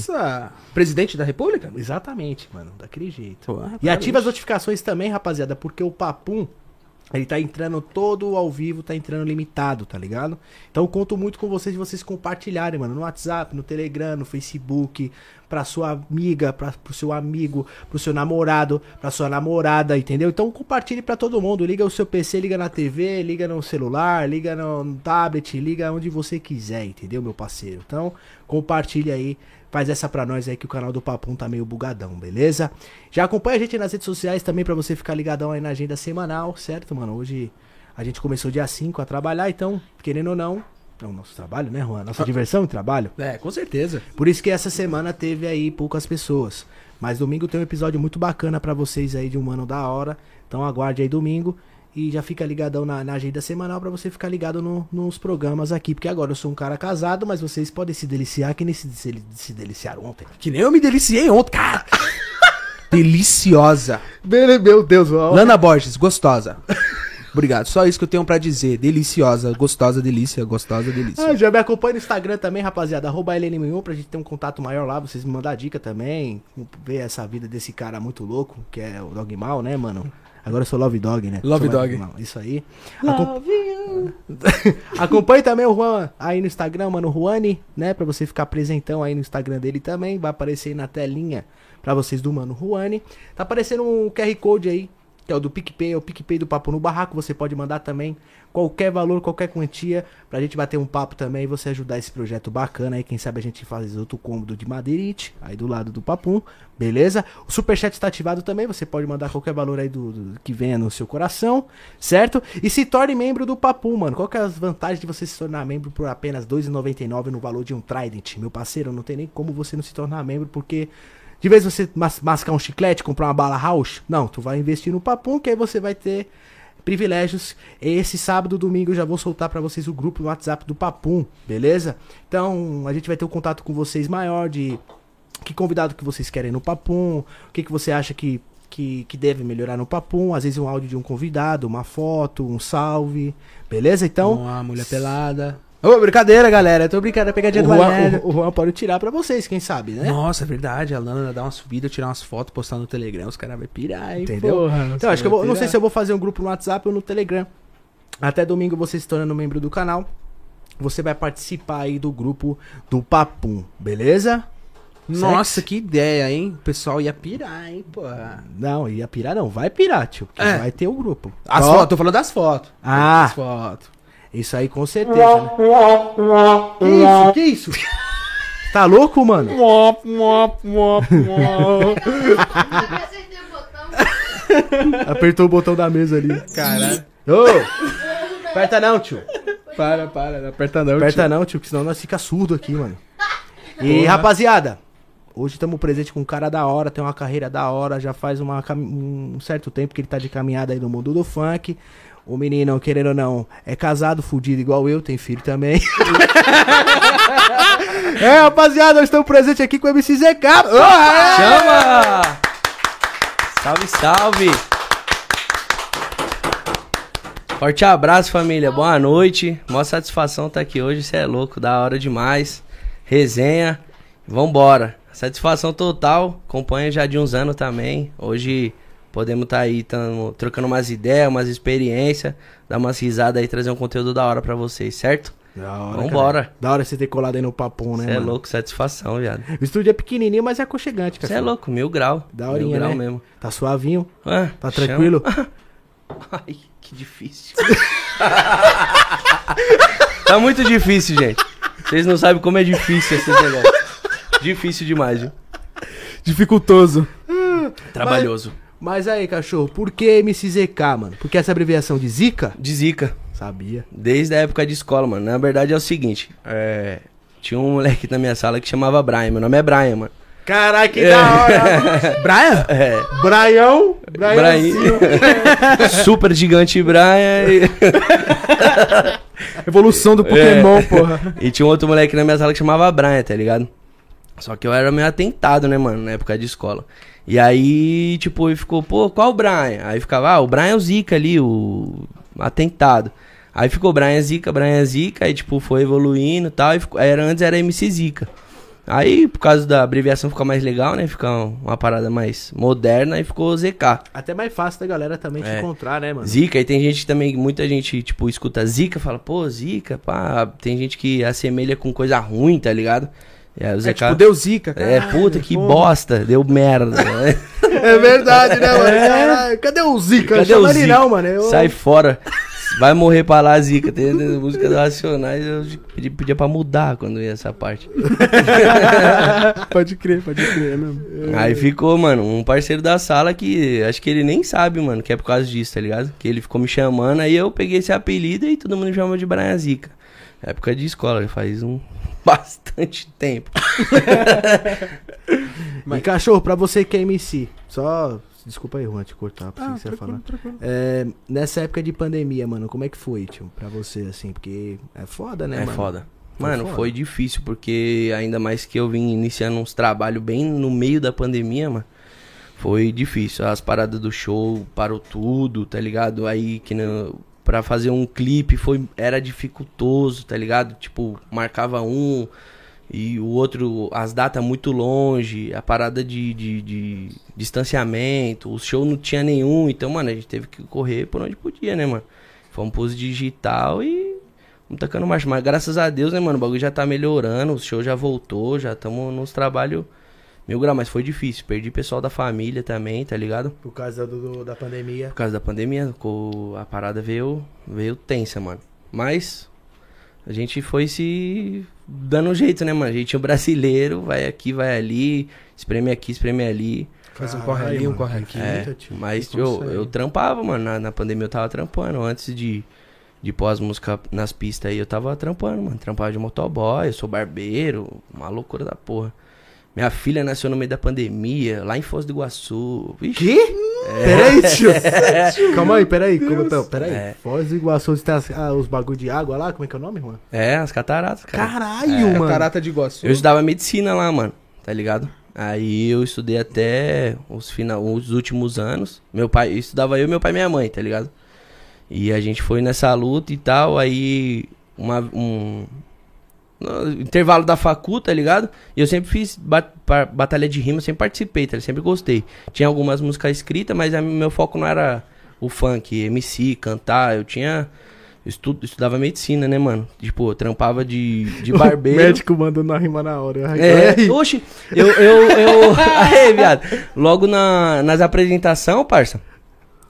Nossa! Presidente da República? Exatamente, mano, daquele jeito. Pô, e ativa parabéns. as notificações também, rapaziada, porque o Papum, ele tá entrando todo ao vivo, tá entrando limitado, tá ligado? Então eu conto muito com vocês, de vocês compartilharem, mano, no WhatsApp, no Telegram, no Facebook, pra sua amiga, pra, pro seu amigo, pro seu namorado, pra sua namorada, entendeu? Então compartilhe pra todo mundo, liga o seu PC, liga na TV, liga no celular, liga no, no tablet, liga onde você quiser, entendeu, meu parceiro? Então compartilha aí Faz essa pra nós aí que o canal do Papum tá meio bugadão, beleza? Já acompanha a gente nas redes sociais também pra você ficar ligadão aí na agenda semanal, certo, mano? Hoje a gente começou dia 5 a trabalhar, então, querendo ou não, é o nosso trabalho, né, Juan? Nossa diversão e trabalho. É, com certeza. Por isso que essa semana teve aí poucas pessoas. Mas domingo tem um episódio muito bacana pra vocês aí de um mano da hora. Então aguarde aí domingo. E já fica ligadão na, na agenda semanal pra você ficar ligado no- nos programas aqui. Porque agora eu sou um cara casado, mas vocês podem se deliciar que nem se, se, se deliciaram ontem. Que nem eu me deliciei ontem, cara. Deliciosa. Meu Deus, mano. Lana Borges, gostosa. Obrigado, só isso que eu tenho pra dizer. Deliciosa, gostosa, delícia, gostosa, delícia. Ah, já me acompanha no Instagram também, rapaziada. Arroba LN Mignon pra gente ter um contato maior lá. Vocês me mandar dica também. Ver essa vida desse cara muito louco, que é o Dog Mal, né, mano? Agora eu sou Love Dog, né? Love Sou mais Dog. Mal, Isso aí. Acom- Acompanhe também o Juan aí no Instagram, mano, Juani, né? Pra você ficar presentão aí no Instagram dele também. Vai aparecer aí na telinha pra vocês do mano Juani. Tá aparecendo um QR Code aí, que é o do PicPay, é o PicPay do Papo no Barraco. Você pode mandar também qualquer valor, qualquer quantia, pra gente bater um papo também e você ajudar esse projeto bacana aí. Quem sabe a gente faz outro cômodo de Madeirite, aí do lado do Papum, beleza? O Superchat está ativado também, você pode mandar qualquer valor aí do, do- que venha no seu coração, certo? E se torne membro do Papum, mano. Qual que é as vantagens de você se tornar membro por apenas R$2,99 no valor de um Trident? Meu parceiro, não tem nem como você não se tornar membro, porque... De vez você mas- mascar um chiclete, comprar uma bala house, não, tu vai investir no Papum, que aí você vai ter privilégios. Esse sábado, domingo, eu já vou soltar pra vocês o grupo no WhatsApp do Papum, beleza? Então, a gente vai ter um contato com vocês maior de que convidado que vocês querem no Papum, o que, que você acha que, que, que deve melhorar no Papum, às vezes um áudio de um convidado, uma foto, um salve, beleza? Então, Uma mulher pelada. Ô, brincadeira, galera. Eu tô brincando, é pegadinha o do Juan, Valério. o, o Juan pode tirar pra vocês, quem sabe, né? Nossa, é verdade. A Lana dá uma subida, tirar umas fotos, postar no Telegram. Os caras vão pirar, hein, Entendeu? porra. Então, acho que eu vou, não sei se eu... eu vou fazer um grupo no WhatsApp ou no Telegram. Até domingo você se tornando membro do canal. Você vai participar aí do grupo do Papum, beleza? Nossa, que ideia, hein? O pessoal ia pirar, hein, porra. Não, ia pirar não, vai pirar, tio. que É. Vai ter o grupo. As Ó, fotos, tô falando das fotos. Ah, As fotos. isso aí com certeza, né? Que isso, que isso? tá louco, mano? Acertei o botão. Apertou o botão da mesa ali. Caralho. Ô! Aperta não, tio. Para, para, tá não aperta não. Aperta tio. não, tio, que senão nós fica surdo aqui, mano. E rapaziada, hoje estamos presente com um cara da hora, tem uma carreira da hora, já faz uma cam- um certo tempo que ele tá de caminhada aí no mundo do funk. O menino, querendo ou não, é casado, fudido igual eu, tem filho também. é, rapaziada, eu estou presente aqui com o MC ZK. Ah, Chama! Salve, salve! Forte abraço, família. Boa noite. Mó satisfação tá aqui hoje. Você é louco, da hora demais. Resenha. Vambora. Satisfação total. Acompanha já de uns anos também. Hoje podemos tá aí tamo trocando umas ideias, umas experiências, dar umas risadas aí, trazer um conteúdo da hora pra vocês, certo? Da hora, cara. Vambora. Da hora você ter colado aí no papão, né, Você é mano? louco, satisfação, viado. O estúdio é pequenininho, mas é aconchegante, cara. Você é louco, mil grau. Da horinha, mil grau né? mesmo. Tá suavinho, Ah, tá chama. tranquilo. Ai, que difícil. tá muito difícil, gente. Vocês não sabem como é difícil esse negócio. Difícil demais, viu? Dificultoso. Trabalhoso. Mas aí, cachorro, por que MCZK, mano? Porque essa abreviação de Zika? De zica. Sabia. Desde a época de escola, mano. Na verdade é o seguinte. É... Tinha um moleque na minha sala que chamava Brian. Meu nome é Brian, mano. Caraca, que da hora. Brian? É. Braião? Brian. Super gigante Brian. E... Evolução do Pokémon, porra. E tinha um outro moleque na minha sala que chamava Brian, tá ligado? Só que eu era meio atentado, né, mano, na época de escola. E aí, tipo, ele ficou, pô, qual o Brian? Aí ficava, ah, o Brian é o Zica ali, o atentado. Aí ficou Brian Zica, Brian Zica, aí, tipo, foi evoluindo e tal, e ficou, era, antes era MC Zica. Aí, por causa da abreviação, fica mais legal, né? Fica um- uma parada mais moderna e ficou ZK. Até mais fácil da galera também te É. encontrar, né, mano? Zica, e tem gente também, muita gente, tipo, escuta Zica, fala, pô, Zica, pá. Tem gente que assemelha com coisa ruim, tá ligado? E aí o ZK. É, tipo, deu zica, cara. É, puta, que pô. bosta, deu merda. né? É verdade, né, mano? Caralho, cadê o Zica? Cadê Não o chama ele Zica? não, mano. Eu... Sai fora. Vai morrer pra lá, Zica. Tem músicas racionais, eu pedi- pedia pra mudar quando ia essa parte. pode crer, pode crer, é mesmo. Aí ficou, mano, um parceiro da sala que acho que ele nem sabe, mano, que é por causa disso, tá ligado? Que ele ficou me chamando, aí eu peguei esse apelido e todo mundo me chama de Brian Zica. Época de escola, já faz um bastante tempo. E cachorro, pra você que é MC, só. Desculpa aí, Juan, te cortar, pra Ah, que você ia falar. tranquilo, tranquilo. É, nessa época de pandemia, mano, como é que foi, tio, pra você, assim? Porque é foda, né, É, mano? foda. Foi Mano, foda. foi difícil, porque ainda mais que eu vim iniciando uns trabalhos bem no meio da pandemia, mano. Foi difícil. As paradas do show parou tudo, tá ligado? Aí que não. Pra fazer um clipe foi, era dificultoso, tá ligado? Tipo, marcava um e o outro, as datas muito longe, a parada de, de, de distanciamento, o show não tinha nenhum, então, mano, a gente teve que correr por onde podia, né, mano? Fomos pros digital e Vamos tacando marcha. Mas graças a Deus, né, mano? O bagulho já tá melhorando, o show já voltou, já estamos nos trabalhos mil graus. Mas foi difícil. Perdi pessoal da família também, tá ligado? Por causa do, do- da pandemia. Por causa da pandemia, co- a parada veio, veio tensa, mano. Mas a gente foi se dando um jeito, né, mano? A gente é brasileiro, vai aqui, vai ali, espreme aqui, espreme ali. Faz um corre ali, um corre aqui. É, mas eu, eu trampava, mano. Na, na pandemia eu tava trampando. Antes de, de pôr as músicas nas pistas aí, eu tava trampando, mano. Trampava de motoboy, eu sou barbeiro, uma loucura da porra. Minha filha nasceu no meio da pandemia, lá em Foz do Iguaçu. Vixe, Que? Peraí, tio. Calma aí, peraí. Como então? Peraí. É. Foz do Iguaçu, você tem as- ah, os bagulho de água lá? Como é que é o nome, Juan? É, É, as cataratas, cara. um, Caralho, mano. Catarata de Iguaçu. Eu estudava medicina lá, mano, tá ligado? Aí eu estudei até os, final, os últimos anos. Meu pai, eu estudava eu, meu pai e minha mãe, tá ligado? E a gente foi nessa luta e tal, aí uma, um no intervalo da facu, tá ligado? E eu sempre fiz ba- pa- batalha de rima, sempre participei, tá? ligado? sempre gostei. Tinha algumas músicas escritas, mas a- meu foco não era o funk, MC, cantar, eu tinha... eu Estu, estudava medicina, né, mano? Tipo, eu trampava de, de barbeiro. O médico mandando a rima na hora. É, oxi, eu, eu, eu, aí, viado, logo na, nas apresentação, parça,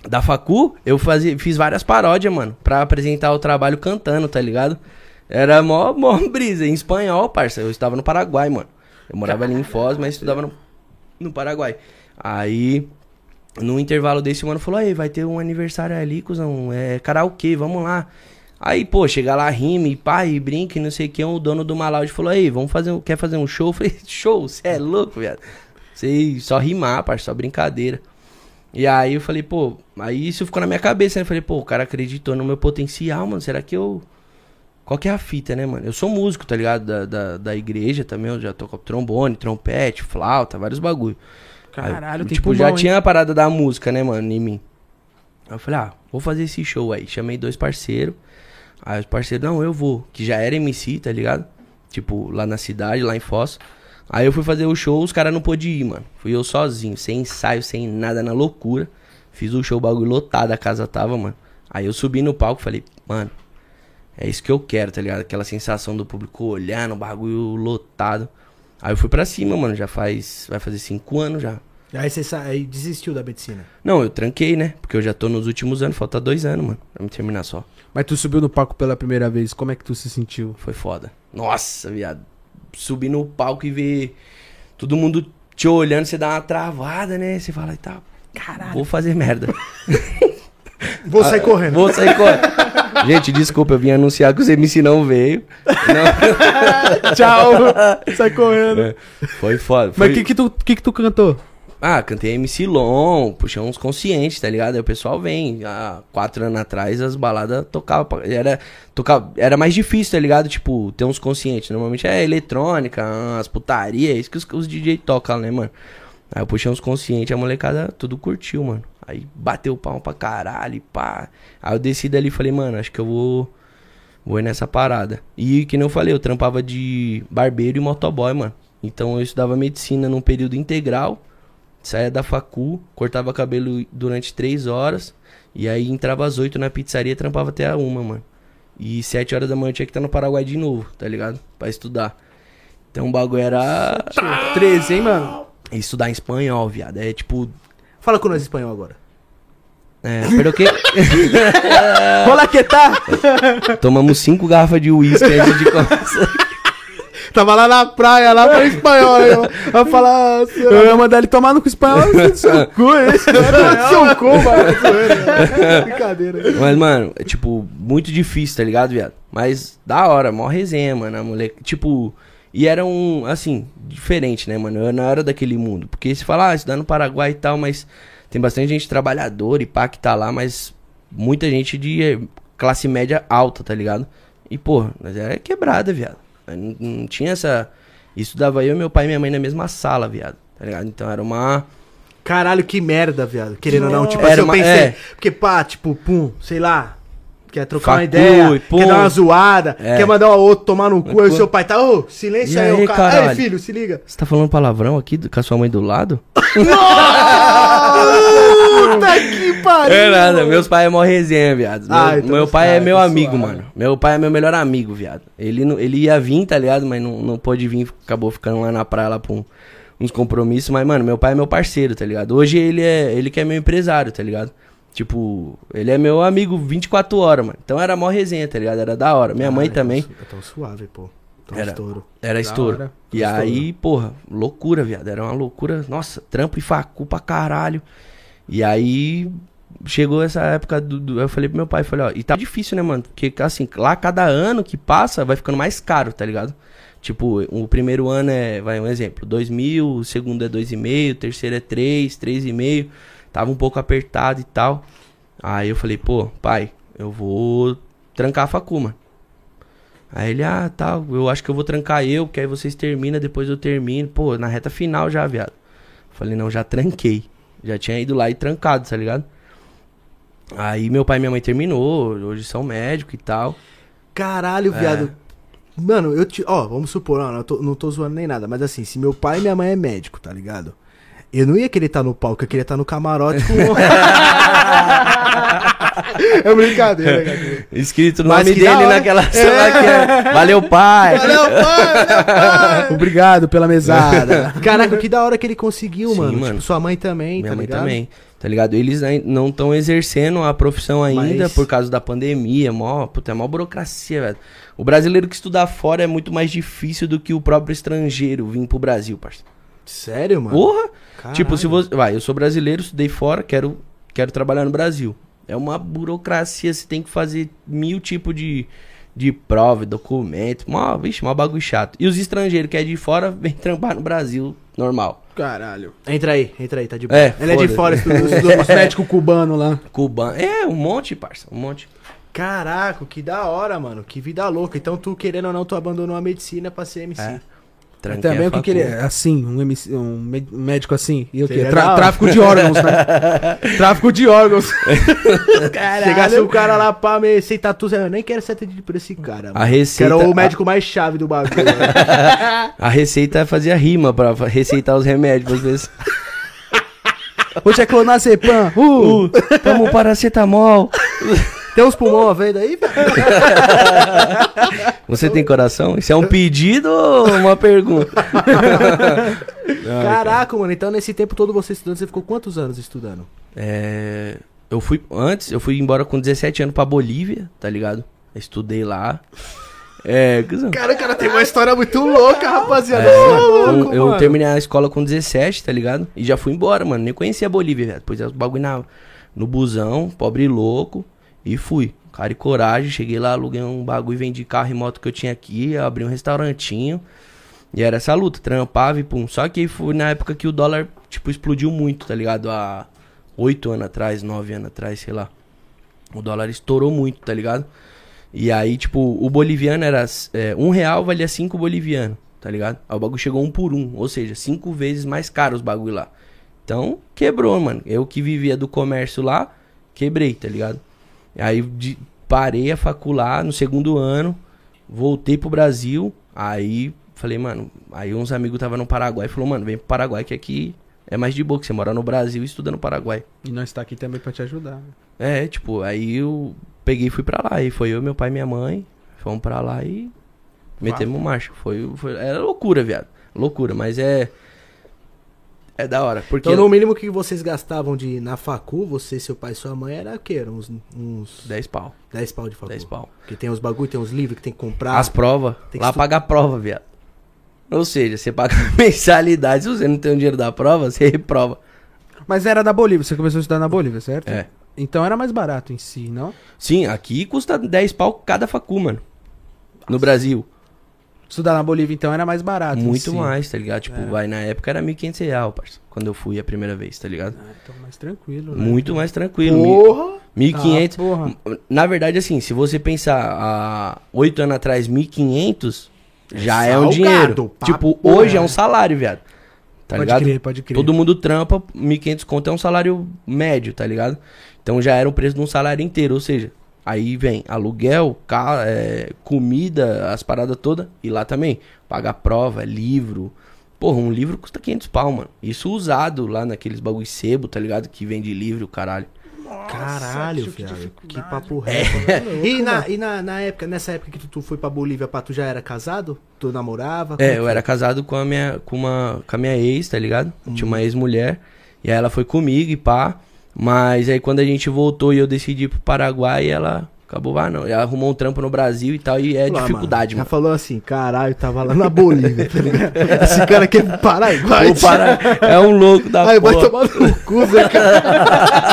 da facu, eu fazia, fiz várias paródias, mano, pra apresentar o trabalho cantando, tá ligado? Era mó, mó brisa, em espanhol, parça, eu estava no Paraguai, mano, eu morava ali em Foz, mas estudava no, no Paraguai, aí... No intervalo desse, mano falou: aí, vai ter um aniversário ali, cuzão. É karaokê, vamos lá. Aí, pô, chega lá, rime, pá, e brinca, e não sei o que. O dono do Malaud falou: aí, vamos fazer um, quer fazer um show? Eu falei: show, você é louco, viado. Sei só rimar, parça, só brincadeira. E aí eu falei: pô, aí isso ficou na minha cabeça, né? Eu falei: pô, o cara acreditou no meu potencial, mano. Será que eu. Qual que é a fita, né, mano? Eu sou músico, tá ligado? Da, da, da igreja também, eu já toco trombone, trompete, flauta, vários bagulho. Aí, Caralho, tem Tipo, já tinha a parada da música, né, mano, em mim. Aí eu falei, ah, vou fazer esse show aí. Chamei dois parceiros. Aí os parceiros, não, eu vou. Que já era MC, tá ligado? Tipo, lá na cidade, lá em Foz. Aí eu fui fazer o show, os caras não podiam ir, mano. Fui eu sozinho, sem ensaio, sem nada, na loucura. Fiz o show, o bagulho lotado, a casa tava, mano. Aí eu subi no palco e falei, mano, é isso que eu quero, tá ligado? Aquela sensação do público olhando, o bagulho lotado. Aí eu fui pra cima, mano, já faz, vai fazer cinco anos já. Aí você sa... aí desistiu da medicina. Não, eu tranquei, né? Porque eu já tô nos últimos anos, falta dois anos, mano, pra me terminar só. Mas tu subiu no palco pela primeira vez, como é que tu se sentiu? Foi foda. Nossa, viado. Subir no palco e ver todo mundo te olhando, você dá uma travada, né? Você fala, tá, caralho. Vou fazer merda. Vou sair correndo. Vou sair correndo. Gente, desculpa, eu vim anunciar que os MC não veio. Tchau. Sai correndo. É, Foi foda. Foi... Mas o que que tu, que que tu cantou? Ah, cantei MC Long, puxei uns conscientes, tá ligado? Aí o pessoal vem. Há quatro anos atrás as baladas tocavam. Era, tocava, era mais difícil, tá ligado? Tipo, ter uns conscientes. Normalmente é eletrônica, as putaria, é isso que os, os DJ tocam, né, mano? Aí eu puxei uns conscientes, a molecada tudo curtiu, mano. Aí bateu o palmo pra caralho, e pá. Aí eu desci dali e falei, mano, acho que eu vou. Vou ir nessa parada. E que nem eu falei, eu trampava de barbeiro e motoboy, mano. Então eu estudava medicina num período integral, saía da facu, cortava cabelo durante três horas, e aí entrava às oito na pizzaria e trampava até a uma, mano. E sete horas da manhã eu tinha que estar no Paraguai de novo, tá ligado? Pra estudar. Então o bagulho era. 13, hein, mano? Estudar em espanhol, viado. É tipo. Fala com nós em espanhol agora. É, pero que. É. Olá, que tá? Tomamos cinco garrafas de uísque antes de começar. Tava lá na praia, lá pra espanhol. aí eu- Vai falar. assim, ó, Eu ia mandar ele tomar no cu espanhol. seu cu, esse Vai é seu cu, mano. zoeira. Brincadeira. Mas, mano, é tipo, muito difícil, tá ligado, viado? Mas da hora, mó resenha, mano. A moleque, tipo, e era um, assim, diferente, né, mano? Eu não era daquele mundo. Porque se fala, ah, estudar no Paraguai e tal, mas tem bastante gente trabalhadora e pá que tá lá, mas muita gente de eh, classe média alta, tá ligado? E, porra, nós era quebrada, viado. Nós Não, não tinha essa. Estudava eu, meu pai e minha mãe na mesma sala, viado. Tá ligado? Então era uma. Caralho, que merda, viado. Querendo ou não, tipo, Era assim, eu uma- pensei. é. Porque, pá, tipo, pum, sei lá. Quer trocar uma Facui, ideia, pum. quer dar uma zoada, É. quer mandar o outro tomar no cu, aí o cu. seu pai tá, ô, silêncio E aí, aí, o cara. Aí, caralho? filho, se liga. Você tá falando palavrão aqui do- com a sua mãe do lado? Puta que pariu! É nada, meus pais é mó resenha, viado. Meu, Ah, então meu você- pai ah, é meu então amigo, suave. mano. Meu pai é meu melhor amigo, viado. Ele, não- ele ia vir, tá ligado? Mas não, não pôde vir, acabou ficando lá na praia lá pra um- uns compromissos. Mas, mano, meu pai é meu parceiro, tá ligado? Hoje ele é ele que é meu empresário, tá ligado? Tipo, ele é meu amigo 24 horas, mano. Então era mó resenha, tá ligado? Era da hora. Minha mãe Caralho, também. tão su- Tão suave, pô. Tão Era. estouro. Era estouro. hora. E aí, porra, loucura, viado. Era uma loucura. Nossa, trampo e facu pra caralho. E aí, chegou essa época do. do- eu falei pro meu pai, falei, ó, e tá difícil, né, mano? Porque, assim, lá cada ano que passa vai ficando mais caro, tá ligado? Tipo, o primeiro ano é, vai um exemplo, 2 mil, o segundo é 2,5, o terceiro é 3, 3,5. Tava um pouco apertado e tal. Aí eu falei, pô, pai, eu vou trancar a facu, mano. Aí ele, ah, tá, eu acho que eu vou trancar eu, porque aí vocês terminam, depois eu termino. Pô, na reta final já, viado. Falei, não, já tranquei. Já tinha ido lá e trancado, tá ligado? Aí meu pai e minha mãe terminou, hoje são médico e tal. Caralho, viado. É. Mano, eu te. Ó, vamos supor, ó, não, tô, não tô zoando nem nada, mas assim, se meu pai e minha mãe é médico, tá ligado? Eu não ia querer estar no palco, eu queria estar no camarote com. é brincadeira, cara. Escrito o Mas nome que da dele hora. naquela sala que é. Valeu, Tá pai! Obrigado pela mesada. Caraca, que da hora que ele conseguiu, Sim, mano. mano. Tipo, sua mãe também, Minha tá mãe ligado? também, tá ligado? Eles ai- não estão exercendo a profissão ainda Mas- por causa da pandemia, mó, puta, é mó burocracia, velho. O brasileiro que estudar fora é muito mais difícil do que o próprio estrangeiro vir pro Brasil, parceiro. Sério, mano? Porra! Caralho. Tipo, se você. Vai, eu sou brasileiro, estudei fora, quero, quero trabalhar no Brasil. É uma burocracia, você tem que fazer mil tipos de, de prova, documento, mó, vixe, mó bagulho chato. E os estrangeiros que é de fora, vem trampar no Brasil, normal. Caralho. Entra aí, entra aí, tá de boa. É, ele é de foda-se. fora, estudou, estudou Os médicos cubanos lá. Cubano. É, um monte, parça, um monte. Caraca, que da hora, mano. Que vida louca. Então tu, querendo ou não, tu abandonou a medicina pra ser MC. É. Mas Tranquei também a o que que ele é? Assim, um, MC, um mé- um médico assim. E o quê? Seria Tra- da hora. tráfico de órgãos, né? tráfico de órgãos. Chegasse um cara lá pra me sem tatu, eu nem quero ser atendido por esse cara. A Mano. Que receita, era o a- médico mais chave do bagulho. né? a, receita fazia rima pra fa- receitar os remédios às vezes. Hoje é clonazepam. Uh, Uh, toma um paracetamol. Tem uns pulmão à venda aí, velho? Você tem coração? Isso é um pedido ou uma pergunta? Caraca, mano. Então nesse tempo todo você estudando, você ficou quantos anos estudando? É, eu fui antes, eu fui embora com 17 anos pra Bolívia, tá ligado? Estudei lá. É, cuzão. Cara, o cara tem uma história muito louca, rapaziada. É, Ô, com- Tá louco, eu mano. terminei a escola com 17, tá ligado? E já fui embora, mano. Nem conhecia a Bolívia, velho. Pois é, os bagulho na, no busão, pobre louco. E fui. Cara e coragem. Cheguei lá, aluguei um bagulho, vendi carro e moto que eu tinha aqui. Abri um restaurantinho. E era essa luta. Trampava e pum. Só que foi na época que o dólar, tipo, explodiu muito, tá ligado? Há oito anos atrás, nove anos atrás, sei lá. O dólar estourou muito, tá ligado? E aí, tipo, o boliviano era. É, um real valia cinco boliviano, tá ligado? Aí o bagulho chegou um por um, ou seja, cinco vezes mais caro os bagulho lá. Então, quebrou, mano. Eu que vivia do comércio lá, quebrei, tá ligado? Aí de- parei a facu lá no segundo ano, voltei pro Brasil, aí Falei, mano, aí uns amigos tava no Paraguai e falou, mano, vem pro Paraguai que aqui é mais de boa, que você mora no Brasil e estuda no Paraguai. E nós tá aqui também pra te ajudar. É, tipo, aí eu peguei e fui pra lá. E foi eu, meu pai e minha mãe. Fomos pra lá e metemos marcha. Foi, foi, era loucura, viado. Loucura, mas é. É da hora. Porque Então, no mínimo que vocês gastavam de na facu, você, seu pai e sua mãe, era o quê? Era uns, uns 10 pau. 10 pau de facu. 10 pau. Que tem uns bagulho, tem uns livros que tem que comprar. As provas. Ah, Tem que Lá estu- paga a prova, viado. Ou seja, você paga a mensalidade. Se você não tem o dinheiro da prova, você reprova. Mas era da Bolívia, você começou a estudar na Bolívia, certo? É. Então era mais barato em si, não? Sim, aqui custa 10 pau cada facu, mano. No Brasil. Estudar na Bolívia, então, era mais Ah, barato. em si. Muito mais, tá ligado? É. Tipo, vai, na época era 1.500 real, parça. Quando eu fui a primeira vez, tá ligado? Ah, então mais tranquilo, né? Muito mais tranquilo. Porra! 1.500. Ah, porra. Na verdade, assim, se você pensar há oito anos atrás, 1.500, já é salgado, um dinheiro. papo, tipo, é. hoje é um salário, viado. Tá pode ligado? crer, pode crer. Todo mundo trampa, 1.500 conto é um salário médio, tá ligado? Então já era o preço de um salário inteiro, ou seja, aí vem aluguel, ca- é, comida, as paradas todas, e lá também, paga prova, livro. Porra, um livro custa 500 pau, mano. Isso usado lá naqueles bagulho sebo, tá ligado? Que vende livro, caralho. Caralho, que viado. Que, dificuldade. papo É. reto. né? E, na, e na, na época, nessa época que tu, tu foi pra Bolívia, pá, tu já era casado? Tu namorava? É, eu era casado com a minha, com uma, com a minha ex, tá ligado? Hum. Tinha uma ex-mulher. E aí ela foi comigo e pá. Mas aí quando a gente voltou e eu decidi ir pro Paraguai, ela acabou, ah não. Ela arrumou um trampo no Brasil e tal. E é Lá, dificuldade, Ah, mano. Já mano. falou assim, caralho, tava lá na Bolívia, tá ligado? Esse cara aqui é Paraguai. O Pará é um louco da Aí vai porra. tomar no cu, É, Zé, cara.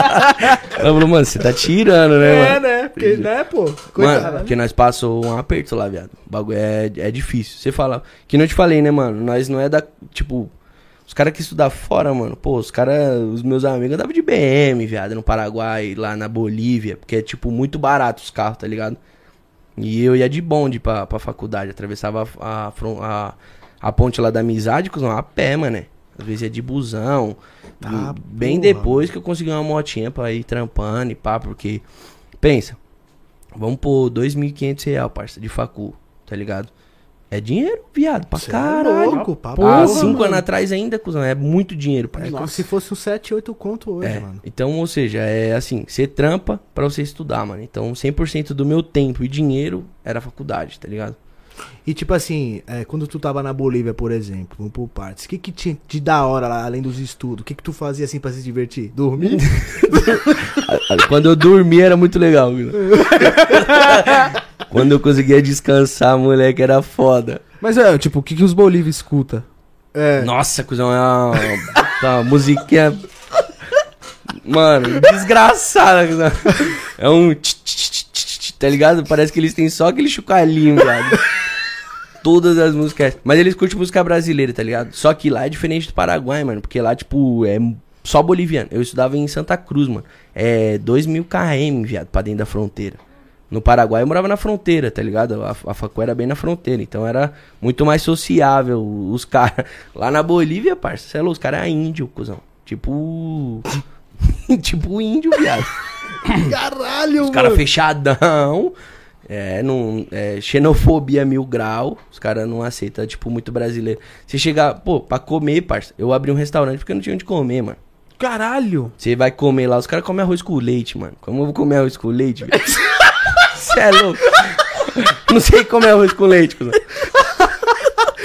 Ela falou, mano, você tá tirando, né, mano? É, né? Porque, né, pô? Mano, Coitado. porque nós passou um aperto lá, viado. O bagulho é, é difícil. Você fala. Que não te falei, né, mano? Nós não é da. Tipo. Os caras que estudam fora, mano. Pô, os caras. Os meus amigos andavam de BM, viado. No Paraguai, lá na Bolívia. Porque é, tipo, muito barato os carros, tá ligado? E eu ia de bonde pra, pra faculdade. Atravessava a, a, fron- a, a ponte lá da amizade, cuzão, a pé, mano. Às vezes ia de busão. Tá, é Hum, bem porra. depois que eu consegui uma motinha pra ir trampando e pá, porque. Pensa. Vamos pôr 2.500 real, parça, de facu, tá ligado? É dinheiro, viado, pra Cê é caralho. louco, pra Há porra, cinco mano. anos atrás ainda, cuzão, é muito dinheiro, É parça. como se fosse um 7, 8 conto hoje, É, mano. Então, ou seja, é assim, você trampa pra você estudar, mano. Então, 100% do meu tempo e dinheiro era faculdade, tá ligado? E tipo assim, é, quando tu tava na Bolívia, por exemplo, vamos por partes, o que que tinha de da hora lá, além dos estudos? O que que tu fazia assim pra se divertir? Dormir? Quando eu dormia era muito legal, viu? Quando eu conseguia descansar, moleque, era foda. Mas é, tipo, o que, que os Bolívia escuta? É. Nossa, cuzão, é uma, tá, uma musiquinha. Mano, desgraçada, cuzão. É um. tch, tch, tch, tch, tch, Tá ligado? Parece que eles têm só aquele chocalhinho, velho. Todas as músicas. Mas eles curtem música brasileira, tá ligado? Só que lá é diferente do Paraguai, mano. Porque lá, tipo, é só boliviano. Eu estudava em Santa Cruz, mano. É 2 mil km, viado, pra dentro da fronteira. No Paraguai eu morava na fronteira, tá ligado? A, a facu era bem na fronteira, então era muito mais sociável os caras. Lá na Bolívia, parça, sei lá, os caras é índio, cuzão. Tipo. tipo índio, viado. Caralho, Os caras fechadão. É, não, é, xenofobia mil grau. Os caras não aceitam, tipo, muito brasileiro. Você chegar, pô, pra comer, parça. Eu abri um restaurante porque eu não tinha onde comer, mano. Caralho! Você vai comer lá, os caras comem arroz com leite, mano. Como eu vou comer arroz com leite, velho? Você é louco? Não sei comer arroz com leite, cuzão.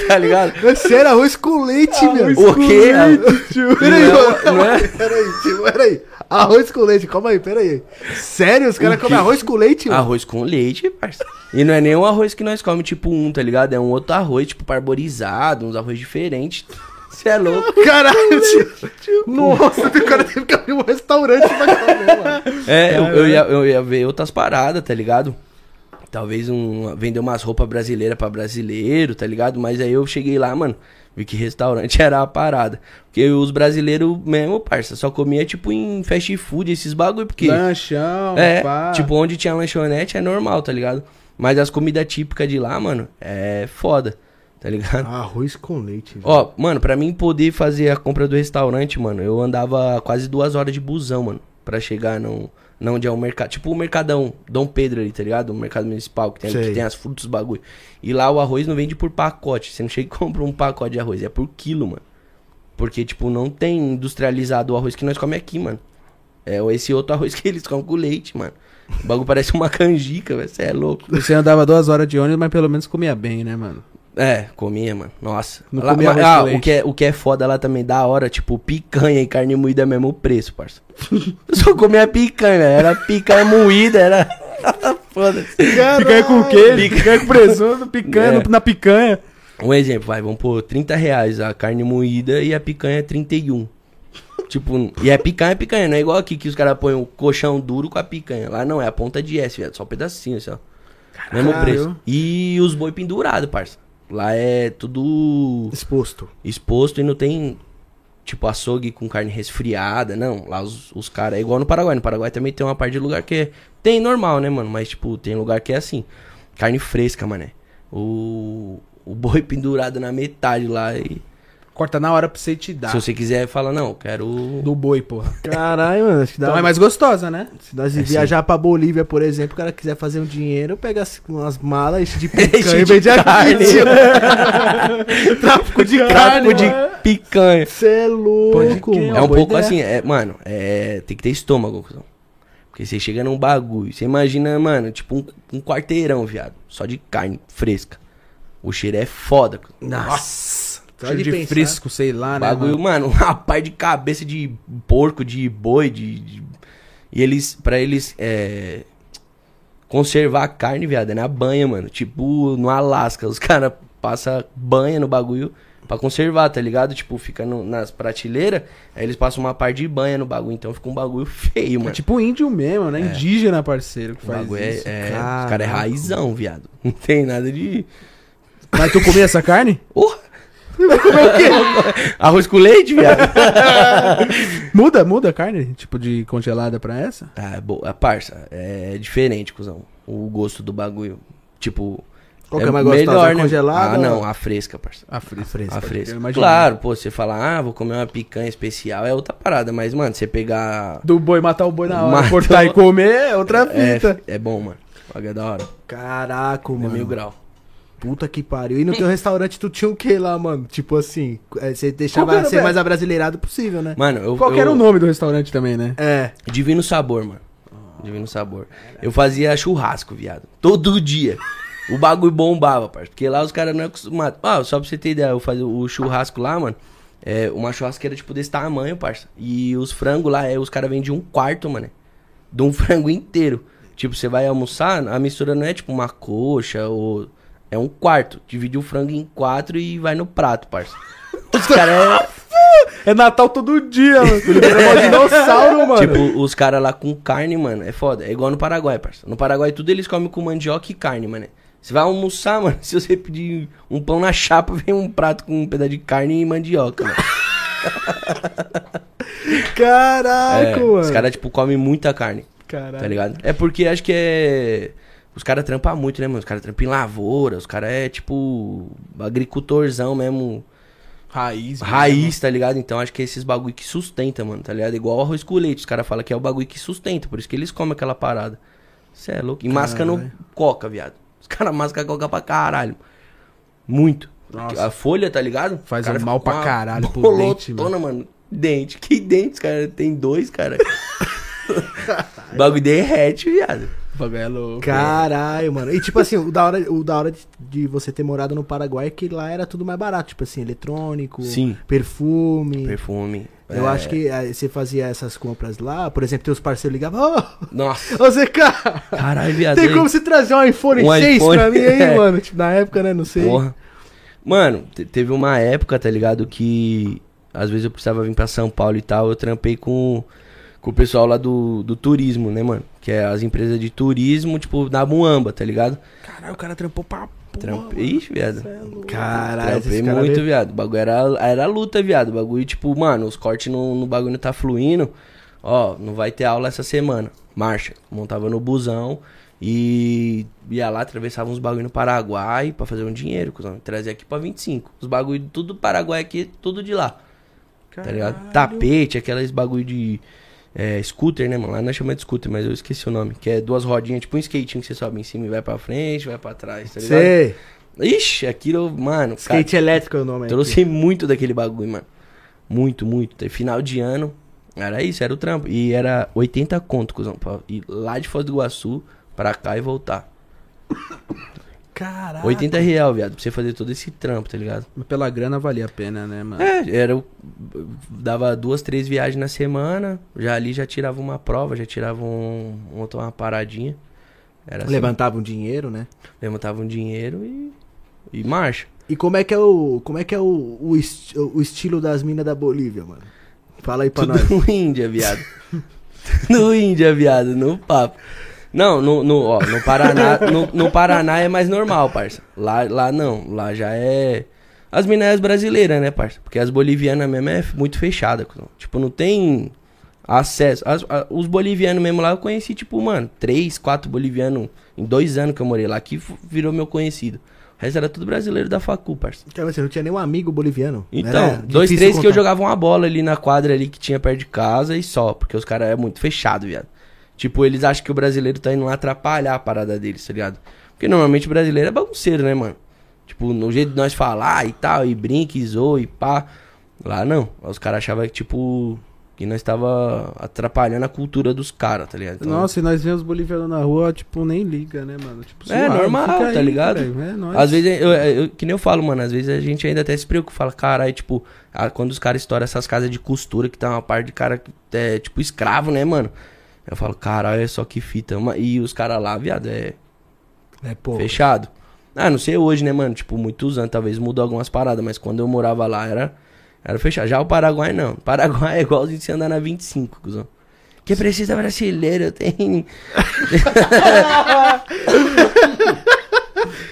Tá ligado? Você era arroz com leite, meu. O quê? Peraí, Não é- não é? mano. Peraí, tio, peraí. Arroz com leite, calma aí, peraí. Sério, os caras O comem quê? arroz com leite? mano? Arroz com leite, parça. E não é nem um arroz que nós comemos, tipo um, tá ligado? É um outro arroz, tipo, parborizado, uns arroz diferentes. Você é louco? Caralho, tio. Nossa, o cara teve que abrir um restaurante pra comer, mano. É, eu, eu ia, eu ia ver outras paradas, tá ligado? Talvez um, vender umas roupas brasileiras pra brasileiro, tá ligado? Mas aí eu cheguei lá, mano, vi que restaurante era a parada. Porque os brasileiros mesmo, parça, só comia tipo em fast food, esses bagulho, porque... Lanchão, É, pá. tipo, onde tinha lanchonete é normal, tá ligado? Mas as comidas típicas de lá, mano, é foda, tá ligado? Arroz com leite, velho. Ó, mano, pra mim poder fazer a compra do restaurante, mano, eu andava quase duas horas de busão, mano. pra chegar não não onde é o mercado. Tipo o Mercadão Dom Pedro ali, tá ligado? O mercado municipal que tem, ali, Sei. que tem as frutas, os bagulho. E lá o arroz não vende por pacote. Você não chega e compra um pacote de arroz, é por quilo, mano. Porque, tipo, não tem industrializado o arroz que nós comemos aqui, mano. É ou esse outro arroz que eles comem com leite, mano. O bagulho parece uma canjica, velho. Você é louco. Você andava duas horas de ônibus, mas pelo menos comia bem, né, mano? É, comia, mano. Nossa. Não Lá- comia mas- arroz com ah, o, leite. que é, o que é foda lá também, da hora, tipo, picanha e carne moída é mesmo o preço, parça. Eu só comia picanha, velho. era picanha moída, era. Foda-se. Picanha com queijo, picanha com presunto, picanha É. na picanha. Um exemplo, vai, vamos pôr 30 reais a carne moída e a picanha é 31. Tipo, e é picanha, é picanha, não é igual aqui que os caras põem o coxão duro com a picanha. Lá não, é a ponta de S, velho, só um pedacinho, assim, ó. Mesmo preço. E os boi pendurado, parça. Lá é tudo Exposto. exposto e não tem, tipo, açougue com carne resfriada, não. Lá os, os caras, é igual no Paraguai. No Paraguai também tem uma parte de lugar que é, tem normal, né, mano? Mas, tipo, tem lugar que é assim, carne fresca, mané. O, o boi pendurado na metade lá e... Corta na hora pra você te dar. Se você quiser, fala, não, eu quero... Do boi, porra. Caralho, mano. acho que dá Então uma- é mais gostosa, né? Se nós é assim. viajar pra Bolívia, por exemplo, o cara quiser fazer um dinheiro, pega as- umas malas, enche de picanha Enche e de vende carne. aqui, tio. Tráfico de carne, Tráfico de mano. picanha. Cê é Pode louco, crer, mano. É um boa pouco ideia. assim, é, mano, é, tem que ter estômago, cuzão. Porque você chega num bagulho, você imagina, mano, tipo um, um quarteirão, viado, só de carne fresca. O cheiro é foda, cuzão. Nossa. Só Cheiro de de, pensar. fresco, sei lá, né? bagulho, mano? mano, uma par de cabeça de porco, de boi, de, de- e eles, Pra eles, é, conservar a carne, viado, é na banha, mano. Tipo, no Alasca, os caras passam banha no bagulho pra conservar, tá ligado? Tipo, fica no- nas prateleiras, aí eles passam uma parte de banha no bagulho, então fica um bagulho feio, É mano. tipo índio mesmo, né? Indígena, parceiro, que É. O faz bagulho é, isso. é- Caraca. os caras é raizão, viado. Não tem nada de... Mas tu comia essa carne? Uh! Arroz com leite, viado. Muda, muda a carne, tipo de congelada pra essa? Ah, boa, parça, é diferente, cuzão. O gosto do bagulho. Tipo. Qual que é mais gostosa, a congelada Ah, ou- não, a fresca, parça. A fresca. A fresca. eu imaginei. Claro, pô, você fala, ah, vou comer uma picanha especial, é outra parada, mas, mano, você pegar. Do boi matar o boi na hora, Matou. cortar e comer é outra fita. É, é bom, mano. O bagulho é da hora. Caraca, É mano. mil grau. Puta que pariu. E no teu restaurante tu tinha o que lá, mano? Tipo assim, é, você deixava Qual que era, ser velho? mais abrasileirado possível, né? Mano, eu. Qual que eu- era o um nome do restaurante também, né? É. Divino sabor, mano. Divino sabor. Eu fazia churrasco, viado. Todo dia. O bagulho bombava, parceiro. Porque lá os caras não é acostumados. Ah, só pra você ter ideia, eu fazia o churrasco lá, mano. É uma churrasqueira, tipo, desse tamanho, parça. E os frangos lá, é, os caras vendem um quarto, mano. De um frango inteiro. Tipo, você vai almoçar, a mistura não é tipo uma coxa ou. É um quarto. Divide o frango em quatro e vai no prato, parça. Os caras é. É Natal todo dia, mano. É um dinossauro, mano. Tipo, os caras lá com carne, mano, é foda. É igual no Paraguai, parça. No Paraguai tudo eles comem com mandioca e carne, mano. Você vai almoçar, mano, se você pedir um pão na chapa, vem um prato com um pedaço de carne e mandioca, mano. É, Caraca, mano. os caras, tipo, comem muita carne, Caraca. tá ligado? É porque acho que é... Os caras trampam muito, né, mano? Os caras trampam em lavoura, os caras é, tipo, agricultorzão mesmo, Raiz. raiz, tá ligado? Então acho que é esses bagulho que sustenta, mano, tá ligado? Igual arroz com leite, os caras falam que é o bagulho que sustenta, por isso que eles comem aquela parada. Cê é louco. E mascando coca, viado. Os caras mascam coca pra caralho. Muito. Nossa. A folha, tá ligado? Faz O cara um mal fica pra com uma caralho pro dente, bolotona, mano. Dente. Que dente, cara? Tem dois, cara. O bagulho derrete, viado. Bagulho é louco. Caralho, mano. E tipo assim, o da hora, o da hora de, de você ter morado no Paraguai é que lá era tudo mais barato, tipo assim, eletrônico, Sim. perfume. Perfume. Eu É. acho que eh, você fazia essas compras lá, por exemplo, teus parceiros ligavam, ô, Nossa. ô ZK, Caralho, viado. tem hein? como você trazer um iPhone Um 6 iPhone, pra mim aí, é. mano? Tipo, na época, né, não sei. Porra. Mano, te- teve uma época, tá ligado, que às vezes eu precisava vir pra São Paulo e tal, eu trampei com, com o pessoal lá do, do turismo, né, mano? Que é as empresas de turismo, tipo, da Muamba, tá ligado? Caralho, o cara trampou pra porra. Trampei, Ixi, viado. Caralho, Trampei esses caras muito, veio- viado. O bagulho era, era luta, viado. O bagulho, tipo, mano, os cortes no, no bagulho não tá fluindo. Ó, não vai ter aula essa semana. Marcha. Montava no busão e ia lá, atravessava uns bagulho no Paraguai pra fazer um dinheiro, cuzão. Trazia aqui pra 25. Os bagulho tudo do Paraguai aqui, tudo de lá. Tá ligado? Tapete, aqueles bagulho de. é, scooter, né, mano? Lá não chama de scooter, mas eu esqueci o nome. Que é duas rodinhas, tipo um skatinho que você sobe em cima e vai pra frente, vai pra trás, tá ligado? Sei. Ixi, aquilo, mano, cara, Skate elétrico é o nome. aqui. trouxe muito daquele bagulho, mano. Muito, muito. E Final de ano, era isso, era o trampo. E era 80 conto, cuzão, pra ir lá de Foz do Iguaçu pra cá e voltar. Caraca. 80 real, viado, pra você fazer todo esse trampo, tá ligado? Mas Pela grana valia a pena, né, mano? É, era, o- dava duas, três viagens na semana, já ali já tirava uma prova, já tirava um, um- uma paradinha. Era assim, Levantava um dinheiro, né? levantava um dinheiro e, e marcha. E como é que é o, como é que é o, o, est- o estilo das minas da Bolívia, mano? Fala aí pra Tudo nós. Índia, viado. Tudo Índia, viado, no papo. Não, no, no, ó, no Paraná, no, no Paraná é mais normal, parça. Lá, lá não, lá já é... As minas brasileiras, né, parça? Porque as bolivianas mesmo é muito fechada. cuzão. Tipo, não tem acesso. As- a- os bolivianos mesmo lá eu conheci, tipo, mano, três, quatro bolivianos em dois anos que eu morei lá, que f- virou meu conhecido. O resto era tudo brasileiro da facu, parça. Então, Você não tinha nenhum amigo boliviano. Então, Era dois, Né? difícil três que eu contar. jogava uma bola ali na quadra ali que tinha perto de casa e só, porque os caras é muito fechado, viado. Tipo, eles acham que o brasileiro tá indo lá atrapalhar a parada deles, tá ligado? Porque normalmente o brasileiro é bagunceiro, né, mano? Tipo, no jeito de nós falar e tal, e brinca, e zoa, e pá. Lá não. Os caras achavam que, tipo, que nós tava atrapalhando a cultura dos caras, tá ligado? Então, Nossa, e nós vemos os bolivianos na rua, tipo, nem liga, né, mano? Tipo, É suave, normal, fica tá ligado? velho, É nóis. Às vezes, eu- eu- que nem eu falo, mano, às vezes a gente ainda até se preocupa, fala, caralho, tipo, ah, quando os caras estouram essas casas de costura, que tá uma parte de cara, que é, tipo, escravo, né, mano? Eu falo, caralho, é só que fita. ma- E os caras lá, viado, é É, pô. fechado. Ah, não sei hoje, né, mano? Tipo, muitos anos, talvez mudou algumas paradas, mas quando eu morava lá era, era fechado. Já o Paraguai não. Paraguai é igualzinho você andar na 25, cuzão. Que precisa brasileiro, tem.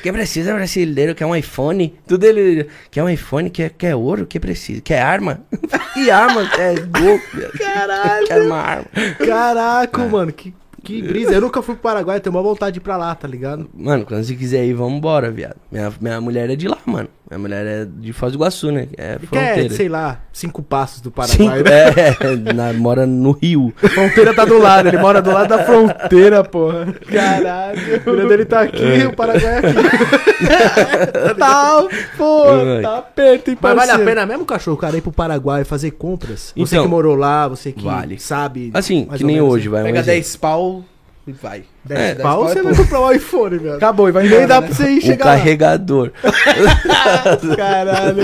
que precisa brasileiro, quer um iPhone? Tudo ele. Quer um iPhone, quer, quer ouro, que precisa? Quer arma? que arma? É gol. Caralho. Quer uma arma. Caraca, mano, que, que brisa. Eu nunca fui pro Paraguai, eu tenho uma vontade de ir pra lá, tá ligado? Mano, quando você quiser ir, vambora, viado. Minha, minha mulher é de lá, mano. Minha mulher é de Foz do Iguaçu, né? É Que é, fronteira. sei lá, cinco passos do Paraguai. Cinco, né? é, na- mora no Rio. A fronteira tá do lado, ele mora do lado da fronteira, porra. Caralho. O filho dele tá aqui, o Paraguai é aqui. tá, pô, Ai. tá perto, hein, Mas vale a vale a pena mesmo, cachorro, cara, ir pro Paraguai fazer compras? Você Então, que morou lá, você que vale. sabe. Assim, mais que ou nem menos, né? hoje, vai. Um Pega exemplo. 10 pau e vai. 10 É, é. pau, dez você pau é vai comprar um iPhone, velho. Acabou, e vai Nem embora, dá né? pra você ir o chegar Um carregador. lá. Caralho.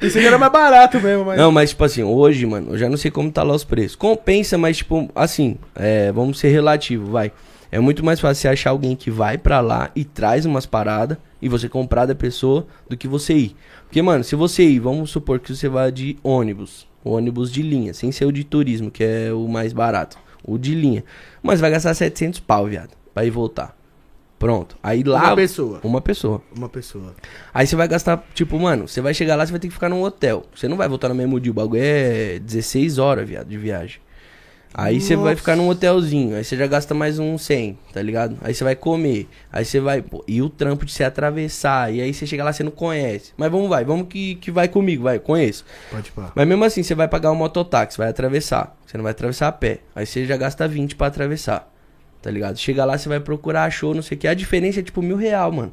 é Esse aqui era mais barato mesmo, mas... Não, mas tipo assim, hoje, mano, eu já não sei como tá lá os preços. Compensa, mas tipo, assim, é, vamos ser relativo, vai. É muito mais fácil você achar alguém que vai pra lá e traz umas paradas e você comprar da pessoa do que você ir. Porque, mano, se você ir, vamos supor que você vá de ônibus, o ônibus de linha, sem ser o de turismo, que é o mais barato, o de linha. Mas vai gastar 700 pau, viado, pra ir e voltar. Pronto. Aí lá. Uma pessoa. Uma pessoa. Uma pessoa. Aí você vai gastar, tipo, mano, você vai chegar lá, você vai ter que ficar num hotel. Você não vai voltar no mesmo dia, o bagulho é 16 horas, viado, de viagem. Aí você vai ficar num hotelzinho, aí você já gasta mais um 100, tá ligado? Aí você vai comer, aí você vai... pô, e o trampo de você atravessar, e aí você chega lá, você não conhece. Mas vamos vai, vamos que, que vai comigo, vai, conheço. Pode pá. Mas mesmo assim, você vai pagar um mototáxi, vai atravessar. Você não vai atravessar a pé. Aí você já gasta 20 pra atravessar. Tá ligado? Chega lá, você vai procurar, achou, não sei o que. A diferença é tipo mil real, mano.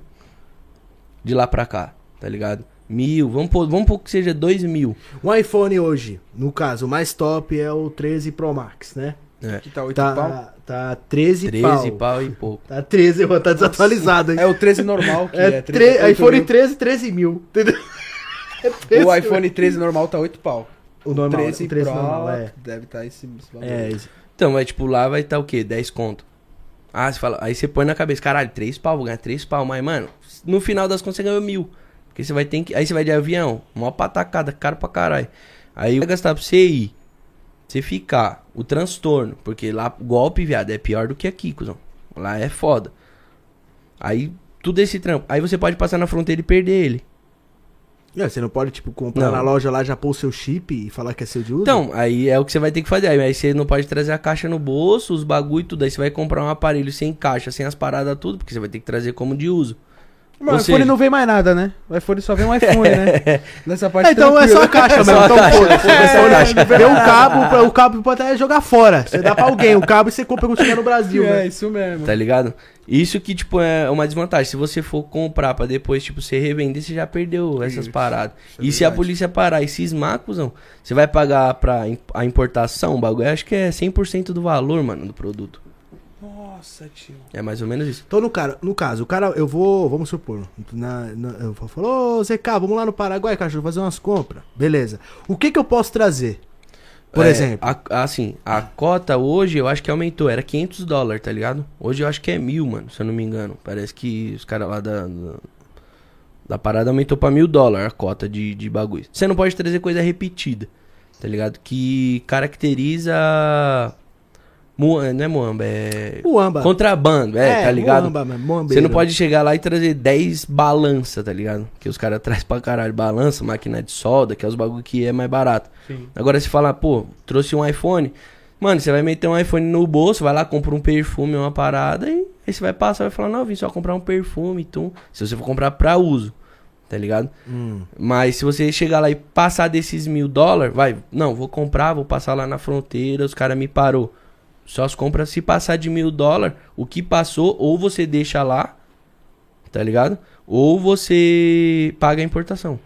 De lá pra cá, tá ligado? Mil, vamos pôr, vamos pôr que seja dois mil. Um iPhone hoje, no caso, o mais top é o 13 Pro Max, né? É. Aqui tá 8 pau. Tá, tá 13, 13 pau. pau. e pouco. Tá 13, mano, tá desatualizado, hein? É o 13 normal, que É, é, tre- 38 iPhone mil. 13, 13 mil. Entendeu? É 13 O mil. iPhone 13 normal tá 8 pau. o normal, né? 13, o 13 Pro normal, é. deve estar tá esse esse valor. É, esse- Então, vai tipo lá, vai tá o quê? 10 conto. Ah, você fala, aí você põe na cabeça, caralho, três pau, vou ganhar três pau, mas, mano, no final das contas você ganhou mil. Porque você vai ter que. Aí você vai de avião, mó patacada, caro pra caralho. Aí vai gastar pra você ir, você ficar, o transtorno, porque lá o golpe, viado, é pior do que aqui, cuzão. Lá é foda. Aí, tudo esse trampo. Aí você pode passar na fronteira e perder ele. É, Você não pode, tipo, comprar Não. na loja lá, já pôr o seu chip e falar que é seu de uso? Então, aí é o que você vai ter que fazer. Aí, aí você não pode trazer a caixa no bolso, os bagulho e tudo. Aí você vai comprar um aparelho sem caixa, sem as paradas, tudo, porque você vai ter que trazer como de uso. Ou Mas o seja- iPhone não vem mais nada, né? O iPhone só vem um iPhone, né? Nessa parte É, então é só a tranquila. caixa Só mesmo. a Então, caixa, foda-se. foda-se a Você caixa. olha, Vê o cabo, pra- o cabo pode até jogar fora. Você dá pra alguém o cabo e você compra e continua no Brasil, É, né? isso mesmo. Tá ligado? Isso que, tipo, é uma desvantagem. Se você for comprar pra depois, tipo, você revender, você já perdeu essas Isso, paradas. isso é e se a verdade. polícia parar e cismar, cuzão, você vai pagar pra im- a importação, o bagulho, acho que é 100% do valor, mano, do produto. Nossa, tio. É mais ou menos isso. Então, no, cara, no caso, o cara, eu vou, vamos supor, na, na, eu vou falar, ô ZK, vamos lá no Paraguai, caixa, vou fazer umas compras. Beleza. O que que eu posso trazer? Por É, exemplo. a- assim, a cota hoje eu acho que aumentou, era 500 dólares, tá ligado? Hoje eu acho que é mil, mano, se eu não me engano. Parece que os caras lá da, da, da parada aumentou pra mil dólares a cota de, de bagulho. Você não pode trazer coisa repetida, tá ligado? Que caracteriza. Mu- Não é Moamba, é. Muamba. Contrabando, é, tá ligado? Muamba, mesmo, muambeiro. Você não pode chegar lá e trazer 10 balança, tá ligado? Que os caras trazem pra caralho balança, máquina de solda, que é os bagulho que é mais barato. Agora se falar, pô, trouxe um iPhone. Mano, você vai meter um iPhone no bolso, vai lá, compra um perfume, uma parada, e aí você vai passar, vai falar, não, eu vim só comprar um perfume, tum. Se você for comprar pra uso, tá ligado? Hum. Mas se você chegar lá e passar desses mil dólares, vai, não, vou comprar, vou passar lá na fronteira, os caras me parou. Só as compras se passar de mil dólares, o que passou, ou você deixa lá, tá ligado? Ou você paga a importação.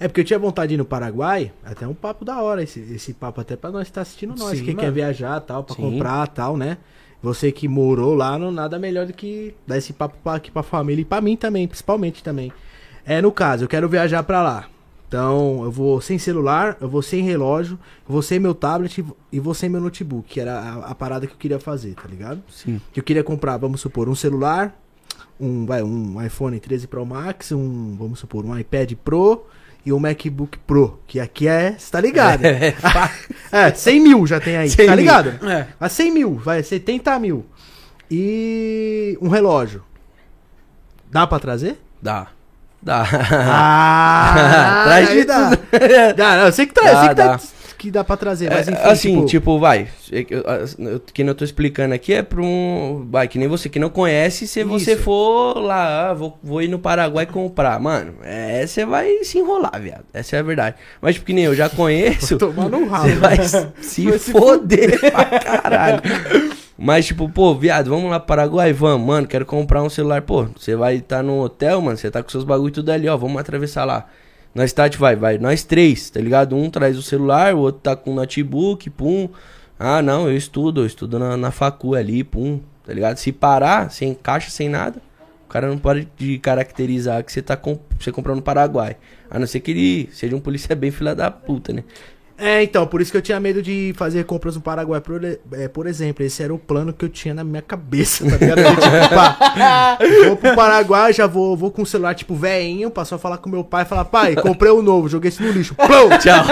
É porque eu tinha vontade de ir no Paraguai, até um papo da hora, esse, esse papo até pra nós que tá assistindo nós, Sim, que quer mano. viajar tal, pra Sim. comprar tal, né? Você que morou lá, não nada melhor do que dar esse papo pra, aqui pra família e pra mim também, principalmente também. É, no caso, eu quero viajar pra lá. Então, eu vou sem celular, eu vou sem relógio, eu vou sem meu tablet e vou sem meu notebook, que era a- a parada que eu queria fazer, tá ligado? Sim. que eu queria comprar, vamos supor, um celular, um, vai, um iPhone 13 Pro Max, um, vamos supor, um iPad Pro e um MacBook Pro, que aqui é, você tá ligado? É, 100 mil já tem aí, 100 tá mil. ligado? É. A 100 mil, vai, 70 mil. E um relógio. Dá pra trazer? Dá. Dá. Ah, Traz aí de dá. tudo. Dá, não, eu sei que traz, eu Dá, sei que, tá- dá. que dá pra trazer, mas É, enfim, assim, tipo, vai. é que eu- eu- Que nem eu tô explicando aqui é pra um. Vai, que nem você que não conhece, se você Isso. for lá, ah, vou, vou ir no Paraguai comprar. Mano, é, você vai se enrolar, viado. Essa é a verdade. Mas, tipo, que nem eu já conheço. tomar no ralo. Você né? vai se foder pra caralho. Mas, tipo, pô, viado, vamos lá pro Paraguai? Vamos, mano, quero comprar um celular. Pô, você vai estar tá no hotel, mano, você tá com seus bagulho tudo ali, ó, vamos atravessar lá. Nós tá, tipo, vai, vai, nós três, tá ligado? Um traz o celular, o outro tá com o notebook, pum. Ah, não, eu estudo, eu estudo na, na facu ali, pum, tá ligado? Se parar, sem caixa, sem nada, o cara não pode de caracterizar que você tá com, você comprou no Paraguai. A não ser que ele seja um polícia bem filha da puta, né? É, então, por isso que eu tinha medo de fazer compras no Paraguai, por, é, por exemplo. Esse era o plano que eu tinha na minha cabeça, tá ligado? Eu, tipo, pá, vou pro Paraguai, já vou, vou com o celular, tipo, veinho, pra só falar com meu pai e falar, pai, comprei um novo, joguei esse no lixo. Plum! Tchau.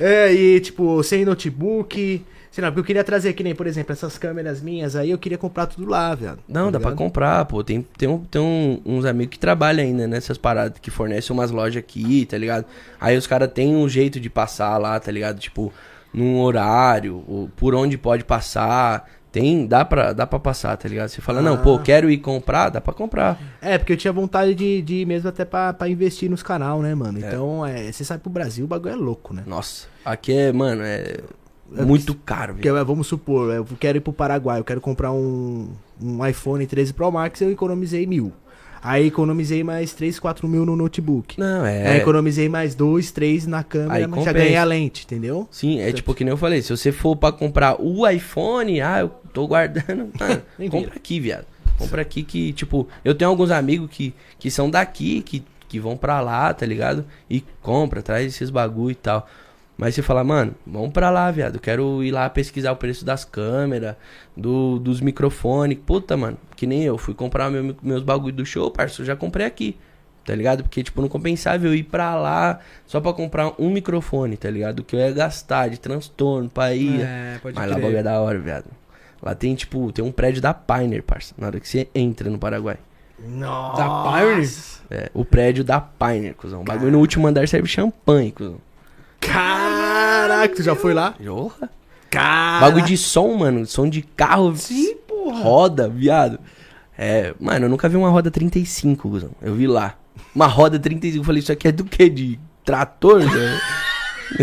É, e tipo, sem notebook, sei lá, porque eu queria trazer, que nem, por exemplo, essas câmeras minhas aí, eu queria comprar tudo lá, velho. Não, dá pra comprar, pô. Tem, tem, um- tem um- uns amigos que trabalham ainda nessas paradas, que fornecem umas lojas aqui, tá ligado? Aí os caras têm um jeito de passar lá, tá ligado? Tipo, num horário, ou por onde pode passar. Tem, dá pra, dá pra passar, tá ligado? Você fala, não, pô, quero ir comprar, dá pra comprar. É, porque eu tinha vontade de, de ir mesmo até pra, pra investir nos canal, né, mano? Então, é, você sabe pro Brasil o bagulho é louco, né? Nossa, aqui é, mano, é muito caro, Porque, velho. eh, vamos supor, eu quero ir pro Paraguai, eu quero comprar um, um iPhone 13 Pro Max, eu economizei mil. Aí economizei mais 3, 4 mil no notebook. Não, Aí é. economizei mais 2, 3 na Aí câmera, mas já compensa. ganhei a lente, entendeu? Sim, é tipo que nem eu falei, se você for pra comprar o iPhone, ah, eu tô guardando. Mano, Nem vira. compra aqui, viado. Compra aqui que, tipo, eu tenho alguns amigos que, que são daqui, que, que vão pra lá, tá ligado? E compra, traz esses bagulho e tal. Mas você fala, mano, vamos pra lá, viado. Eu quero ir lá pesquisar o preço das câmeras, do, dos microfones. Puta, mano, que nem eu. Fui comprar meu- meus bagulho do show, parça, eu já comprei aqui. Tá ligado? Porque, tipo, não compensava eu ir pra lá só pra comprar um microfone, tá ligado? O Que eu ia gastar de transtorno pra ir. É, pode Mas lá o crer. bagulho é da hora, viado. Lá tem, tipo, tem um prédio da Pioneer, parça. Na hora que você entra no Paraguai. Nossa! Tá, Da Pioneer? É, o prédio da Pioneer, cuzão. O bagulho no último andar serve champanhe, cuzão. Caraca, tu já foi lá? Jorra. Caraca! Bagulho de som, mano. Som de carro. Sim, porra. Roda, viado. É, mano, eu nunca vi uma roda 35, Guzão. Eu vi lá. Uma roda 35. Eu falei, isso aqui é do quê? De trator? né?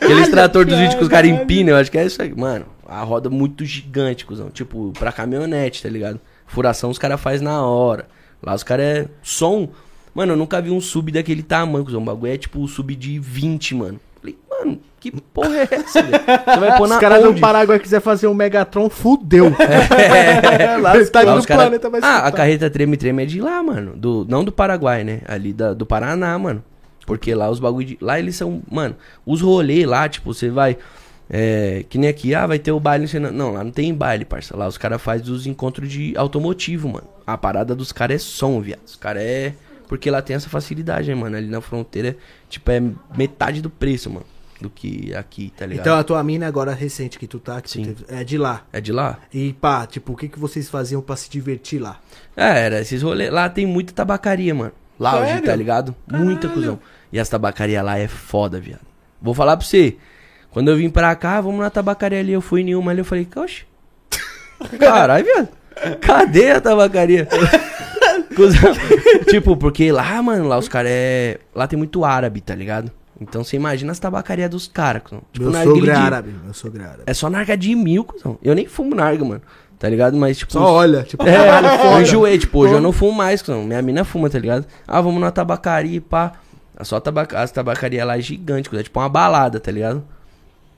Aqueles trator dos vídeos que os caras empinam, eu acho que é isso aí. Mano, a roda é muito gigante, Guzão. Tipo, pra caminhonete, tá ligado? Furação os caras fazem na hora. Lá os caras é som. Mano, eu nunca vi um sub daquele tamanho, Guzão. O bagulho é tipo um sub de 20, mano. Falei, mano, que porra é essa? velho? Você vai pôr Se na os caras do onde? Paraguai quiser fazer um Megatron, fudeu. É, Lá os caras Lá do os cara- Tá planeta tá. vai Ah, a escutar. carreta Treme Treme é de lá, mano. Do, não do Paraguai, né? Ali da, do Paraná, mano. Porque lá os bagulho de... Lá eles são... Mano, os rolês lá, tipo, você vai... é, que nem aqui, ah, vai ter o baile. não sei Não, Não, lá não tem baile, parça. Lá os caras fazem os encontros de automotivo, mano. A parada dos caras é som, viado. Os caras é... Porque lá tem essa facilidade, né, mano? Ali na fronteira, tipo, é metade do preço, mano. Do que aqui, tá ligado? Então a tua mina agora recente que tu tá, que tu Sim. teve- é de lá. É de lá? E pá, tipo, o que, que vocês faziam pra se divertir lá? É, era esses rolês. Lá tem muita tabacaria, mano. Lounge, Sério? tá ligado? Muita, cuzão. E as tabacarias lá é foda, viado. Vou falar pra você. Quando eu vim pra cá, vamos na tabacaria ali. Eu fui em nenhuma ali. Eu falei, oxe. Caralho, viado. Cadê a tabacaria? Cuzão. tipo, porque lá, mano, lá os caras é. Lá tem muito árabe, tá ligado? Então você imagina as tabacarias dos caras, cuzão. Tipo, meu narguilé sogro é de- árabe, meu sogro é árabe. É só narga de mil, cuzão. Eu nem fumo narga, mano. Tá ligado? Mas, tipo. Só olha, tipo, É, eu enjoei, tipo, hoje eu não fumo mais, não. minha mina fuma, tá ligado? Ah, vamos na tabacaria, e pá. É Só tabaca, as tabacaria lá é gigante, é tipo uma balada, tá ligado?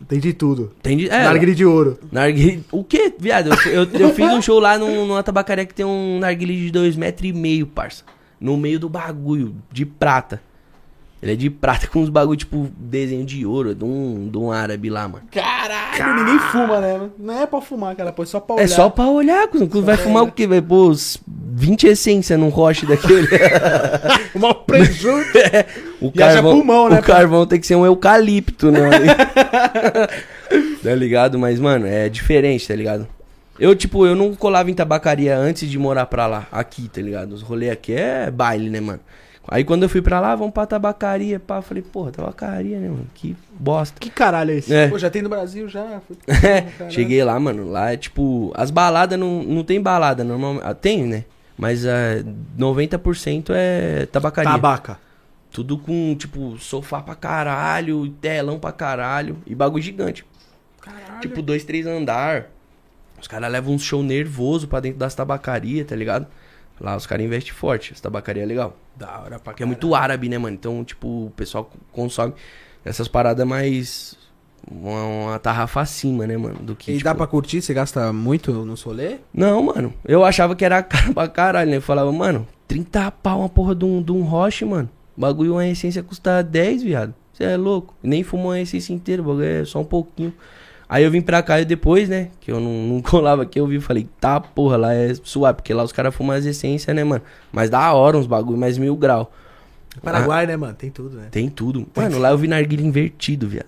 tem de tudo. Tem de, é, É, Narguilé de ouro. narguile- O quê, viado? Eu, eu- eu fiz um show lá num- numa tabacaria que tem um narguilé de dois metros e meio, parça. No meio do bagulho, de prata. Ele é de prata com uns bagulho, tipo, desenho de ouro, de um, de um árabe lá, mano. Caralho, ninguém fuma, né? Não é pra fumar, cara, pô, é só pra olhar. É só pra olhar, cuzão. vai fumar o quê? Vai pôr uns 20 essências num roche daquele. É. Uma prejuízo. O E haja carvão, pulmão, né, o carvão tem que ser um eucalipto, né? tá ligado? Mas, mano, é diferente, tá ligado? Eu, tipo, eu não colava em tabacaria antes de morar pra lá, aqui, tá ligado? Os rolês aqui é baile, né, mano? Aí quando eu fui pra lá, vamos pra tabacaria, pá, eu falei, porra, tabacaria, né, mano? Que bosta. Que caralho é esse? É. Pô, já tem no Brasil, já. Fui- É, cheguei lá, mano. Lá é tipo. As baladas não, não tem balada, normalmente. Ah, Tem, né? Mas é, 90% é Tá tabacaria. Tabaca. Tudo com, tipo, sofá pra caralho, telão pra caralho e bagulho gigante. Tipo, dois, três andar. Os caras levam um show nervoso pra dentro das tabacarias, tá ligado? Lá os caras investem forte, as tabacarias é legal. Da hora pra Porque é muito árabe, né, mano? Então, tipo, o pessoal consome essas paradas mais. Uma, uma tarrafa acima, né, mano? Do que. E tipo- dá pra curtir? Você gasta muito no solê? Não, mano. Eu achava que era caro pra caralho, né? Eu falava, mano, 30 pau uma porra de um, de um roche, mano. O bagulho, uma essência custa 10, viado. Você é louco? Nem fumou a essência inteira, o bagulho é só um pouquinho. Aí eu vim pra cá e depois, né? Que eu não, não colava aqui, eu vi e falei, tá, porra, lá é suave. Porque lá os caras fumam as essências, né, mano? Mas da hora uns bagulho, mais mil grau. Paraguai, né, mano? Tem tudo, né? Tem tudo. Mano, lá eu vi narguilha invertido, viado.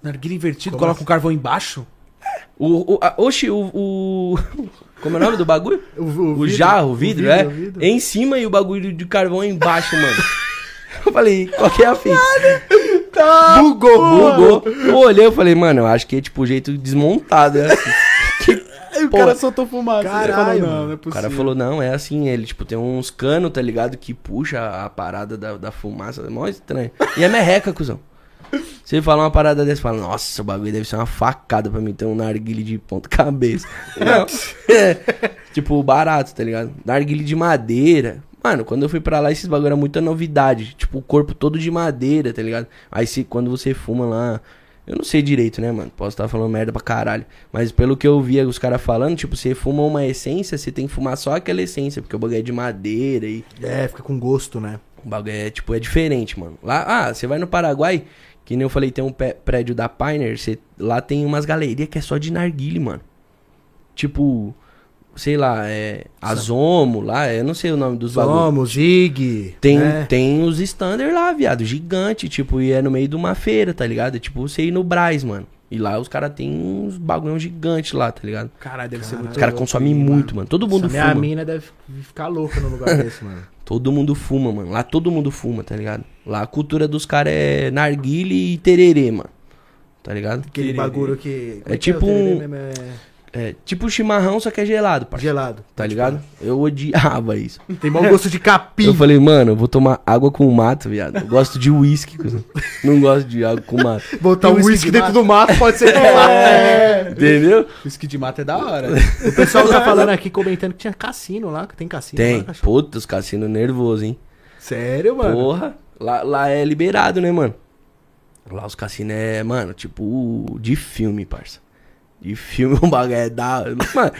Narguilha invertido, coloca assim? um carvão embaixo. O, o, a- oxi, o, o. Como é o nome do bagulho? O, O jarro, o vidro, é? o vidro. Em cima e o bagulho de carvão é embaixo, mano. Eu falei, qual que é a fita? Bugou, Bugou. Eu olhei, eu falei, mano, eu acho que é tipo o jeito desmontado. É assim. Aí o Pô. cara soltou fumaça. Caralho, Ele falou, mano. não, não é O possível. cara falou, não, é assim, ele, tipo, tem uns canos, tá ligado? Que puxa a parada da, da fumaça. É mó estranho. E é merreca, cuzão. Você fala uma parada dessa, fala, nossa, o bagulho deve ser uma facada pra mim ter um narguile de ponta cabeça. Não. É, tipo, barato, tá ligado? Narguile de madeira. Mano, quando eu fui pra lá, esses bagulho era muita novidade. Tipo, o corpo todo de madeira, tá ligado? Aí se, quando você fuma lá. Eu não sei direito, né, mano? Posso estar falando merda pra caralho. Mas pelo que eu via os caras falando, tipo, você fuma uma essência, você tem que fumar só aquela essência, porque o bagulho é de madeira e. É, fica com gosto, né? O bagulho é, tipo, é diferente, mano. Lá, ah, você vai no Paraguai, que nem eu falei, tem um pé- prédio da Pioneer, você- lá tem umas galerias que é só de narguile, mano. Tipo, sei lá, é Azomo, lá, eu não sei o nome dos bagulhos. Somos, Zig. Tem, né? tem os standard lá, viado, gigante, tipo, e é no meio de uma feira, tá ligado? É Tipo, você ir no Brás, mano. E lá os caras tem uns bagulhão gigante lá, tá ligado? Caralho, deve ser muito Os caras consomem muito, mano. Todo mundo Essa minha fuma. mina deve ficar louca num lugar desse, mano. Todo mundo fuma, mano. Lá todo mundo fuma, tá ligado? Lá a cultura dos caras é narguile e tererê, mano. Tá ligado? Aquele bagulho que. É tipo o tererê um- mesmo? É- É, tipo chimarrão, só que é gelado, parceiro. Gelado. Tipo, Tá ligado? Eu odiava isso. Tem mau gosto de capim. Eu falei, mano, eu vou tomar água com mato, viado. Eu gosto de uísque, cuzão. não gosto de água com mato. Botar Tem um whisky uísque de dentro mato. do mato pode ser. É. Entendeu? Whisky de mata é da hora. O pessoal tá falando aqui, comentando que tinha cassino lá, que tem cassino. Tem. lá, cachorro. Puta, os cassinos nervosos, hein? Sério, mano? Porra. Lá, lá é liberado, né, mano? Lá os cassinos é, mano, tipo, de filme, parça. De filme, um bagulho é da. Mano,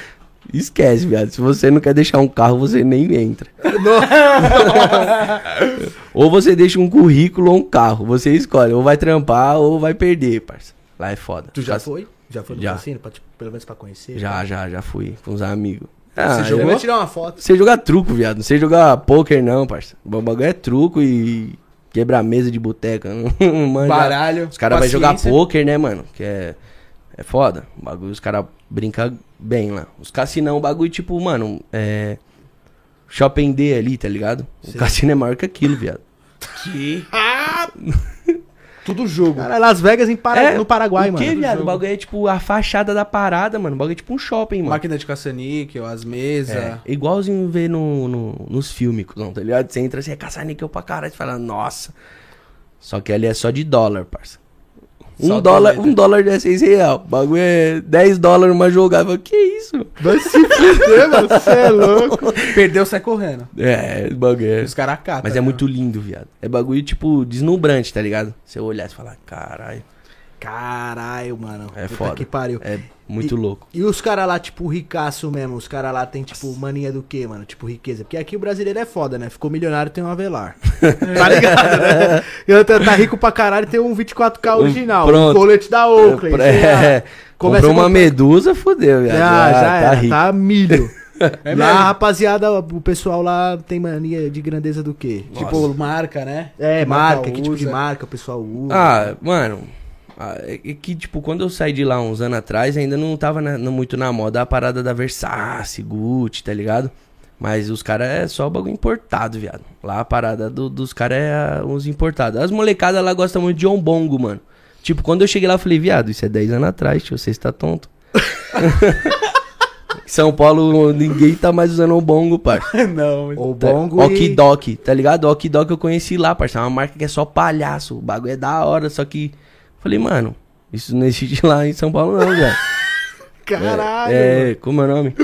esquece, viado. Se você não quer deixar um carro, você nem entra. ou você deixa um currículo ou um carro. Você escolhe. Ou vai trampar ou vai perder, parça. Lá é foda. Tu já Cass- foi? Já foi no Já. cassino? Pra, tipo, pelo menos pra conhecer? Já, já, já fui. Com os amigos. Você Ah, jogou? já- Vai tirar uma foto. Você jogar truco, viado. Não sei jogar poker, não, parça. O bagulho é truco e quebrar mesa de boteca. Não manja. Baralho. Os caras vão jogar paciência. poker, né, mano? Que é. É foda. O bagulho, os caras brincam bem lá. Os cassinão, o bagulho, tipo, mano, é. Shopping D ali, tá ligado? O cassino é maior que aquilo, viado. Ah! Tudo jogo. Cara, Las Vegas em Para- É, no Paraguai, o mano. que, viado? O jogo. bagulho é tipo a fachada da parada, mano. O bagulho é tipo um shopping, mano. Máquina de caça-níquel, as mesas. É, igualzinho ver no, no- nos filmes, não, tá ligado? Você entra assim, é caça-níquel pra caralho, você fala, nossa. Só que ali é só de dólar, parça. Um Só dólar, doleta. um dólar já é seis real. O bagulho é 10 dólares uma jogada. Eu falo, Que isso? Vai se fuder, mano. Você é louco. Perdeu, sai correndo. É, o bagulho é. Os caras catam. Mas é tá né? muito lindo, viado. É bagulho, tipo, deslumbrante, tá ligado? Você olhar e falar, caralho, Caralho, mano. É foda. que pariu. é muito louco. E os caras lá, tipo, ricaço mesmo. Os caras lá tem, tipo, mania do quê, mano? Tipo, riqueza. Porque aqui o brasileiro é foda, né? Ficou milionário, tem um avelar. tá ligado, né? E outro tá rico pra caralho, tem um 24K original. Um pronto. colete da Oakley. É, sei lá. é, Começa comprou uma com- medusa, fodeu, viado. Já, Ah, já tá era, rico. tá milho. É lá, mesmo. a rapaziada, o pessoal lá tem mania de grandeza do quê? Tipo, marca, né? É, Que marca, que tipo de usa. marca o pessoal usa. Ah, mano. ah, É é que, tipo, quando eu saí de lá uns anos atrás, ainda não tava na- não muito na moda a parada da Versace, Gucci, tá ligado? Mas os caras é só bagulho importado, viado. Lá a parada do- dos caras é ah, uns importados. As molecadas lá gostam muito de ombongo, mano. Tipo, quando eu cheguei lá, eu falei, viado, isso é 10 anos atrás, tio, você está tonto. Em São Paulo, ninguém tá mais usando ombongo, pai. Não, mas- o bongo e... Okidok, tá ligado? Okidok eu conheci lá, parceiro. É uma marca que é só palhaço. O bagulho é da hora, só que. Falei, mano, isso não existe lá em São Paulo, não, velho. Caralho! né? É, é, como é o nome?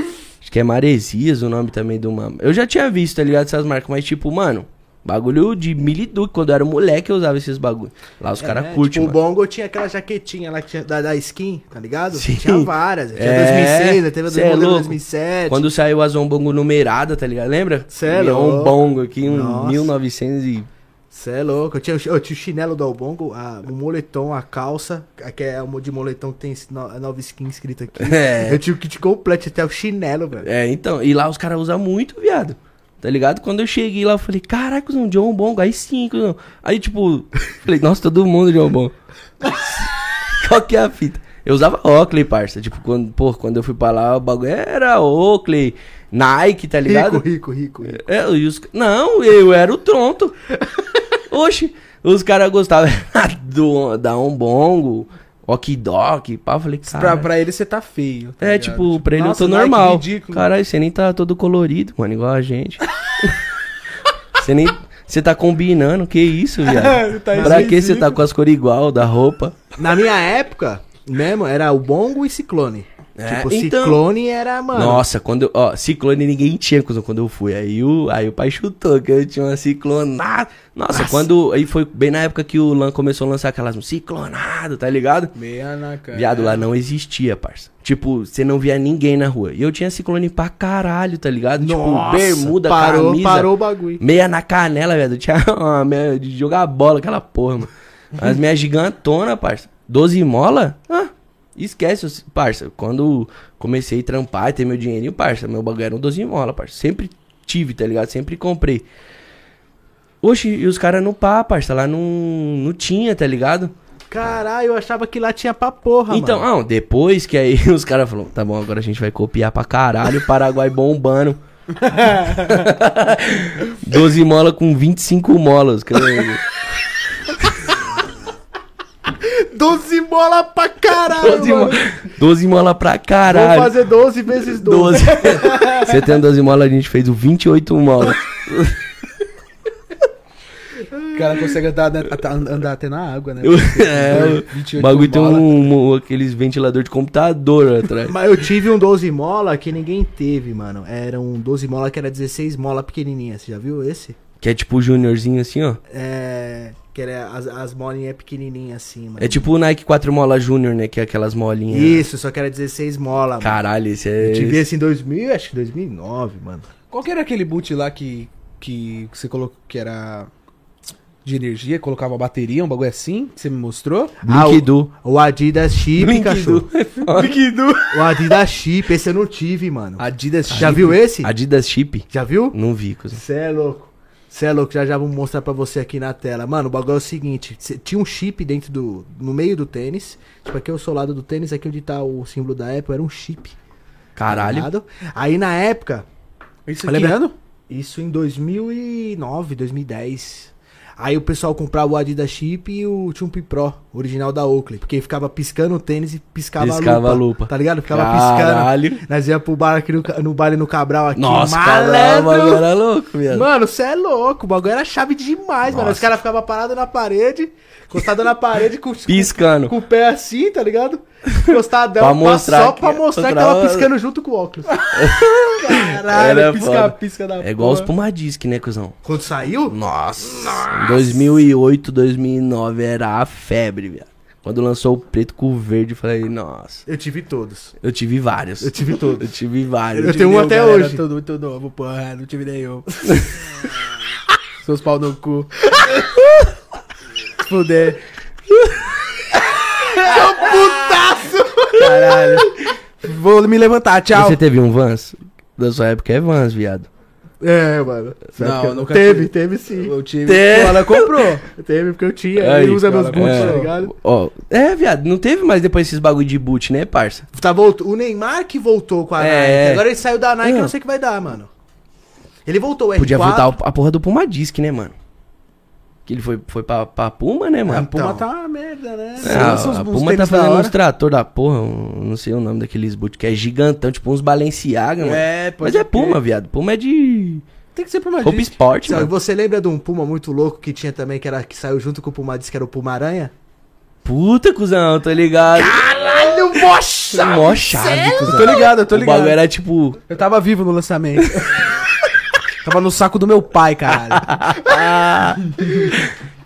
Acho que é Maresias o nome também do uma. Eu já tinha visto, tá ligado? Essas marcas, mas tipo, mano, bagulho de miliduque. Quando eu era moleque, eu usava esses bagulho. Lá os caras né? curtem, Tipo, o é, mano. Bongo tinha aquela jaquetinha lá que tinha, da, da skin, tá ligado? Sim. Tinha várias. Tinha É. 2006, aí né? teve a do Cê é modelo louco. 2007. Quando saiu a Zombongo numerada, tá ligado? Lembra? tipo- Cê é E um louco. bongo aqui, um Nossa. 1900 e... Cê é louco. Eu tinha, o chi- eu tinha o chinelo do Albongo, a- o moletom, a calça, a que é uma de moletom que tem esse no- a nova skin escrita aqui. É. Eu tinha o kit completo, até o chinelo, velho. É, então, e lá os caras usam muito, viado. Tá ligado? Quando eu cheguei lá, eu falei, caraca, cuzão, John Bongo, aí sim, cuzão. Aí, tipo, falei, nossa, todo mundo John Bongo. Qual que é a fita? Eu usava Oakley, parça. Tipo, quando, pô, quando eu fui pra lá, o bagulho era Oakley, Nike, tá ligado? rico, rico, rico, rico. É, e os- Não, eu era o tronto. Oxi, os caras gostavam "Ah, do, da Ombongo, Okidok, pá. Eu falei, cara... Pra, pra ele você tá feio. tá Ah, É, ligado? tipo, pra ele nossa, eu tô Nike, normal. ridículo. Caralho, você nem tá todo colorido, mano, igual a gente. você nem. Você tá combinando, que isso, viado? Tá pra esquisito. que você tá com as cores igual da roupa? Na minha época, mesmo, era o Bongo e Ciclone. É, tipo, então- Ciclone era, mano. Nossa, quando eu. Ó, ciclone ninguém tinha cuzão, quando eu fui. Aí o, aí o pai chutou que eu tinha uma ciclonada. Nossa, quando. Aí foi bem na época que o Lan começou a lançar aquelas. um Ciclonado, tá ligado? Meia na cara. Viado, lá não existia, parça. Tipo, você não via ninguém na rua. E eu tinha ciclone pra caralho, tá ligado? tipo, Nossa, bermuda, parou, camisa. parou o bagulho. Meia na canela, viado. Eu Tinha uma meia de jogar bola, aquela porra, mano. As minhas gigantonas, parça. 12 mola? Ah, esquece, eu- parça. Quando comecei a trampar e ter meu dinheirinho, parça, meu bagulho era um 12 mola, parça. Sempre tive, tá ligado? Sempre comprei. Oxe, e os caras no pá, parça. Lá não, não tinha, tá ligado? Caralho, eu achava que lá tinha pra porra, Então, Ah, mano. não, depois que aí os caras falaram, tá bom, agora a gente vai copiar pra caralho, Paraguai bombando. 12 mola com 25 molas. cara. 12 bola pra caralho. 12 mano. mola, 12 mola pra Vou caralho. fazer 12 vezes 12. 12. Você tem 12 mola, a gente fez o 28 mola. O cara consegue andar, andar- andar até na água, né? Eu- é, 28 o bagulho tem bola. um, um- aqueles ventilador de computador atrás. Mas eu tive um 12 mola que ninguém teve, mano. Era um 12 mola que era 16 mola pequenininha. Você já viu esse? Que é tipo o Juniorzinho assim, ó. É. Que era as, as molinhas pequenininhas assim, mano. É tipo o Nike 4 mola Junior, né? Que é aquelas molinhas. Isso, só que era 16 mola, mano. Caralho, esse é. Eu tive Esse... esse em 2000, acho que 2009, mano. Qual que era aquele boot lá que, que você colocou que era de energia, colocava bateria, um bagulho assim, que você me mostrou? Brinquidu. Ah, O Adidas Chip, Brinquidu. cachorro. O Adidas Chip, esse eu não tive, mano. Adidas Já viu esse? Adidas Chip? Já viu? Não vi, coisa. Cê é louco. Cê é louco, já já vou mostrar pra você aqui na tela. Mano, o bagulho é o seguinte, cê- tinha um chip dentro do... no meio do tênis. Tipo, aqui é o solado do tênis, aqui onde tá o símbolo da Apple, era um chip. Caralho. ligado? Aí na época, Isso Olha, aqui é Bra- ano? Isso em 2009, 2010. Aí o pessoal comprava o Adidas Chip e o Chump Pro, original da Oakley. Porque ficava piscando o tênis e piscava, Piscava a a lupa. lupa. Tá ligado? Ficava piscando. Caralho. Nós ia pro bar aqui no, ca- no baile no Cabral aqui. Nossa, caralho, o bagulho era louco, viado. Mano, você é louco. O bagulho era chave demais, mano. Nossa. Os caras ficavam parados na parede, encostado na parede, com, Piscando. com o pé assim, tá ligado? Encostadão, Pra mostrar só que- pra mostrar que outra tava hora. piscando junto com o óculos. Caralho, Era pisca foda. pisca da É igual os porra. Pumadisc, né, cuzão? Quando saiu, Nossa. 2008, 2009 era a febre, viado. Quando lançou o preto com o verde, eu falei, nossa. eu tive todos. Eu tive vários. Eu tive todos. Eu tive vários. Eu tenho um até galera, hoje. Todo, todo novo, porra, não tive nenhum. Seus pau no cu. Se Fuder. Caralho. Vou me levantar, tchau. Você teve um Vans? Da sua época é Vans, viado. É, mano. Não, eu nunca teve, teve sim. Eu tive. Tem. Ela comprou. Teve porque eu tinha. Aí, ele usa meus cara, boots, é. tá ligado? Ó, é, viado, não teve mais depois esses bagulho de boot, né, parça? Tá voltou. O Neymar que voltou com a É. Nike. Agora ele saiu da Nike, eu Não. não sei o que vai dar, mano. Ele voltou o R4. Podia voltar o- a porra do Puma Disc, né, mano? Que ele foi, foi pra, pra Puma, né, mano? A Puma Puma Então. tá uma merda, né? É, a- a Puma tá fazendo uns trator da porra, um- não sei o nome daqueles boot, que é gigantão, tipo uns Balenciaga, mano. É, Mas pode é Puma, viado. Puma é de Tem que ser Puma roupa Disc. esporte, Sabe, mano. você lembra de um Puma muito louco que tinha também, que, era, que saiu junto com o Puma, disse que era o Puma Aranha? Puta, cuzão, tô ligado. Caralho, mocha! Mó chave, Eu cuzão. tô ligado, é eu tô O ligado. bagulho era tipo... Eu tava vivo no lançamento. tava no saco do meu pai, caralho.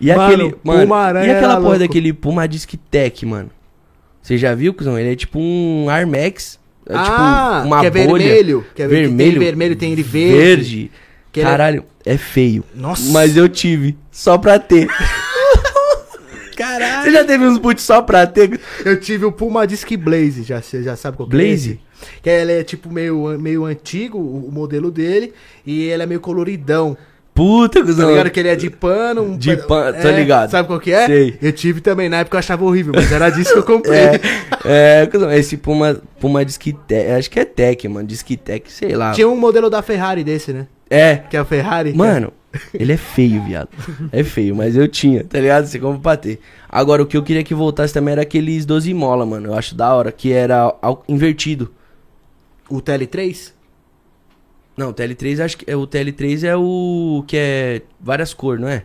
E Mano, aquele. Mano, Puma Aranha e aquela era porra louco. daquele Puma Disc Tech, mano? Você já viu, cuzão? Ele é tipo um Armex. É ah, tipo uma que é bolha. vermelho. Que é Vermelho. Tem vermelho, tem ele verde. Verde. Que ele é- Caralho, é feio. Nossa. Mas eu tive. Só pra ter. Caralho. Você já teve uns boots só pra ter? Eu tive o Puma Disc Blaze, já, você já sabe qual que Blaze? é esse? Que ele é tipo meio, meio antigo, o o modelo dele, e ele é meio coloridão. Puta, Tá cuzão. ligado que ele é de pano? Um De pa- pano, tô ligado. Sabe qual que é? Sei. Eu tive também, na época eu achava horrível, mas era disso que eu comprei. É, é, cuzão. Esse Puma, Puma Disc Tech. Acho que é Tech, mano. Disc Tech, sei lá. Tinha um modelo da Ferrari desse, né? É. Que é a Ferrari. que Mano, ele é feio, viado. É feio, mas eu tinha, tá ligado? Você compra pra ter. Agora, o que eu queria que voltasse também era aqueles 12 mola, mano. Eu acho da hora, que era ao- invertido. é O TL3? Não, o TL3 acho que. é- O TL3 é o. que é várias cores, não é?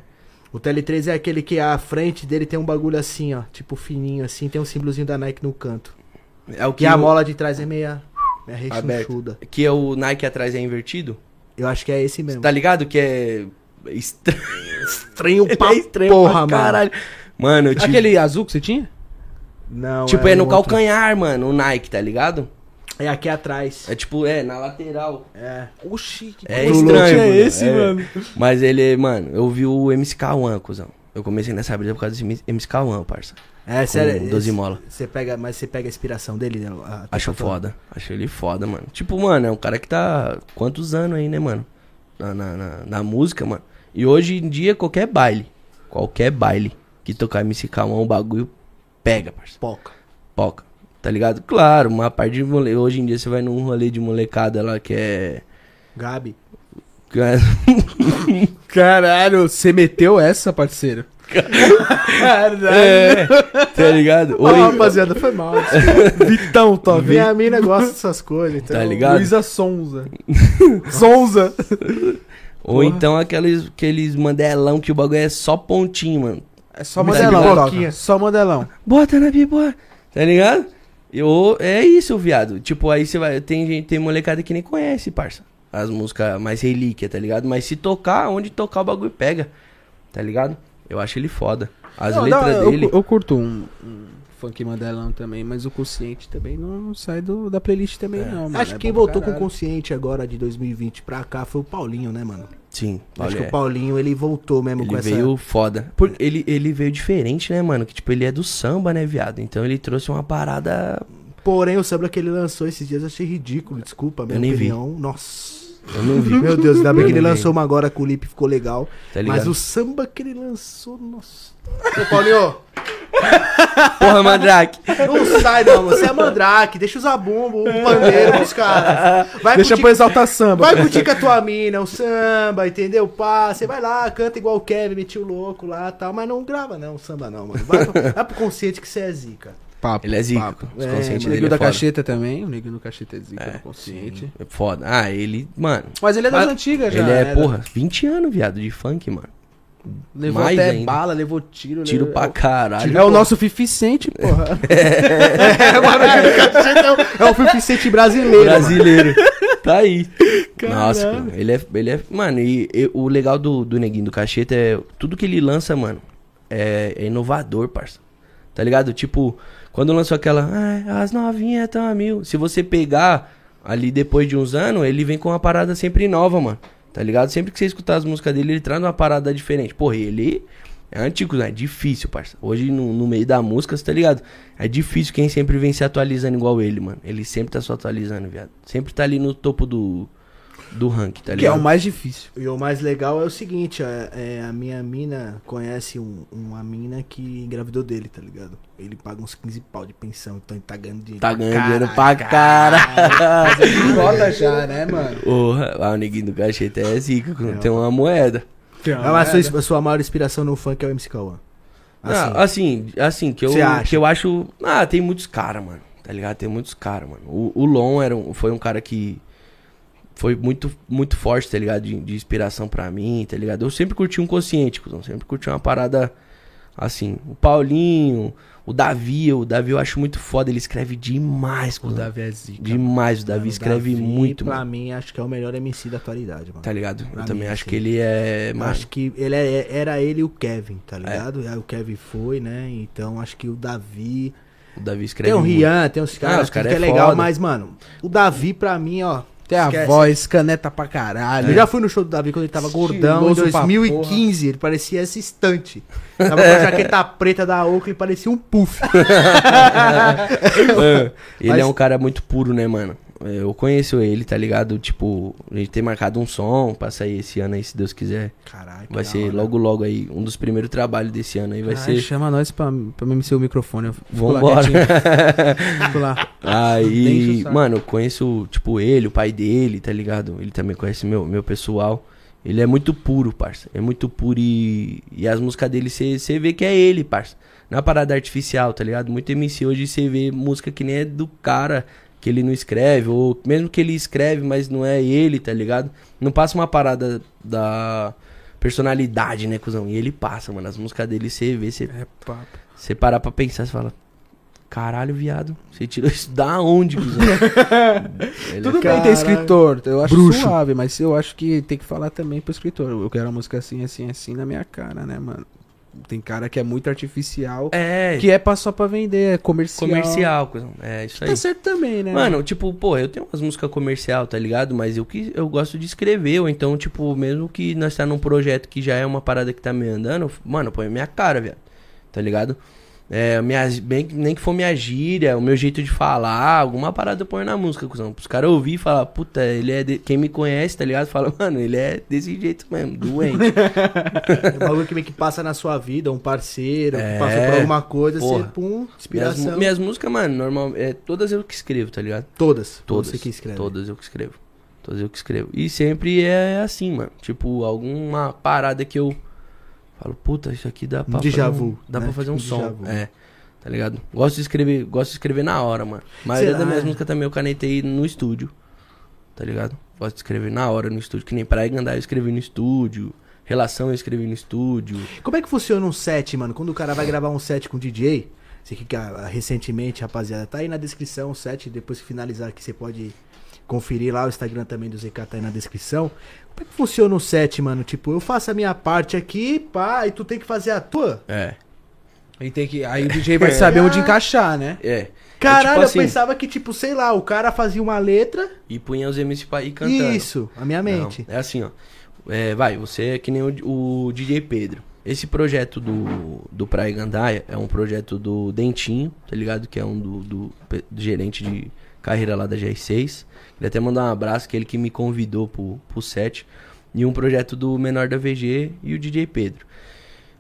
O TL3 é aquele que a frente dele tem um bagulho assim, ó. Tipo fininho assim, tem um símbolozinho da Nike no canto. É o Que que. a o- mola de trás é meia, meia Aberto. rechonchuda. Que é o Nike atrás é invertido. Eu acho que é esse mesmo. Tá ligado? Que é. Estranho. estranho Ele pra é estranho porra, pra mano. caralho. Mano, eu tive. Aquele azul que você tinha? Não, Tipo, é, no outro. calcanhar, mano, o Nike, tá ligado? É aqui atrás. É tipo, é, na lateral. É. Oxi, que É Que estranho. lote é mano. esse, mano? Mas ele, mano, eu vi o MSK1, cuzão. Eu comecei nessa briga por causa desse MSK1, parça. É, sério. 12 esse- mola. Você pega, mas você pega a inspiração dele, né? A- a- Acho a- foda. Acho ele foda, mano. Tipo, mano, é um cara que tá quantos anos aí, né, mano? Na, na, na- na música, mano. E hoje em dia, qualquer baile, qualquer baile que tocar MSK1, o é um bagulho pega, parça. Poca. Poca. Tá ligado? Claro, uma parte de mole... Hoje em dia você vai num rolê de molecada lá que é. Gabi. que é- Caralho, você meteu essa, parceiro. É, tá ligado? Ah, Ô, Oi, rapaziada, foi mal. Vitão, tá vendo? Minha mina gosta dessas coisas. Então. Tá ligado? Luísa Sonza. Sonza. ou então aqueles, aqueles mandelão que o bagulho é só pontinho, mano. É só Mas modelão. é toca. pipoquinha. Só modelão. Bota na pipa, tá ligado? Eu, é isso, viado. Tipo, aí você vai. Tem, gente- tem molecada que nem conhece, parça. As músicas mais relíquia, tá ligado? Mas se tocar, onde tocar o bagulho pega, tá ligado? Eu acho ele foda. As Não, letras não, eu- dele. Eu, curto um, um funk mandelão também, mas o consciente também não sai do, da playlist também, não. Mano. Acho que É quem bom pra voltou com o caralho. consciente agora de 2020 pra cá foi o Paulinho, né, mano? Sim, Acho olha, que o Paulinho ele voltou mesmo com Ele essa. veio foda. Porque ele, ele veio diferente, né, mano? Que tipo, ele é do samba, né, viado? Então ele trouxe uma parada. Porém, o samba que ele lançou esses dias eu achei ridículo, desculpa, minha nem vi. opinião. Nossa. Eu não vi. Meu Deus, ainda bem Eu que ele não vi. lançou uma agora com o Lipe, ficou legal. Tá ligado? mas o samba que ele lançou, nossa. Paulinho, Porra, Mandrake! Não sai, não, mano. Você é mandrake, deixa usar bumbo, o pandeiro pros caras. Vai deixa curtir- pra exaltar samba. Vai curtir com a tua mina, o samba, entendeu? Pá, você vai lá, canta igual o Kevin, metiu louco lá e tal, mas não grava não, samba não, mano. Vai, pro- vai pro consciente que você é zica. Papo, Ele é papo. zico. Os É, conscientes O dele Neguinho é da foda. Cacheta também, o Neguinho do Cacheta é zica, no consciente. Sim, é foda. Ah, ele, mano. Mas ele é das Mas antigas já, Ele é, né? porra, 20 anos, viado, de funk, mano. Levou mais até ainda. bala, levou tiro. Tiro levou... pra caralho. É o nosso Fificente, porra. É o Fificente brasileiro. brasileiro. tá aí. Nossa, mano, ele é, ele é. Mano, e, e o legal do, do Neguinho do Cacheta é. Tudo que ele lança, mano, é, é inovador, parça. Tá ligado? Tipo, quando lançou aquela. "Ah, as novinhas estão a mil. Se você pegar ali depois de uns anos, ele vem com uma parada sempre nova, mano. Tá ligado? Sempre que você escutar as músicas dele, ele traz uma parada diferente. Porra, ele. É antigo, né? É difícil, parça. Hoje, no, no meio da música, você tá ligado? É difícil quem sempre vem se atualizando igual ele, mano. Ele sempre tá se atualizando, viado. Sempre tá ali no topo do, do ranking, tá que é o ligado? mais difícil. E o mais legal é o seguinte, é, é, a minha mina conhece um- uma mina que engravidou dele, tá ligado? Ele paga uns 15 pau de pensão, então ele tá ganhando dinheiro. Tá ganhando dinheiro pra caralho. Bota já, né, mano? Porra, ah, o neguinho do cacheta é zica, quando tem uma moeda. Ah, mas a sua, a sua maior inspiração no funk é o MC Cauã. Assim, Ah, assim, assim, que eu, Cê acha? que eu acho. Ah, tem muitos caras, mano. Tá ligado? Tem muitos caras, mano. O, o Lon era um, foi um cara que foi muito, muito forte, tá ligado? De, de inspiração pra mim, tá ligado? Eu sempre curti um consciente, cuzão. Sempre curti uma parada assim. O Paulinho, o Davi, o Davi eu acho muito foda. Ele escreve demais, O cuzão. Davi é zica. Demais, o Davi escreve Davi, muito, Pra mano. mim, acho que é o melhor MC da atualidade, mano. Tá ligado? Eu pra também mim, acho sim. que ele é. Eu mano, É. Acho que ele é- era ele e o Kevin, tá ligado? Aí o Kevin foi, né? Então acho que o Davi. o Davi escreve. Tem o muito. Rian, tem os caras Ah, os tudo cara que é é legal, foda. mas, mano, o Davi pra mim, ó. Tem a esquece. voz, caneta pra caralho. É. Eu já fui no show do Davi quando ele tava gordão, em Estiloso pra 2015, ele parecia essa estante. Tava com a jaqueta preta da Oakley, parecia um puff. É. Ele Mas- é um cara muito puro, né, mano? Eu conheço ele, tá ligado? Tipo, a gente tem marcado um som pra sair esse ano aí, se Deus quiser. Caralho, que Vai da ser hora. Ah, logo, logo aí, um dos primeiros trabalhos desse ano aí vai Ai, ser. Chama nós pra, pra mim ser o microfone. Eu fico lá Vambora. quietinho. Fico lá. Deixa o Aí, saco. mano, eu conheço, tipo, ele, o pai dele, tá ligado? Ele também conhece meu, meu pessoal. Ele é muito puro, parça. É muito puro e, e as músicas dele você vê que é ele, parça. Não é parada artificial, tá ligado? Muito MC hoje você vê música que nem é do cara que ele não escreve, ou mesmo que ele escreve, mas não é ele, tá ligado? Não passa uma parada da personalidade, né, cuzão? E ele passa, mano. As músicas dele você vê, você É papo. você parar pra pensar, você fala. Caralho, viado, você tirou isso da onde, cuzão? Ele Tudo é bem ter escritor, eu acho Bruxo. suave, mas eu acho que tem que falar também pro escritor. Eu quero a música assim, assim, assim na minha cara, né, mano? Tem cara que é muito artificial, É, que é pra- só pra vender, é comercial. comercial, cuzão. É isso aí. Tá certo também, né? Mano, tipo, pô, eu tenho umas músicas comercial, tá ligado? Mas eu que eu gosto de escrever, ou então, tipo, mesmo que nós tá num projeto que já é uma parada que tá me andando, eu- mano, eu ponho minha cara, viado. Tá ligado? É, minhas, bem, que- nem que for minha gíria, o meu jeito de falar, alguma parada eu ponho na música, cuzão. Os caras ouvir e falar, puta, ele é. de- Quem me conhece, tá ligado? Fala, mano, ele é desse jeito mesmo, doente. É um bagulho que meio que passa na sua vida, um parceiro, que É. passou por alguma coisa, você, Porra. pum, minhas, inspiração. mu- minhas músicas, mano, normal, é, todas eu que escrevo, tá ligado? Todas. Todas. Você que escreve. Todas eu que escrevo. é Todas eu que escrevo. E sempre é assim, mano. Tipo, alguma parada que eu Falo, puta, isso aqui dá pra déjà fazer um, vu, dá né? pra fazer um Tipo um déjà som. vu. É. Tá ligado? Gosto de escrever, gosto de escrever na hora, mano. A maioria Será? das minhas músicas também eu canetei no estúdio. Tá ligado? Gosto de escrever na hora no estúdio, que nem praia andar eu escrevi no estúdio. Relação eu escrevi no estúdio. Como é que funciona um set, mano? Quando o cara vai gravar um set com o DJ, você que ah, recentemente, rapaziada, tá aí na descrição o set, depois que finalizar aqui você pode conferir lá, o Instagram também do ZK tá aí na descrição. Como é que funciona um set, mano? Tipo, eu faço a minha parte aqui, pá, e tu tem que fazer a tua? É. Aí, tem que, aí o DJ vai saber onde encaixar, né? É. Caralho, tipo assim- eu pensava que, tipo, sei lá, o cara fazia uma letra E punha os MC pra ir e cantando. isso, a minha Não, mente. é assim, ó. É, vai, você é que nem o, o DJ Pedro. Esse projeto do, do Praia Gandaia é um projeto do Dentinho, tá ligado? Que é um do, do pe- do gerente de carreira lá da GR6. Queria até mandar um abraço, que ele que me convidou pro, pro set. E um projeto do Menor da VG e o DJ Pedro.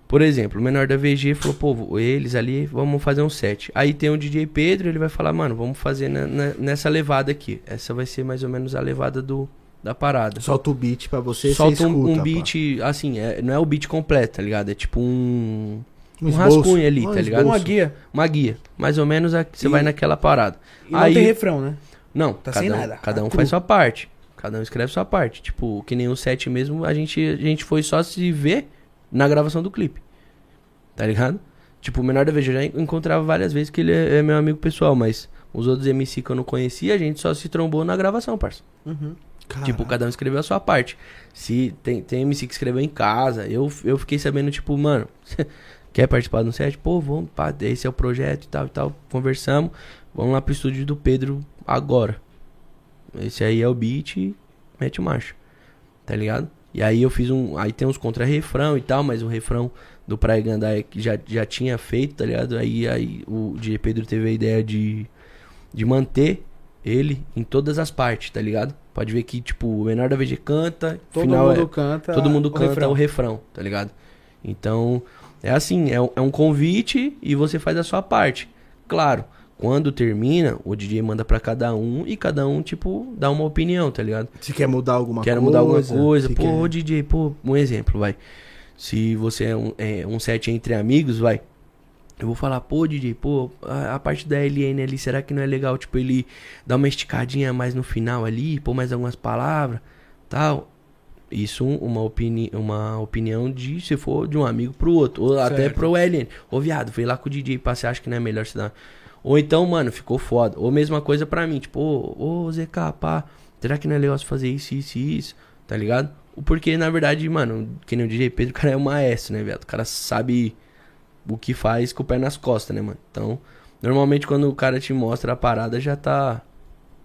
Por exemplo, o menor da VG falou, pô, eles ali, vamos fazer um set. Aí tem o DJ Pedro, ele vai falar, mano, vamos fazer na- na- nessa levada aqui. Essa vai ser mais ou menos a levada do, da parada. Solta o beat pra você, Solta você um, escuta, um pá. beat, assim, é- não é o beat completo, tá ligado? É tipo um. Um, esboço. rascunho ali, Um tá ligado? Uma guia. Uma guia. Mais ou menos a- você E- vai naquela parada. E não tem refrão, né? Não, Tá cada, sem um- nada, cada tá um cru. faz sua parte. Cada um escreve sua parte. Tipo, que nem o set mesmo, a gente, a gente foi só se ver na gravação do clipe. Tá ligado? Tipo, o menor da VG eu já en- encontrava várias vezes que ele é, é meu amigo pessoal, mas os outros MC que eu não conhecia, a gente só se trombou na gravação, parça. Uhum. Tipo, cada um escreveu a sua parte. Se tem, tem MC que escreveu em casa, eu, eu fiquei sabendo, tipo, mano, quer participar do set? Pô, vamos, pá, esse é o projeto e tal e tal. Conversamos, vamos lá pro estúdio do Pedro agora. Esse aí é o beat, mete marcha. Tá ligado? E aí eu fiz um. Aí tem uns contra-refrão e tal, mas o refrão do Praia Gandaia que já, já tinha feito, tá ligado? Aí, aí o DJ Pedro teve a ideia de, de manter ele em todas as partes, tá ligado? Pode ver que, tipo, o menor da VG canta, Todo final mundo é, canta. todo mundo o canta refrão. o refrão, tá ligado? Então, é assim, é, um- é um convite e você faz a sua parte. Claro, quando termina, o DJ manda pra cada um e cada um, tipo, dá uma opinião, tá ligado? Se quer mudar alguma Quero coisa. mudar alguma coisa. se Pô, quer- ô, DJ, pô, um exemplo, vai. Se você é um, é um set entre amigos, vai. Eu vou falar, pô, DJ, pô, a, a parte da LN ali, será que não é legal, tipo, ele dar uma esticadinha mais no final ali, pôr mais algumas palavras, tal. Isso um, uma, opini uma opinião de, se for de um amigo pro outro, ou até Certo. pro LN. Ô, viado, fui lá com o DJ, passei, acho que não é melhor se dar... Ou então, mano, ficou foda. Ou mesma coisa pra mim, tipo, ô, ô ZK, pá, será que não é legal se fazer isso, isso e isso? Tá ligado? O Porque, na verdade, mano, que nem o DJ Pedro, o cara é um maestro, né, viado? O cara sabe o que faz com o pé nas costas, né, mano? Então, normalmente quando o cara te mostra a parada, já tá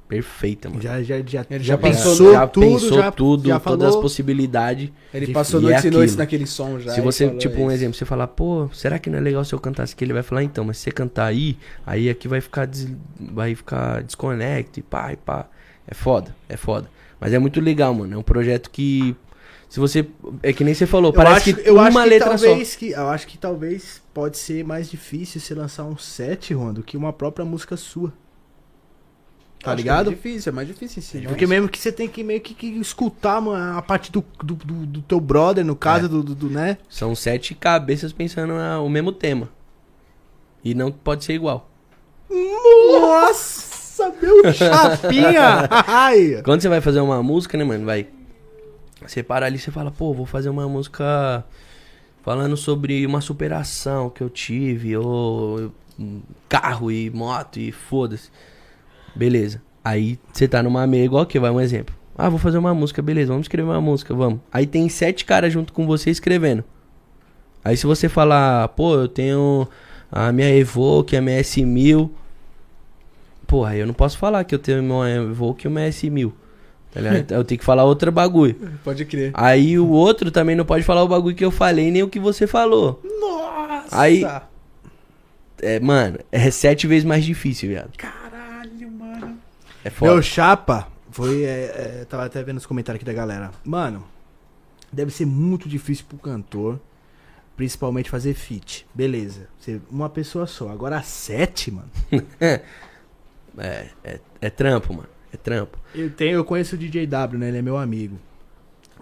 perfeita, mano. Já, já, já, Ele já já pensou, pensou, já tudo, pensou já, tudo, já todas as falou. possibilidades. Ele E passou é noites e noites aquilo. naquele som já. Se e você, falou tipo, um isso. exemplo, você falar, pô, será que não é legal se eu cantasse aqui? Ele vai falar, então, mas se você cantar aí, aí aqui vai ficar, des... vai ficar desconecto e pá, e pá. É foda, é foda. Mas é muito legal, mano. É um projeto que, se você, é que nem você falou, eu parece acho, que eu uma acho que letra só. talvez que eu acho que talvez pode ser mais difícil você lançar um set, Juan, do que uma própria música sua. Acho Tá que É ligado? mais difícil, é mais difícil sim. Porque mesmo que você tem que meio que, que escutar mano, a parte do, do, do- do teu brother, no caso, do, do- do, né? São sete cabeças pensando na- o mesmo tema. E não pode ser igual. Nossa, meu chapinha! Ai. Quando você vai fazer uma música, né, mano? Vai. Você para ali e você fala, pô, vou fazer uma música falando sobre uma superação que eu tive, ou hum, carro e moto e foda-se. Beleza. Aí você tá numa meia igual que vai um exemplo. Ah, vou fazer uma música, beleza, vamos escrever uma música, vamos. Aí tem sete caras junto com você escrevendo. Aí se você falar, pô, eu tenho a minha Evoque, a minha S1000, Porra, eu não posso falar que eu tenho uma Evoque e uma S1000. Tá ligado? Então Eu tenho que falar outro bagulho. Pode crer. Aí o outro também não pode falar o bagulho que eu falei, nem o que você falou. Nossa! Aí- É, mano, é sete vezes mais difícil, viado. Caralho, mano. É foda. Meu chapa foi. é, é, tava até vendo os comentários aqui da galera. Mano, deve ser muito difícil pro cantor, principalmente fazer fit. Beleza, você- uma pessoa só. Agora sete, mano. É, é, é trampo, mano. É trampo. Eu, tenho, eu conheço o DJ W, né? Ele é meu amigo.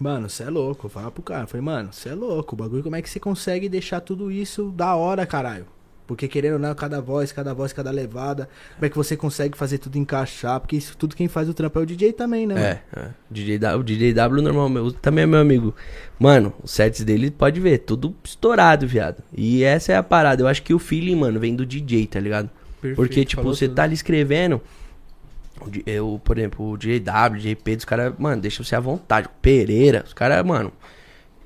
Mano, você é louco. Eu falava pro cara, eu falei, mano, você é louco. O bagulho, como é que você consegue deixar tudo isso da hora, caralho? Porque querendo ou não, cada voz, cada voz, cada levada, como é que você consegue fazer tudo encaixar? Porque isso tudo quem faz o trampo é o DJ também, né? mano? É, é. DJ W, o DJ W normal, meu, também é meu amigo. Mano, os sets dele, pode ver, tudo estourado, viado. E essa é a parada. Eu acho que o feeling, mano, vem do DJ, tá ligado? Porque, tipo, falou você tudo. tá ali escrevendo. o di- Eu, por exemplo, o DJ W, DJ Pedro, os caras, mano, deixa você à vontade. Pereira, os caras, mano,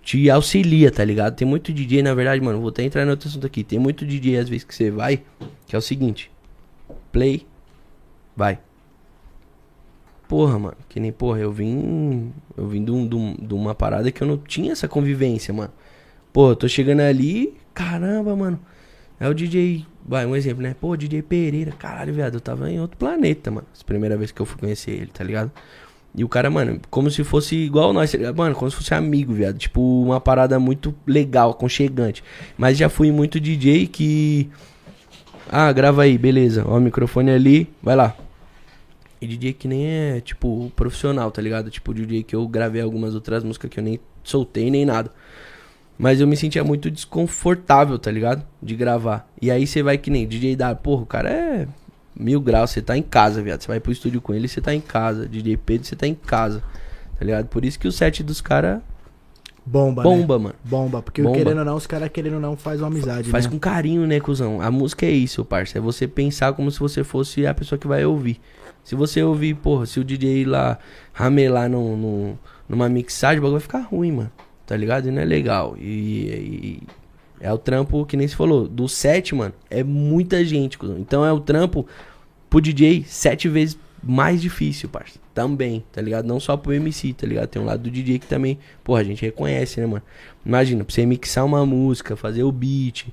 te auxilia, tá ligado? Tem muito DJ, na verdade, mano, vou até entrar em outro assunto aqui. Tem muito DJ, às vezes, que você vai, que é o seguinte: play, vai. Porra, mano, que nem porra, eu vim. Eu vim de, um- de um- de uma parada que eu não tinha essa convivência, mano. Pô, eu tô chegando ali, caramba, mano. É o DJ. Vai, um exemplo, né? Pô, DJ Pereira. Caralho, viado, eu tava em outro planeta, mano. Essa primeira vez que eu fui conhecer ele, tá ligado? E o cara, mano, como se fosse igual nós, tá ligado? mano, como se fosse amigo, viado. Tipo, uma parada muito legal, aconchegante. Mas já fui muito DJ que. Ah, grava aí, beleza. Ó, o microfone ali, vai lá. E DJ que nem é, tipo, profissional, tá ligado? Tipo, DJ que eu gravei algumas outras músicas que eu nem soltei nem nada. Mas eu me sentia muito desconfortável, tá ligado? De gravar. E aí você vai que nem DJ da. Porra, o cara é mil graus, você tá em casa, viado. Você vai pro estúdio com ele, você tá em casa. DJ Pedro, você tá em casa. Tá ligado? Por isso que o set dos caras Bomba, né? bomba, mano. Bomba, porque Bomba. querendo ou não, os caras querendo ou não faz uma amizade, Faz né? com carinho, né, cuzão? A música é isso, parça. É você pensar como se você fosse a pessoa que vai ouvir. Se você ouvir, porra, se o DJ lá ramelar num, num- numa mixagem, o bagulho vai ficar ruim, mano. Tá ligado? E não é legal. E, e- é o trampo, que nem se falou, do set, mano, é muita gente, cuzão. Então é o trampo pro DJ sete vezes mais difícil, parça. Também, tá ligado? Não só pro MC, tá ligado? Tem um lado do DJ que também, porra, a gente reconhece, né, mano? Imagina, pra você mixar uma música, fazer o beat,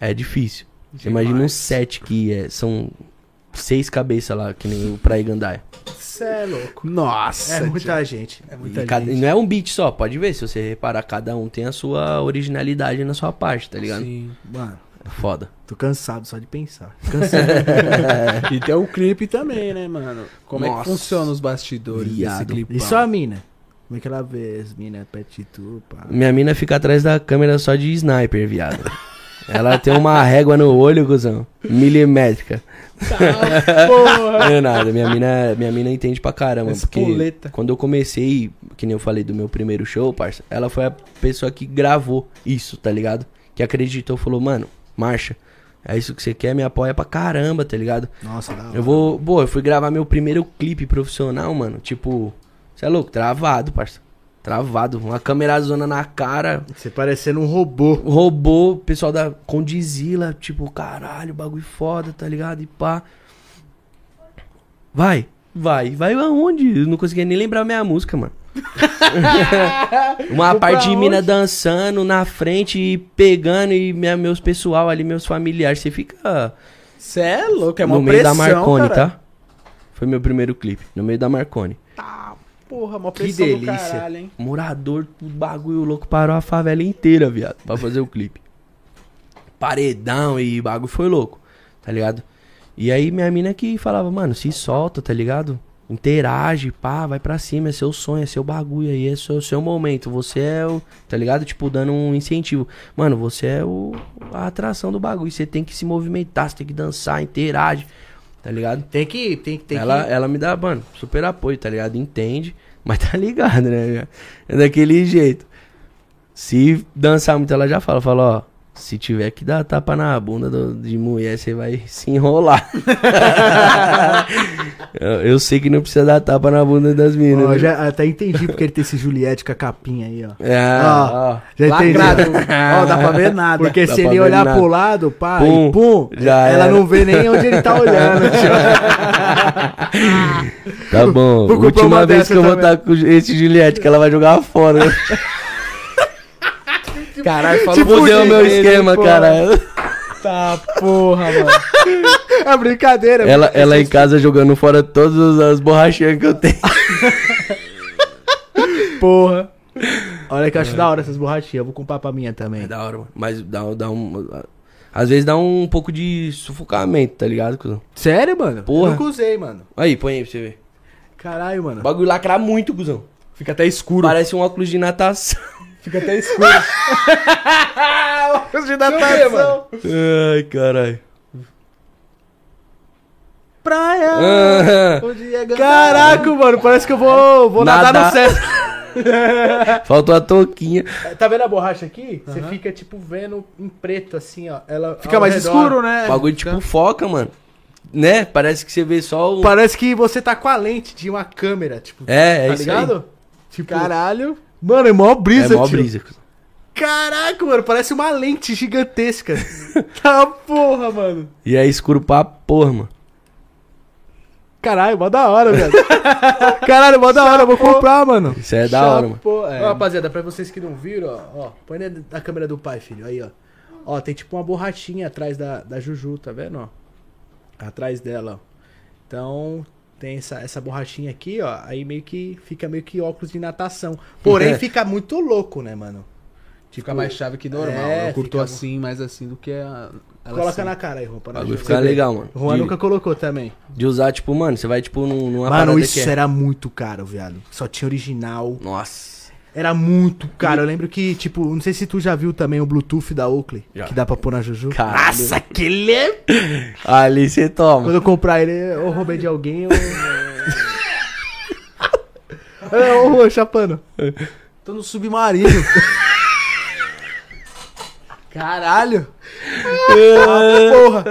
é difícil. Você imagina um set que é- são seis cabeças lá, que nem o Praia Gandaia. Cê é louco. Nossa. É muita gente. É muita E cada- e gente. não é um beat só, pode ver, se você reparar, cada um tem a sua originalidade na sua parte, tá ligado? Sim. Mano, Foda. tô cansado só de pensar. É. e tem o clipe também, né, mano? Como é que Nossa. funciona os bastidores desse Viado. clipe? E só a mina? Como é que ela vê as minas perto de tu, pá? Minha mina fica atrás da câmera só de sniper, viado. Ela tem uma régua no olho, cuzão. Milimétrica. Não é nada. Minha mina, minha mina entende pra caramba. Espoleta. Porque quando eu comecei, que nem eu falei do meu primeiro show, parça, ela foi a pessoa que gravou isso, tá ligado? Que acreditou, falou, mano, marcha. É isso que você quer, me apoia pra caramba, tá ligado? Nossa, da hora. Eu vou. Pô, eu fui gravar meu primeiro clipe profissional, mano. Tipo, você é louco? Travado, parça. Travado. Uma câmera zona na cara. Você parecendo um robô. Roubou o pessoal da Condizila. Tipo, caralho, bagulho foda, tá ligado? E pá. Vai, vai, vai aonde? Eu não conseguia nem lembrar minha música, mano. Uma parte de mina dançando na frente e pegando e minha- meus pessoal ali, meus familiares. Você fica Você é louco, é uma no meio pressão, da Marconi, cara. tá? Foi meu primeiro clipe, no meio da Marconi. Porra, uma Que pressão do delícia. caralho, hein? Morador, o bagulho louco parou a favela inteira, viado, pra fazer o clipe. Paredão e bagulho foi louco, tá ligado? E aí minha mina que falava, mano, se solta, tá ligado? Interage, pá, vai pra cima, é seu sonho, é seu bagulho aí, é seu, seu momento. Você é o, tá ligado? Tipo, dando um incentivo. Mano, você é o, a atração do bagulho. Você tem que se movimentar, você tem que dançar, interage, tá ligado? Tem que, tem, tem ela, que... ela me dá, mano, super apoio, tá ligado? Entende, mas tá ligado, né? É daquele jeito. Se dançar muito, ela já fala, fala, ó, se tiver que dar tapa na bunda do- de mulher, você vai se enrolar. eu, eu sei que não precisa dar tapa na bunda das meninas. Ó, né? já até entendi porque ele tem esse Juliette com a capinha aí, ó. É, Ó, ó. Já entendi. Lacrado. Ó, dá pra ver nada. Porque Dá se pra ele ver olhar nada. pro lado, pá, Pum, e pum, já ela era. não vê nem onde ele tá olhando. tio. Tá bom. Vou comprar uma Última vez dessa que eu vou também. estar com esse Juliette, que ela vai jogar fora. Caralho, falou Fudeu o Tipo, meu esquema, cara. Tá, porra, mano. é brincadeira. Ela, ela em casa jogando fora todas as borrachinhas que eu tenho. Porra. Olha que eu acho da hora essas borrachinhas. Eu vou comprar pra minha também. É da hora, mano. Mas dá, dá um. Às vezes dá um pouco de sufocamento, tá ligado, cuzão? Sério, mano? Porra. Eu nunca usei, mano. Aí, põe aí pra você ver. Caralho, mano. O bagulho lacra muito, cuzão. Fica até escuro. Parece um óculos de natação. Fica até escuro. De natação. mano. Ai, caralho. Praia. Ah, Onde é Caraca, mano, parece que eu vou. vou... nadar Nada. no Sesc. Faltou a touquinha. Tá vendo a borracha aqui? Você fica, tipo, vendo em preto, assim, ó. Ela, Fica mais escuro, né? É, O bagulho tá. tipo foca, mano. Né? Parece que você vê só o. Parece que você tá com a lente de uma câmera, tipo, É, é tá isso ligado? aí. Tipo, Caralho. mano, é mó brisa, É mó tio. brisa. Caraca, mano, parece uma lente gigantesca. tá porra, mano. E é escuro pra porra, mano. Caralho, mó da hora, velho. Caralho, mó da hora, vou comprar, mano. Isso é da hora, mano. Pô, Ó, rapaziada, pra vocês que não viram, ó, ó, põe na, na câmera do pai, filho, aí, ó. Ó, tem tipo uma borrachinha atrás da, da Juju, tá vendo, ó? Atrás dela, ó. Então, tem essa, essa borrachinha aqui, ó, aí meio que fica meio que óculos de natação. Porém, É. fica muito louco, né, mano? Fica mais chave que normal. É, eu curto fica- assim, mais assim do que a. ela Coloca assim. na cara aí, roupa. O bagulho fica legal, mano. Juan De, nunca colocou também. de usar, tipo, mano, você vai, tipo, num- Mano, numa parada isso é- que é- era muito caro, viado. Só tinha original. Nossa. Era muito caro. Eu lembro que, tipo, não sei se tu já viu também o Bluetooth da Oakley, Já. que dá pra pôr na Juju. Caralho. Nossa, que le... Ali você Quando toma. eu comprar ele, eu roubei de alguém, eu... É, ô, Juan, chapando. Tô no submarino. Caralho. Porra!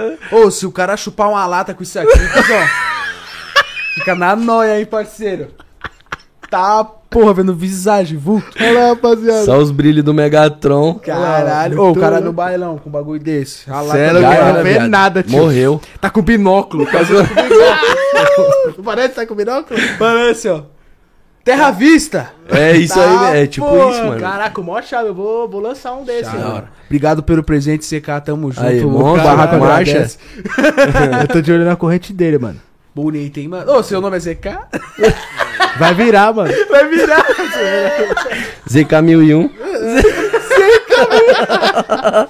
Ô, se o cara chupar uma lata com isso aqui, ó. Fica na noia, hein, parceiro. Tá, porra, vendo visagem, vulto. Olha lá, rapaziada. Só os brilhos do Megatron. Caralho. Ô, o cara no bailão com um bagulho desse. A lata Sério, do cara, cara. não vê viado. nada, tio. é Morreu. Tá com binóculo. Parece que tá com binóculo? Parece, ó. Terra à vista. É isso aí, Tá, né? É tipo porra, isso, mano. Caraca, mó chave, eu vou, vou lançar um desse. Chave. mano. Ah, Da hora. Obrigado pelo presente, CK. Tamo junto. Aí, O monstro, barraco marcha. agradece. Eu tô de olho na corrente dele, mano. Bonito, hein, mano? Ô, seu nome é ZK? Vai virar, mano. Vai virar. ZK1001. ZK1001.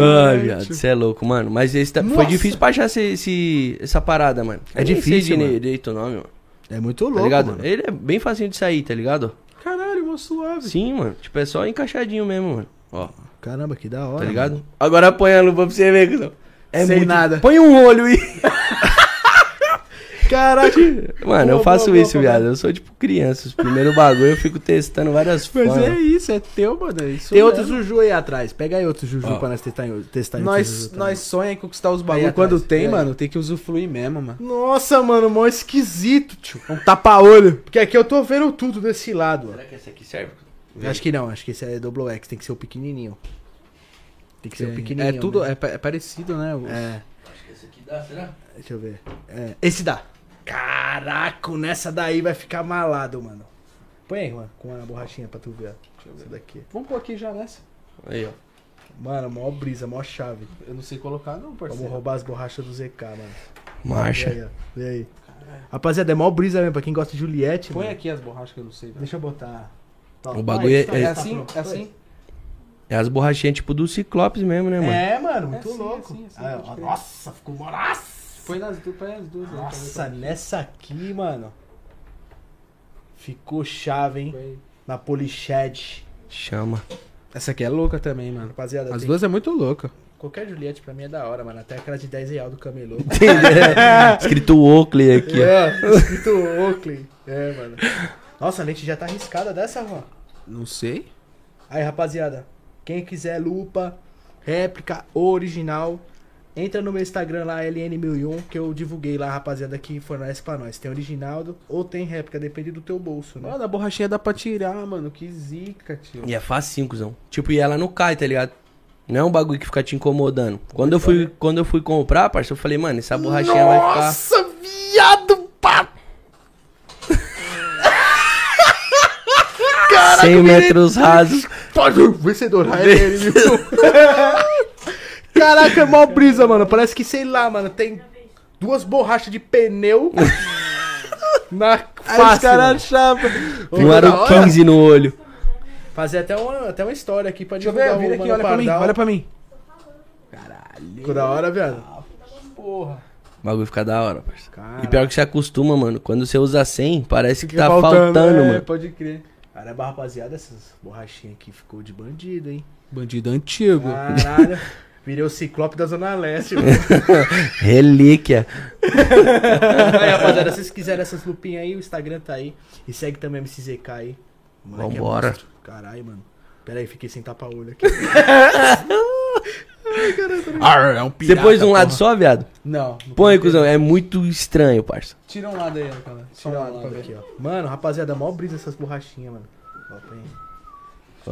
Ai, viado, tipo. você é louco, mano. Mas esse tá- foi difícil pra achar esse, esse- essa parada, mano. É Eu nem difícil, sei mano. de direito o nome, mano. É muito Tá louco, ligado? mano. Ele é bem facinho de sair, tá ligado? Caralho, mó suave. Sim, mano. Tipo, é só encaixadinho mesmo, mano. Ó, Caramba, que da hora. tá ligado? Agora põe a lupa pra você ver, cuzão. É Sem muito- nada. Põe um olho aí. Caraca. Mano, eu Boa, faço boa, isso, boa, viado. Eu sou tipo criança. Os primeiros bagulho eu fico testando várias Mas formas. é isso, é teu, mano. É isso Tem mesmo. outro Juju aí atrás. Pega aí outro Juju Ó. pra nós testar em, testar em outro Nós, Juju nós sonha em conquistar os Aí bagulhos. atrás. Quando tem, É. mano, tem que usufruir mesmo, mano. também. Nossa, mano, mó esquisito, tio. Um tapa-olho. Porque aqui eu tô vendo tudo desse lado, Será que esse aqui serve? ó. Acho que não, acho que esse é double X, tem que ser o pequenininho. Tem que ser o pequenininho. É tudo, né? é, pa- é parecido, né? o- É, Acho que esse aqui dá, será? deixa eu ver. É, esse dá. Caraca, nessa daí vai ficar malado, mano. Põe aí, mano, com a borrachinha pra tu ver. ó. Essa daqui. Vamos pôr aqui já nessa. Aí, ó. Mano, mó brisa, mó chave. Eu não sei colocar, não, Vamos parceiro. roubar as borrachas do ZK, mano. Vê Marcha. aí, ó. Vê aí. Rapaziada, é mó brisa mesmo, pra quem gosta de Juliette, Põe mano. aqui as borrachas que eu não sei. velho. Deixa eu botar. Tá, O vai, bagulho é- tá, É é- tá assim? pronto, É foi. assim? É as borrachinhas tipo do Ciclopes mesmo, né, mano? É, mano, muito É assim, louco. assim, assim, Aí, ó, pode crer. tá nossa, ficou moraço. Põe nas duas, põe as duas. aí, Nossa, pra ver nessa aqui, mano. Ficou chave, como- hein? Põe. Na poliched. Chama. Essa aqui é louca também, mano. Rapaziada, As tem- duas é muito louca. qualquer Juliette pra mim é da hora, mano. Até aquela de 10 real do camelô. Escrito Oakley aqui, ó. é, escrito Oakley. É, mano. Nossa, a lente já tá arriscada dessa, Juan. Não sei. Aí, rapaziada, quem quiser lupa, réplica original, entra no meu Instagram lá, LN1001, que eu divulguei lá, rapaziada, que fornece pra nós. Tem original do- ou tem réplica, depende do teu bolso, né? Mano, a borrachinha dá pra tirar, mano. Que zica, tio. E é facinho, cuzão. Tipo, e ela não cai, tá ligado? Não é um bagulho que fica te incomodando. Quando eu fui, quando eu fui comprar, parça, eu falei, mano, essa borrachinha vai ficar. viado, pá. 100 metros rasos. Vencedor, LN1001. Caraca, é mó brisa, mano. Parece que, sei lá, mano, tem duas borrachas de pneu na Aí os face. mano. caras achavam. Um aro 15 no olho. Fazer até uma, até uma história aqui pra Deixa eu ver, divulgar vira o aqui, olha Mano pra mim, Pardal. olha pra mim. Ficou da hora, viado. Porra. O bagulho fica da hora, parceiro. Cara, E pior que você acostuma, mano. Quando você usa 100, parece que fica tá faltando, é, mano. pode crer. Caramba, é rapaziada, essas borrachinhas aqui ficou de bandido, hein? Bandido antigo. Caralho. Virei o ciclope da Zona Leste, mano. Relíquia. aí, rapaziada, se vocês quiserem essas lupinhas aí, o Instagram tá aí. E segue também o MCZK aí. Mano, que é Vambora. monstro. Caralho, mano. Pera aí, fiquei sem tapa-olho aqui. Ah. Arr, é um Você pirata, pôs um porra. lado só, viado? Não. não Põe, pode cuzão. É muito estranho, parça. ter. Tira um lado aí, cara. Tira um lado pra ver. Aqui, ó. Mano, rapaziada, mó brisa essas borrachinhas, mano. Ó, põe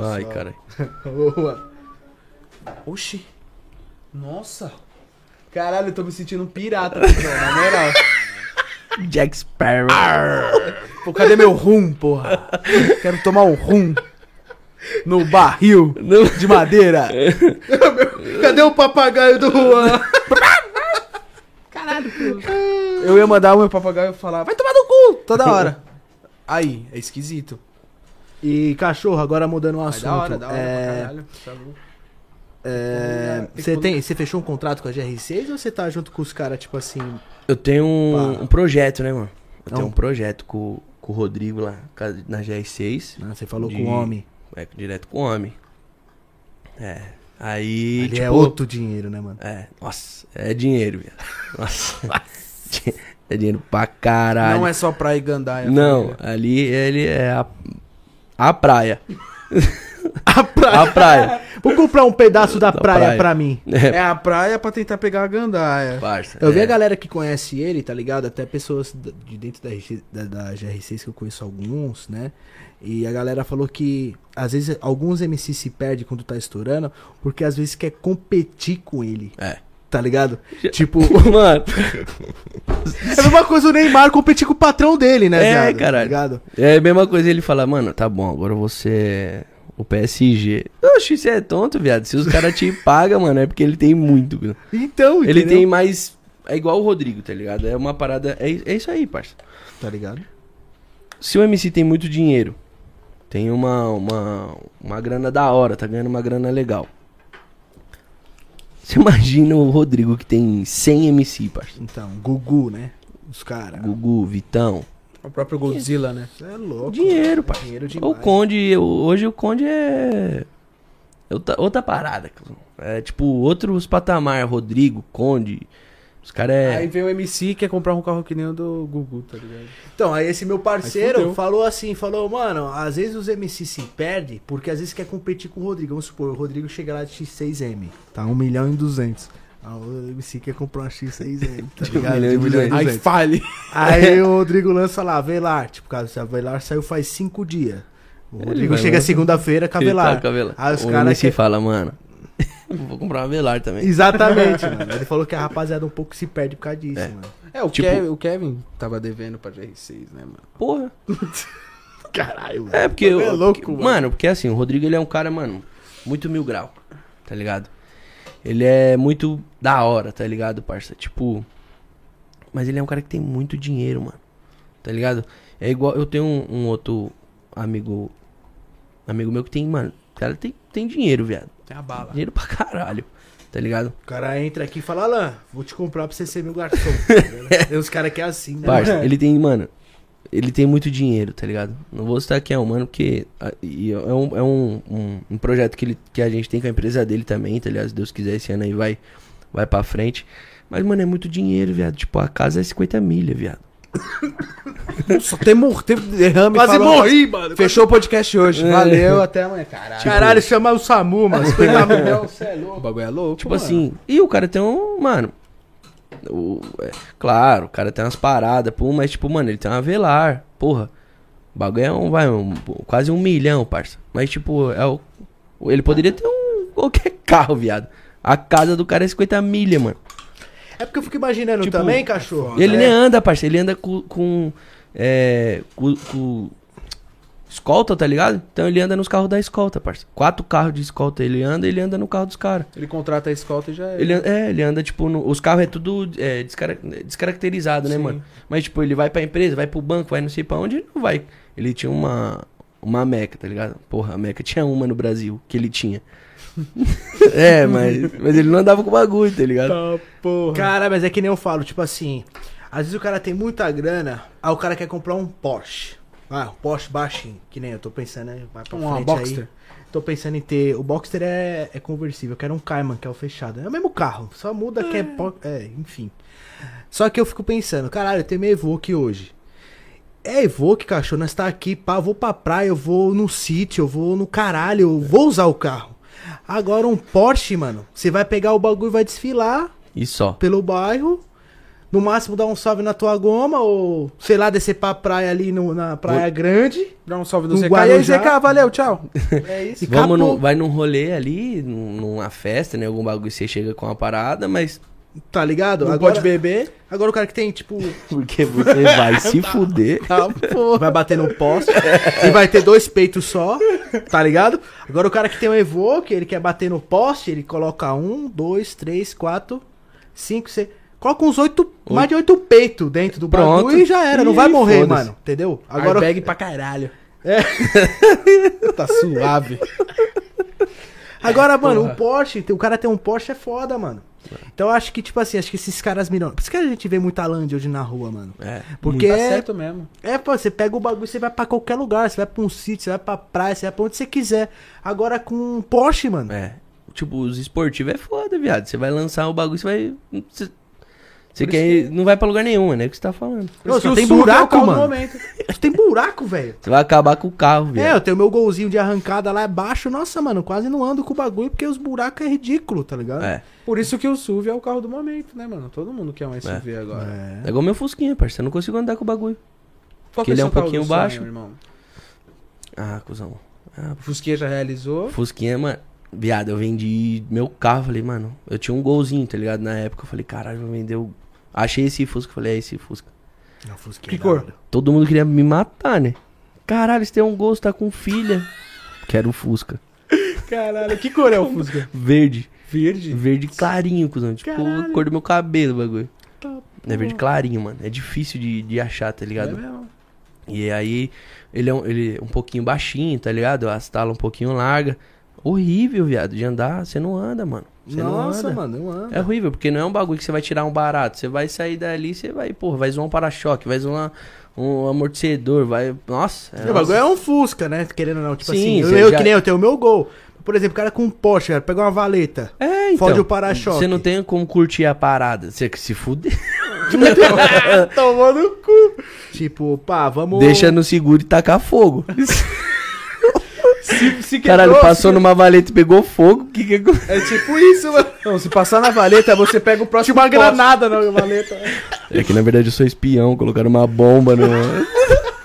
aí. Ai, Só. caralho. Boa. Oxi. Nossa. Caralho, eu tô me sentindo um pirata, cuzão, na moral. Jack Sparrow. Pô, cadê meu rum, porra? Quero tomar um rum. No barril Não. de madeira. Cadê o papagaio do Juan? Eu ia mandar o meu papagaio falar, vai tomar no cu, toda hora. Aí, é esquisito. E cachorro, agora mudando o Mas assunto. da hora, da hora pra é... caralho. tá louco. É, Tem você que- tem, você fechou um contrato com a GR6 ou você tá junto com os caras, tipo assim, Eu tenho um, Pá. um projeto, né, mano? Eu Não. tenho um projeto com, com o Rodrigo lá ca- na GR6. ah, você falou De- com o homem, É, direto com o homem. É. Aí. ele tipo, é outro dinheiro, né, mano? É, nossa, é dinheiro, viado. Nossa. é dinheiro pra caralho. Não é só praia e gandaia. Não, né? família. ali ele é a, a praia. a praia. A praia. Vou comprar um pedaço da, Da praia, praia. pra mim. É a praia pra tentar pegar a gandaia. Parça, Eu vi é. a galera que conhece ele, tá ligado? Até pessoas da- de dentro da, RG da, da GR6, que eu conheço alguns, né? E a galera falou que, às vezes, alguns MCs se perdem quando tá estourando, porque às vezes quer competir com ele, É. tá ligado? Tipo, Mano, é a mesma coisa o Neymar competir com o patrão dele, né, É, viado? Tá caralho. ligado? é a mesma coisa ele falar, mano, tá bom, agora você é o PSG. Oxi, você é tonto, viado. Se os caras te pagam, mano, é porque ele tem muito. viu? Então, Ele entendeu? tem mais. É igual o Rodrigo, tá ligado? É uma parada. É, é isso aí, parça. Tá ligado? se o MC tem muito dinheiro, tem uma, uma, uma grana da hora, tá ganhando uma grana legal. Você imagina o Rodrigo que tem 100 MC, parceiro. Então, Gugu, né? Os caras. Gugu, Vitão. O próprio Godzilla, né? É louco. Dinheiro, mano. parceiro. Dinheiro O demais. Conde, eu- hoje o Conde é. Outra, outra parada. cuzão. É tipo outros patamar. Rodrigo, Conde. Os caras Aí é. vem o MC e quer comprar um carro que nem o do Gugu, tá ligado? Então, aí esse meu Aí parceiro fudeu. falou assim, falou, mano, às vezes os MC se perdem porque às vezes quer competir com o Rodrigo. Vamos supor, o Rodrigo chega lá de X6M, tá? 1 milhão e 200. Aí o MC quer comprar uma X6M, tá ligado? milhão e De um milhão e Aí 200. fale. É. Aí o Rodrigo lança lá, Velar. Tipo, cara, a Velar saiu faz cinco dias. O Rodrigo vai chega lançar. segunda-feira, Ele Cavelar. tá com a Velar. Aí os o caras MC querem fala, mano. Vou comprar uma Velar também. Exatamente, mano. Ele falou que a rapaziada um pouco se perde por causa disso, É. mano. É, o, Tipo- Kevin, o Kevin tava devendo pra GR6, né, mano? Porra. Caralho, mano. É, porque. eu- é louco, porque- mano. mano. porque assim, o Rodrigo ele é um cara, mano, muito mil grau, tá ligado? Ele é muito da hora, tá ligado, parça? Tipo. Mas ele é um cara que tem muito dinheiro, mano. Tá ligado? É igual. Eu tenho um, um outro amigo. Amigo meu que tem, mano. O cara tem, tem dinheiro, viado. Tem a bala. Dinheiro pra caralho. Tá ligado? O cara entra aqui e fala, Alain, vou te comprar pra você ser meu garçom. tá ligado? Tem uns caras que é assim, né? Parça, mano? ele tem, mano. Ele tem muito dinheiro, tá ligado? Não vou citar quem é o mano, porque ah, e é um, é um, um, um projeto que, ele, que a gente tem com a empresa dele também, tá ligado? Se Deus quiser, esse ano aí vai, vai pra frente. Mas, mano, é muito dinheiro, viado. Tipo, a casa é 50 milha, viado. Nossa, até mor... teve derrame. Quase falou- morri, "Tá, mano. Fechou o podcast hoje. Valeu, até amanhã. Caralho. Caralho, chama o SAMU, mano. você é louco. Tipo, O bagulho é louco, Tipo mano. assim, e o cara tem um, mano. o- é, claro, o cara tem umas paradas, pô, mas tipo, mano, ele tem uma velar, porra. O bagulho é um, vai, um, quase um milhão, parça. Mas tipo, é o, ele poderia ter um qualquer carro, viado. A casa do cara é 50 milha, mano. É porque eu fico imaginando Tipo, também, cachorro. E ele é. nem anda, parça, ele anda com. com é. Com, com escolta, tá ligado? Então ele anda nos carros da escolta, parça. Quatro carros de escolta ele anda, ele anda no carro dos caras. Ele contrata a escolta e já é. Ele, an- é, ele anda, tipo, no- os carros é tudo é, descara- descaracterizado, né, Sim. mano? Mas, tipo, ele vai pra empresa, vai pro banco, vai não sei pra onde, ele não vai. Ele tinha uma, uma Meca, tá ligado? Porra, a Meca tinha uma no Brasil, que ele tinha. É, mas, mas ele não andava com bagulho, tá ligado? Cara, mas é que nem eu falo, tipo assim, às vezes o cara tem muita grana, aí o cara quer comprar um Porsche. Ah, um Porsche baixinho, que nem eu tô pensando, né? Vai pra Um, Uma frente Boxster. aí. Tô pensando em ter. O Boxster é, é conversível, eu quero um Cayman, que é o fechado. É o mesmo carro, só muda que é. po- É, enfim. Só que eu fico pensando, caralho, eu tenho minha Evoque hoje. É Evoque, cachorro, nós tá aqui, pá, eu vou pra praia, eu vou no sítio, eu vou no caralho, eu vou usar o carro. Agora um Porsche, mano, você vai pegar o bagulho, vai desfilar, E só. pelo bairro. No máximo dar um salve na tua goma ou, sei lá, descer pra praia ali no- na Praia Grande. Dá um salve no Um ZK. E aí, Guarujá. ZK, valeu, tchau. É isso. Vamos num- vai num rolê ali, num- numa festa, né? Algum bagulho você chega com uma parada, mas. Tá ligado? Não agora, pode beber. agora o cara que tem, tipo, Porque você vai se fuder. vai bater no poste e vai ter dois peitos só, tá ligado? Agora o cara que tem um Evoque, ele quer bater no poste, ele coloca um, dois, três, quatro, cinco, seis... Coloca uns oito, mais de oito peitos dentro do Pronto. bagulho e já era. Não Ih, vai morrer, foda-se. mano. Entendeu? Agora Agora pegue pra caralho. É. Tá suave. É, Agora, mano, o Porsche, o cara ter um Porsche é foda, mano. Então eu acho que, tipo assim, acho que esses caras miram. Por isso que a gente vê muita Land hoje na rua, mano. É. Porque Tá é, certo mesmo. é, pô, você pega o bagulho, você vai pra qualquer lugar, você vai pra um sítio, você vai pra praia, você vai pra onde você quiser. Agora com um Porsche, mano. É. Tipo, os esportivos é foda, viado. Você vai lançar o bagulho, você vai. Você, você Por quer ir- não vai pra lugar nenhum, é né? o que você tá falando. Por isso só que o tem SUV é o buraco, carro do mano. momento. Tem buraco, velho. Você vai acabar com o carro, É, viado. eu tenho meu golzinho de arrancada lá é baixo. Nossa, mano, quase não ando com o bagulho porque os buracos é ridículo, tá ligado? É. Por isso que o SUV é o carro do momento, né, mano? Todo mundo quer um SUV agora. É. É igual meu Fusquinha, parceiro. Eu não consigo andar com o bagulho. Qual Que ele é seu um carro pouquinho do sonho, baixo. irmão? Ah, cuzão. Ah, O Fusquinha já realizou. Fusquinha, mano. Viado, eu vendi meu carro, falei, mano, eu tinha um golzinho, tá ligado? Na época, eu falei, caralho, vou vender o. Achei esse Fusca, falei, é esse Fusca. Não, Fusquinha Que da cor? hora. Todo mundo queria me matar, né? Caralho, você tem um gol, você tá com filha. Quero o Fusca. Caralho, que cor é o Fusca? Verde. Verde. Verde clarinho, cuzão. Tipo, a cor do meu cabelo, o bagulho. Tá é verde clarinho, mano. É difícil de, de achar, tá É, ligado? né? É E aí, ele é um, ele é um pouquinho baixinho, tá ligado? As talas um pouquinho larga. Horrível, viado, de andar. Você não anda, mano. Você não Nossa, anda. mano, eu ando. É horrível, porque não é um bagulho que você vai tirar um barato. Você vai sair dali, você vai, porra, vai zoar um para-choque, vai zoar um amortecedor, vai. Nossa. O bagulho é um Fusca, né? Querendo ou não, tipo assim, Sim, eu, você eu já- que nem eu tenho o meu gol. Por exemplo, o cara com um Porsche, cara, pega uma valeta. É, então. Fode o para-choque. Você não tem como curtir a parada. Você que se fuder. Tomou Tá no cu. Tipo, pá, vamos. Deixa no seguro e tacar fogo. Se, se Caralho, quebrou, passou numa valeta e pegou fogo. Que que acon- É tipo isso, mano. Não, se passar na valeta, você pega o próximo. uma poste. granada na valeta. É que na verdade eu sou espião, colocaram uma bomba no.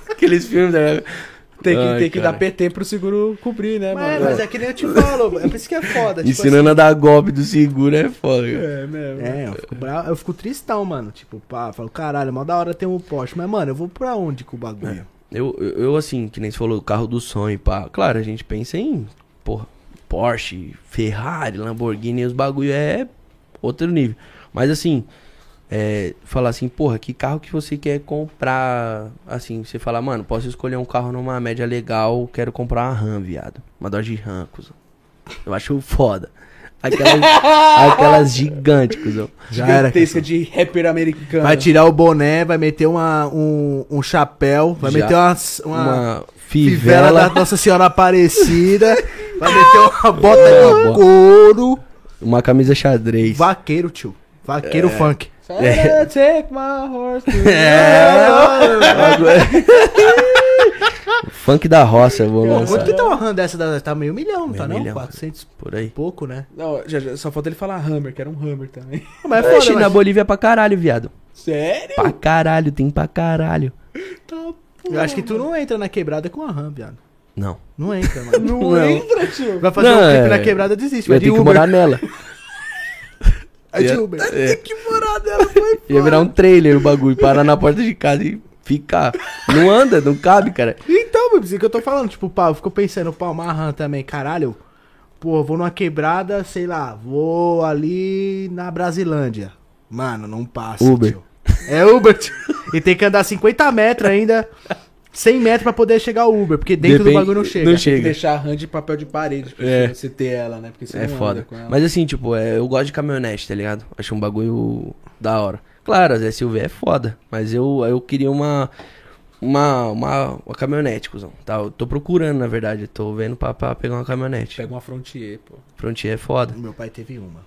Aqueles filmes da. Tem que, Ai, tem que cara. dar PT pro seguro cobrir, né, Mas, mano? mas é que nem eu te falo, é por isso que é foda. tipo Ensinando a dar golpe do seguro é foda, cara. É mesmo. assim. É, eu fico, bravo, eu fico tristão, mano. Tipo, pá, falo, caralho, mó da hora ter um Porsche. Mas, mano, eu vou pra onde com o bagulho? Eu, eu, eu, assim, que nem você falou, carro do sonho, pá. Claro, a gente pensa em, porra, Porsche, Ferrari, Lamborghini, os bagulho é outro nível. Mas, assim, é, falar assim, porra, que carro que você quer comprar? Assim, você fala, mano, posso escolher um carro numa média legal, quero comprar uma RAM, viado. Uma Dodge Ram, cuzão. Eu acho foda. Aquelas, aquelas gigantes, cuzão. Já era. Gigantesca de rapper americano. Vai tirar o boné, vai meter uma, um, um chapéu, vai Já. meter umas- uma, Uma fivela fivela, da Nossa Senhora Aparecida, vai meter uma bota Uma de bota. couro. uma camisa xadrez. Vaqueiro, tio. Vaqueiro funk. É, Saturday, Take my horse. to- É. Funk da roça, eu vou lançar. Quanto que tá uma RAM dessa? da- Tá meio milhão, não é Meio tá não? milhão. 400 e Por aí. pouco, né? Não, já- já- só falta ele falar Hammer, que era um Hammer também. Mas Oxi, na Bolívia é pra caralho, viado. Sério? Pra caralho, tem pra caralho. Eu acho que tu não entra na quebrada com a RAM, viado. Não. Não entra, mano. Não, Não. entra, tio. Vai fazer Não, um clipe é. na quebrada, desiste. Vai Vai de ter que Uber. morar nela. Vai de É. Uber. É. que morar dela, foi. Ia virar um trailer o bagulho, parar na porta de casa e ficar. Não anda, não cabe, cara. Então, meu, isso que eu tô falando. Tipo, pá, eu fico pensando, pá, uma RAM também, caralho. Pô, eu vou numa quebrada, sei lá, vou ali na Brasilândia. Mano, não passa, Uber. tio. É Uber, tio. E tem que andar 50 metros ainda. 100 metros pra poder chegar o Uber, porque dentro Depende- do bagulho não chega. não Tem que chega. deixar a hand de papel de parede pra É. você ter ela, né? Porque você É um não anda foda. com ela. Mas assim, tipo, é, eu gosto de caminhonete, tá ligado? Acho um bagulho da hora. Claro, as SUV é foda, mas eu, eu queria uma, uma, uma, uma caminhonete, cuzão. Tá, eu tô procurando, na verdade. Tô vendo pra, pra pegar uma caminhonete. Pega uma frontier, pô. Frontier é foda. Meu pai teve uma.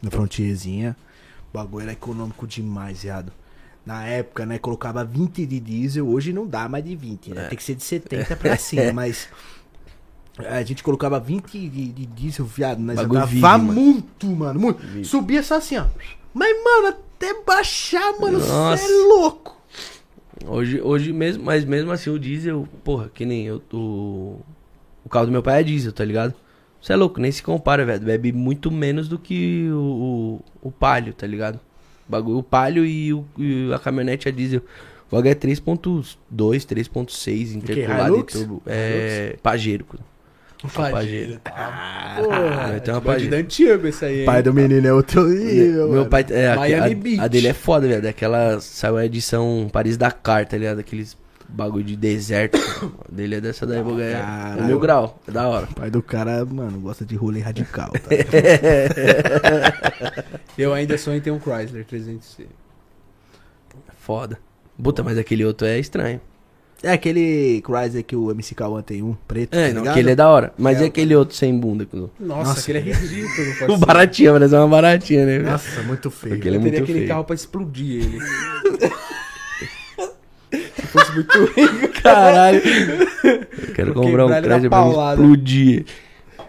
Na frontierzinha. O bagulho era econômico demais, viado. Na época, né, colocava 20 de diesel, hoje não dá mais de 20, né? Tem que ser de 70 pra cima, mas. A gente colocava 20 de, de diesel, viado, mas Bagulho andava vive, mano. muito, mano. Muito. Subia só assim, ó. Mas, mano, até baixar, mano, você Nossa. é louco. Hoje, hoje mesmo, mas mesmo assim o diesel, porra, que nem eu, o, o carro do meu pai é diesel, tá ligado? Você é louco, nem se compara, velho. Bebe muito menos do que o, o, o palio, tá ligado? O Bagulho, o palio e, o- e a caminhonete é diesel. O H é 3.2, 3.6 intercalado e Hilux? tudo. É. Pajero. cara. Pajero. Porra, vai ter de uma bandido pajeta. antigo esse aí. hein? Pai do menino é outro nível. Meu pai. É, aque- Miami a, Beach. a dele é foda, velho. Daquela. Saiu a edição Paris Dakar, tá ligado? Aqueles bagulho de deserto. a dele é dessa daí, bagulho. É Caralho. o mil grau. É da hora. pai do cara, mano, gosta de rolê radical, tá? Eu ainda sonho em ter um Chrysler 300C. É Foda. Puta, mas aquele outro é estranho. É aquele Chrysler que o MC Kawan tem um, preto, É, tá não, ligado? aquele é da hora. Mas e aquele outro sem bunda? cuzão? Nossa, aquele é ridículo, parceiro. O baratinha, parece uma baratinha, né? velho? Nossa, muito feio. Aquele é Eu teria muito aquele feio. carro pra explodir ele. Se fosse muito rico, Caralho. Eu quero Vou comprar um quebrar ele na Chrysler pra mim paulada. explodir.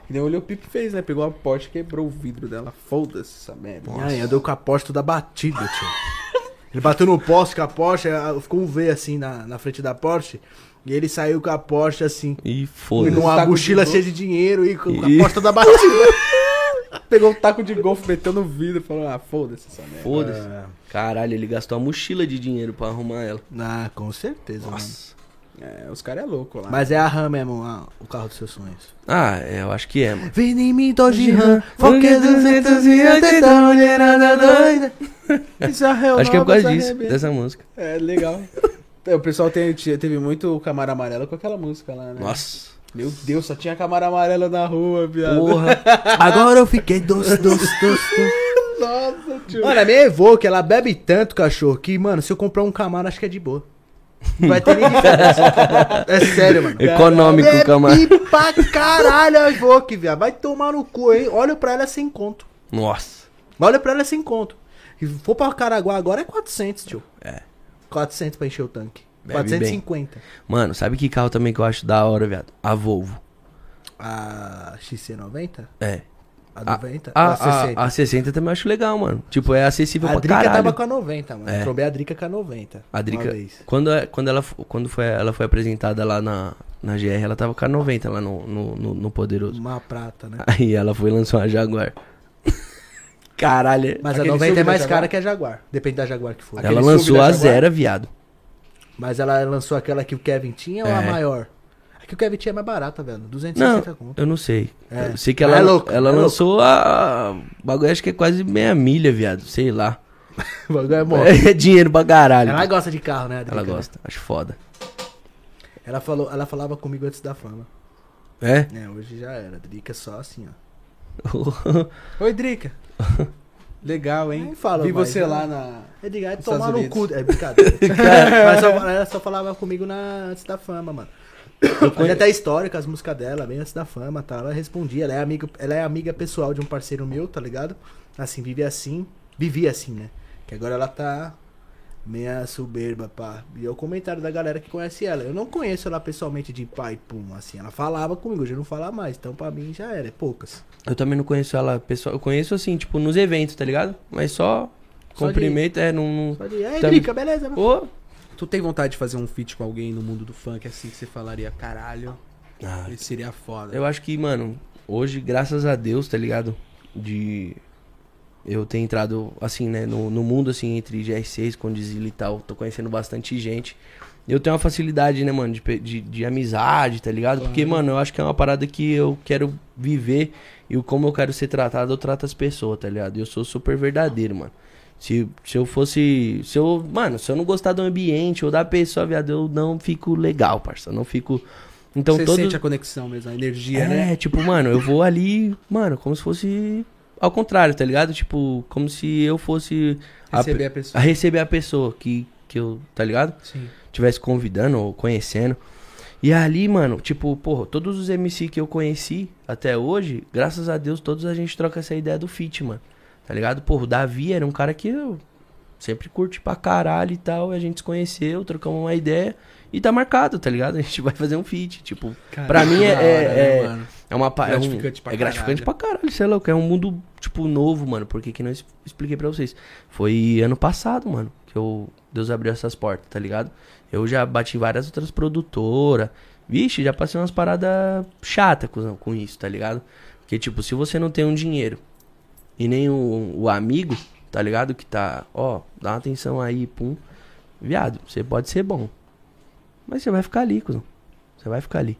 que nem o Leo Pip fez, né? Pegou a Porsche e quebrou o vidro dela. Foda-se essa merda. Ah, eu deu com a Porsche toda batida, tio. Ele bateu no poste com a Porsche, ah, ficou um V assim na, na frente da Porsche. E ele saiu com a Porsche assim, E com foda-se. Não- uma saco de mochila gol. cheia de dinheiro e com a Ih. Porsche toda batida. Pegou um taco de golfe, meteu no vidro e falou, ah, foda-se essa merda. Foda-se. Caralho, ele gastou uma mochila de dinheiro pra arrumar ela. ah, com certeza, mano. Nossa. É, os caras é louco lá. Mas é a RAM mesmo, a- o carro dos seus sonhos. Ah, é, eu acho que é, mano. Vem em mim, Dodge Ram, Fokker 280 mulherada doida. Acho que é por causa disso, dessa música. É, legal. É, O pessoal tem- tinha- teve muito Camaro Amarelo com aquela música lá, né? Nossa. Meu Deus, só tinha Camaro Amarelo na rua, viado. Porra. Agora eu fiquei doce, doce, doce, doce. Nossa, tio. Mano, a minha Evoque, ela bebe tanto, cachorro, que, mano, se eu comprar um Camaro, acho que é de boa. Não vai ter nem diferença. É sério, mano. Econômico, Camargo. Bebe pra caralho a Evoque, viado. Vai tomar no cu, hein? Olha pra ela sem conto. Nossa. Olha pra ela sem conto. E for pra Caraguá agora é 400, tio. É. 400 pra encher o tanque. Bebe 450. Mano, sabe que carro também que eu acho da hora, viado? A Volvo. A XC90? É. A A, 90? Ah, a, a 60. a, a 60 também eu acho legal, mano. Tipo, é acessível A pra Drica caralho. tava com a 90, mano. É. Trombei a Drica com a 90. A Drica, Uma vez. quando, é- quando, ela, fo- quando foi, ela foi apresentada lá na, na GR, ela tava com a 90 lá no, no, no, no Poderoso. Uma prata, né? Aí ela foi e lançou a Jaguar. Caralho. Mas Aquele a 90 sub é da mais Jaguar? cara que a Jaguar. Depende da Jaguar que for. ela aquele sub lançou da a Jaguar? Zera, viado. Mas ela lançou aquela que o Kevin tinha ou a É. maior? A que o Kevin tinha é mais barata, velho. 260 Não, conto. eu não sei. É. Eu sei que Mas ela, é louco, ela é louco. lançou a. o Bagulho acho que é quase meia milha, viado. Sei lá. O bagulho é bom. É dinheiro pra caralho. Ela Ela, gosta de carro, né? a Drica, né? gosta, acho foda. Ela, falou, ela falava comigo antes da fama. É? É, hoje já era. A Drica é só assim, ó. Oi, Drica. Legal, hein? Nem fala Vi mais, você né? lá na... É de gato, Estados tomar no Unidos. cu. É brincadeira. É. Mas só- ela só falava comigo na, antes da fama, mano. Olha até histórico, as músicas dela, bem antes da fama, tá? Ela respondia, ela é, amiga, ela é amiga pessoal de um parceiro meu, tá ligado? Assim, vive assim, vivia assim, né? Que agora ela tá meia soberba, pá. E é o comentário da galera que conhece ela. Eu não conheço ela pessoalmente de pai, pum, assim. Ela falava comigo, hoje eu não fala mais. Então pra mim já era, é poucas. Eu também não conheço ela pessoal. Eu conheço assim, tipo, nos eventos, tá ligado? Mas só. Só de- cumprimento, é, não. Só de, é, Tá- Drica, beleza, não- mano. Ô. Tu tem vontade de fazer um feat com alguém no mundo do funk assim que você falaria, caralho, Ah, ele seria foda. Eu acho que, mano, hoje, graças a Deus, tá ligado? De eu ter entrado, assim, né, no, no mundo, assim, entre GR6, Condizila e tal, tô conhecendo bastante gente. Eu tenho uma facilidade, né, mano, de, pe- de, de amizade, tá ligado? Porque, mano, eu acho que é uma parada que eu quero viver e o como eu quero ser tratado, eu trato as pessoas, tá ligado? Eu sou super verdadeiro, mano. Se, se eu fosse. Se eu. Mano, se eu não gostar do ambiente ou da pessoa, viado, eu não fico legal, parça. Eu não fico. Então Você todo. sente a conexão mesmo, a energia, É, né? tipo, mano, eu vou ali, mano, como se fosse ao contrário, tá ligado? Tipo, como se eu fosse a pe- Receber a a pessoa. receber a pessoa que, que eu, tá ligado? Sim. Tivesse convidando ou conhecendo. E ali, mano, tipo, porra, todos os MC que eu conheci até hoje, graças a Deus, todos a gente troca essa ideia do fit, mano. Tá ligado? Porra, o Davi era um cara que eu sempre curti pra caralho e tal. E a gente se conheceu, trocamos uma ideia e tá marcado, tá ligado? A gente vai fazer um fit. Tipo, pra mim é. da hora, é- né, é- mano? é uma pa- é um- Gratificante pra É gratificante caralho. pra caralho, sei lá, o que é um mundo, tipo, novo, mano. Porque que não es- expliquei pra vocês. Foi ano passado, mano, que eu, Deus abriu essas portas, tá ligado? Eu já bati em várias outras produtoras. Vixe, já passei umas paradas chata cuzão, com isso, tá ligado? Porque, tipo, se você não tem um dinheiro e nem o, o amigo, tá ligado? Que tá, ó, dá uma atenção aí, pum. Viado, você pode ser bom. Mas você vai ficar ali, cuzão. Você vai ficar ali,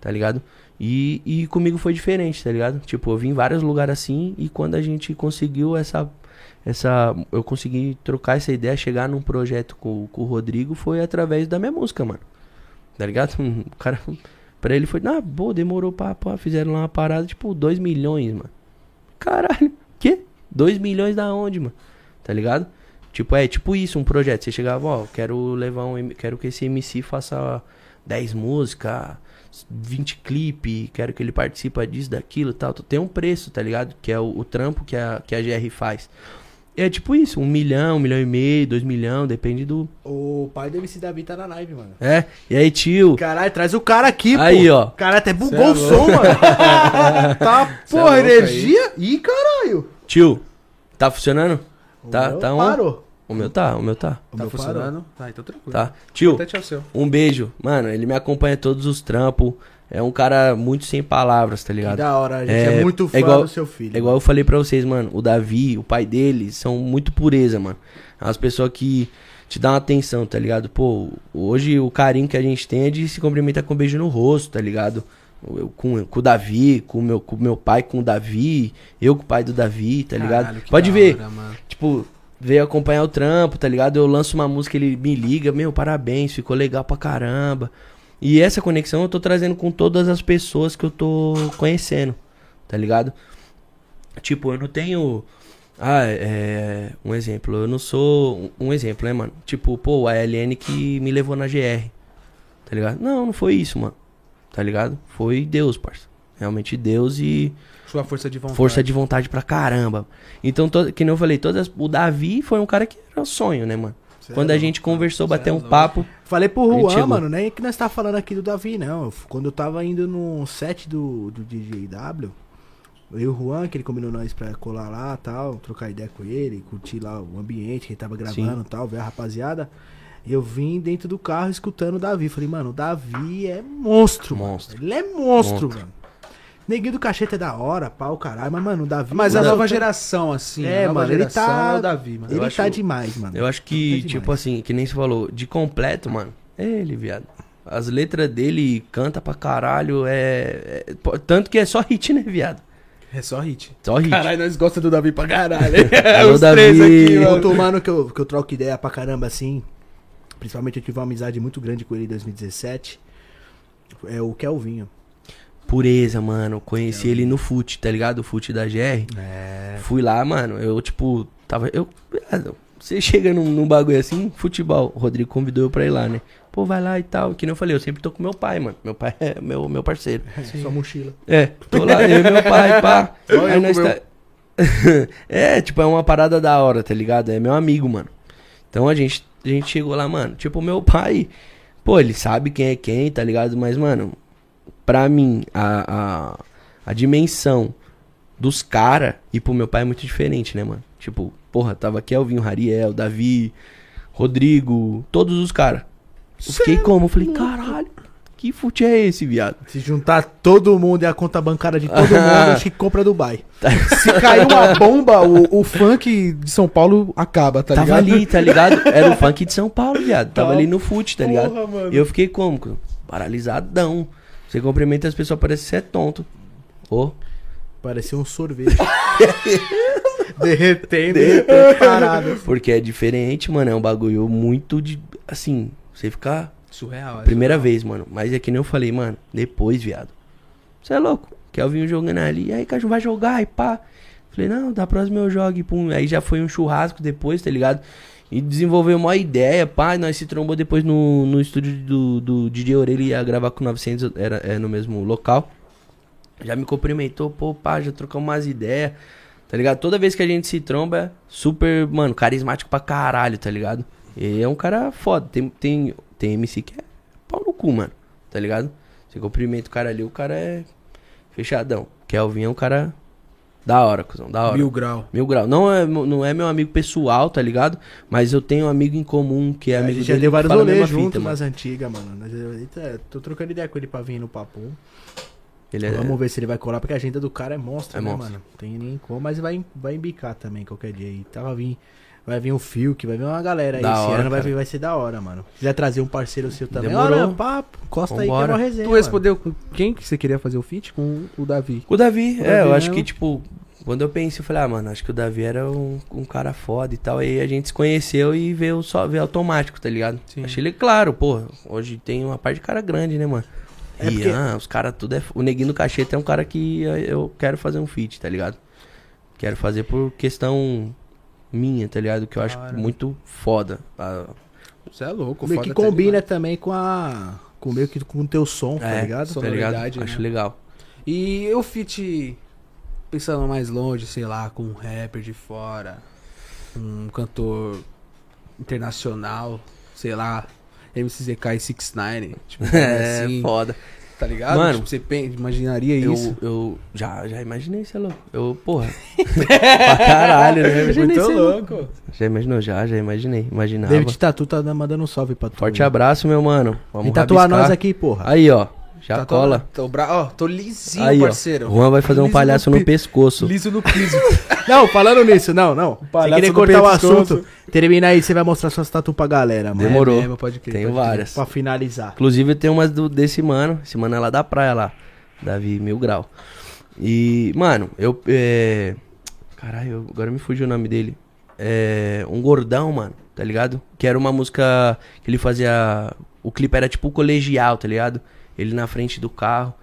tá ligado? E, e comigo foi diferente, tá ligado? Tipo, eu vim em vários lugares assim e quando a gente conseguiu essa. essa eu consegui trocar essa ideia, chegar num projeto com, com o Rodrigo foi através da minha música, mano. Tá ligado? O cara. Pra ele foi, ah, boa, demorou pra, pra. Fizeram lá uma parada, tipo, 2 milhões, mano. Caralho, quê? 2 milhões da onde, mano? Tá ligado? Tipo, é tipo isso, um projeto. Você chegava, ó, quero levar um. M- Quero que esse MC faça 10 músicas, 20 clipes, quero que ele participe disso, daquilo e tal. Tem um preço, tá ligado? Que é o, o trampo que a, que a GR faz. É tipo isso, um milhão, um milhão e meio, dois milhão, depende do. O pai do MC Davi tá na live, mano. É? E aí, tio? Caralho, traz o cara aqui, pô. Aí, ó. Caralho, até Cê é bugou o som, mano. tá, Cê é louco porra, aí. energia. Ih, caralho. Tio, tá funcionando? Tá, Meu, tá um. Parou. O meu tá, o meu tá. Tá meu funcionando? Tá, então tranquilo. Tá. Tio, Até tchau é seu. um beijo. Mano, ele me acompanha todos os trampos. É um cara muito sem palavras, tá Que ligado? da hora, a gente é, É, muito é fã igual- do seu filho. É igual eu falei pra vocês, mano. O Davi, o pai dele, são muito pureza, mano. As pessoas que te dão atenção, tá ligado? Pô, hoje o carinho que a gente tem é de se cumprimentar com um beijo no rosto, tá ligado? Eu, com, com o Davi, com o meu, com o meu pai, com o Davi, eu com o pai do Davi, tá ligado? Caralho, que Pode da ver, hora, mano. tipo, veio acompanhar o trampo, tá ligado? Eu lanço uma música, ele me liga, meu, parabéns, ficou legal pra caramba. E essa conexão eu tô trazendo com todas as pessoas que eu tô conhecendo, tá ligado? Tipo, eu não tenho. Ah, é. Um exemplo, eu não sou. Um um exemplo, né, mano? Tipo, pô, a LN que me levou na GR. Tá ligado? Não, não foi isso, mano. Tá ligado? Foi Deus, parça. Realmente Deus e. Sua força de vontade. Força de vontade pra caramba. Então, to- que nem eu falei, todas, o Davi foi um cara que era um sonho, né, mano? é Quando a gente conversou, bateu um papo. Falei pro Juan, Mentira. mano, nem que nós tá falando aqui do Davi, não. Eu f- Quando eu tava indo no set do, do DJW, eu e o Juan, que ele combinou nós pra colar lá tal, trocar ideia com ele, curtir lá o ambiente que ele tava gravando e tal, ver a rapaziada. Eu vim dentro do carro escutando o Davi. Falei, mano, o Davi é monstro, mano. Monstro. Ele é monstro, Monstro. mano. Neguinho do cacheta é da hora, pau, caralho. Mas, mano, o Davi. é Mas o a Davi- nova geração, assim. É, a nova mano, ele geração tá- é o Davi, mano. Ele Eu tá acho- demais, mano. Eu acho Tá que, demais. tipo assim, que nem você falou, de completo, mano, é ele, viado. As letras dele canta pra caralho, é. é- pô, tanto que é só hit, né, viado? É só hit. Só hit. Caralho, nós gostamos do Davi pra caralho. Alô, Os três Davi. aqui, mano. Outro mano que eu, que eu troco ideia pra caramba, assim. Principalmente eu tive uma amizade muito grande com ele em 2017. É o Kelvinho. Pureza, mano. Conheci ele no FUT, tá ligado? O FUT da GR. É. Fui lá, mano. Eu, tipo, tava. Eu. viado, Você chega num, num bagulho assim, futebol. O Rodrigo convidou eu pra ir lá, né? Pô, vai lá e tal. Que nem eu falei, eu sempre tô com meu pai, mano. Meu pai é meu, meu parceiro. Sua mochila. É, tô lá, eu e meu pai, pá. Só Aí eu nós com tá- é, tipo, é uma parada da hora, tá ligado? É meu amigo, mano. Então a gente, a gente chegou lá, mano. Tipo, meu pai, pô, ele sabe quem é quem, tá ligado? Mas, mano, pra mim, a, a, a dimensão dos cara e pro meu pai é muito diferente, né, mano? Tipo, porra, tava Kelvin, o Rariel, Davi, Rodrigo, todos os caras. Eu fiquei é como? Eu falei, caralho, que fute é esse, viado? Se juntar todo mundo e a conta bancária de todo mundo, acho que compra Dubai. Se cair uma bomba, o, o funk de São Paulo acaba, tá tava ligado? ali, tá ligado? Era o funk de São Paulo, viado. Tava Tá. ali no fute, tá ligado? Porra, mano. E eu fiquei como? cara? Paralisadão. Você cumprimenta as pessoas, parece que você é tonto. Ô, Parecia um sorvete. Derretendo, derretendo parado. Porque é diferente, mano. É um bagulho muito de. Assim, você ficar. Surreal, é. Primeira vez, mano. Mas é que nem eu falei, mano. Depois, viado. Você é louco. Kelvinho jogando ali. E aí, Caju, vai jogar e pá. Falei, não, da próxima eu jogo. E pum. Aí já foi um churrasco depois, tá ligado? E desenvolveu uma ideia, pá. e Nós se trombou depois no, no estúdio do, do DJ Orelha. Ia gravar com 900, era, é no mesmo local. Já me cumprimentou, pô, pá, já trocamos umas ideias. Tá ligado? Toda vez que a gente se tromba, é super, mano, carismático pra caralho, tá ligado? E é um cara foda. Tem, tem, tem MC que é pau no cu, mano. Tá ligado? Você cumprimenta o cara ali, o cara é fechadão. Kelvin é um cara da hora, cuzão, da hora. Mil grau. Mil grau. Não é, não é meu amigo pessoal, tá ligado? Mas eu tenho um amigo em comum que é A amigo gente já dele, deu que vários fala a mesma rolês fita, junto mano. nas antigas, mano. Nós- Eita, tô trocando ideia com ele pra vir no papo. Ele é, Vamos ver se ele vai colar, porque a agenda do cara é monstro, É né, monstro. mano? Tem nem como, mas vai, vai embicar também qualquer dia. E tava vindo. Vai vir o Fiuk, vai vir uma galera aí. Da Esse hora, ano vai, cara. vir- vai ser da hora, mano. Se quiser trazer um parceiro seu também. Demorou. Olha, papo, costa aí que é Vambora. uma resenha. Tu mano. respondeu com quem que você queria fazer o feat? Com o Davi. O Davi, O é, Davi eu acho mesmo. um que, tipo, quando eu pensei, eu falei, ah, mano, acho que o Davi era um, um cara foda e tal. Aí a gente se conheceu e veio só veio automático, tá ligado? Sim. Achei ele claro, pô. Hoje tem uma parte de cara grande, né, mano? É porque- Rian, os caras tudo é. f- O neguinho do cacheta é um cara que eh, eu quero fazer um feat, tá ligado? Quero fazer por questão minha, tá ligado? Que eu acho Claro. muito foda. Ah, Você é louco, Meio foda que até combina demais. também com a. Com meio que com o teu som, tá é, ligado? Tá Sonoridade, ligado? né? Acho legal. E o feat, pensando mais longe, sei lá, com um rapper de fora, um cantor internacional, sei lá, MCZK e 69, tipo, É, assim, foda. tá ligado? Mano, Tipo, você pensa, imaginaria Eu, isso? eu já, já imaginei, sei louco. Eu, porra. pra caralho, né? Imaginei, cê é Já imaginou, já, já imaginei. Imaginava. David Tatu tá mandando um salve pra tu. Forte né? abraço, meu mano. Vem Vamos tatuar rabiscar. nós aqui, porra. Aí, ó. Já Tá todo- cola. Tô, bra... Ó, tô lisinho, Aí, parceiro. ó. Juan vai fazer um Liso palhaço no no, pi- pescoço. Liso no piso. Não, falando nisso, não, não. Você palhaço queria do cortar o pescoço. assunto. Termina aí, você vai mostrar suas tatu pra galera, mano. é, Demorou. É mesmo, pode crer, Tem pode crer. várias. Pra finalizar. Inclusive, tem umas do, desse mano. Esse mano é lá da praia, lá. Davi Mil Grau. E, mano, eu. É... Caralho, agora me fugiu o nome dele. É. Um gordão, mano, tá ligado? Que era uma música que ele fazia. O clipe era tipo colegial, tá ligado? Ele na frente do carro.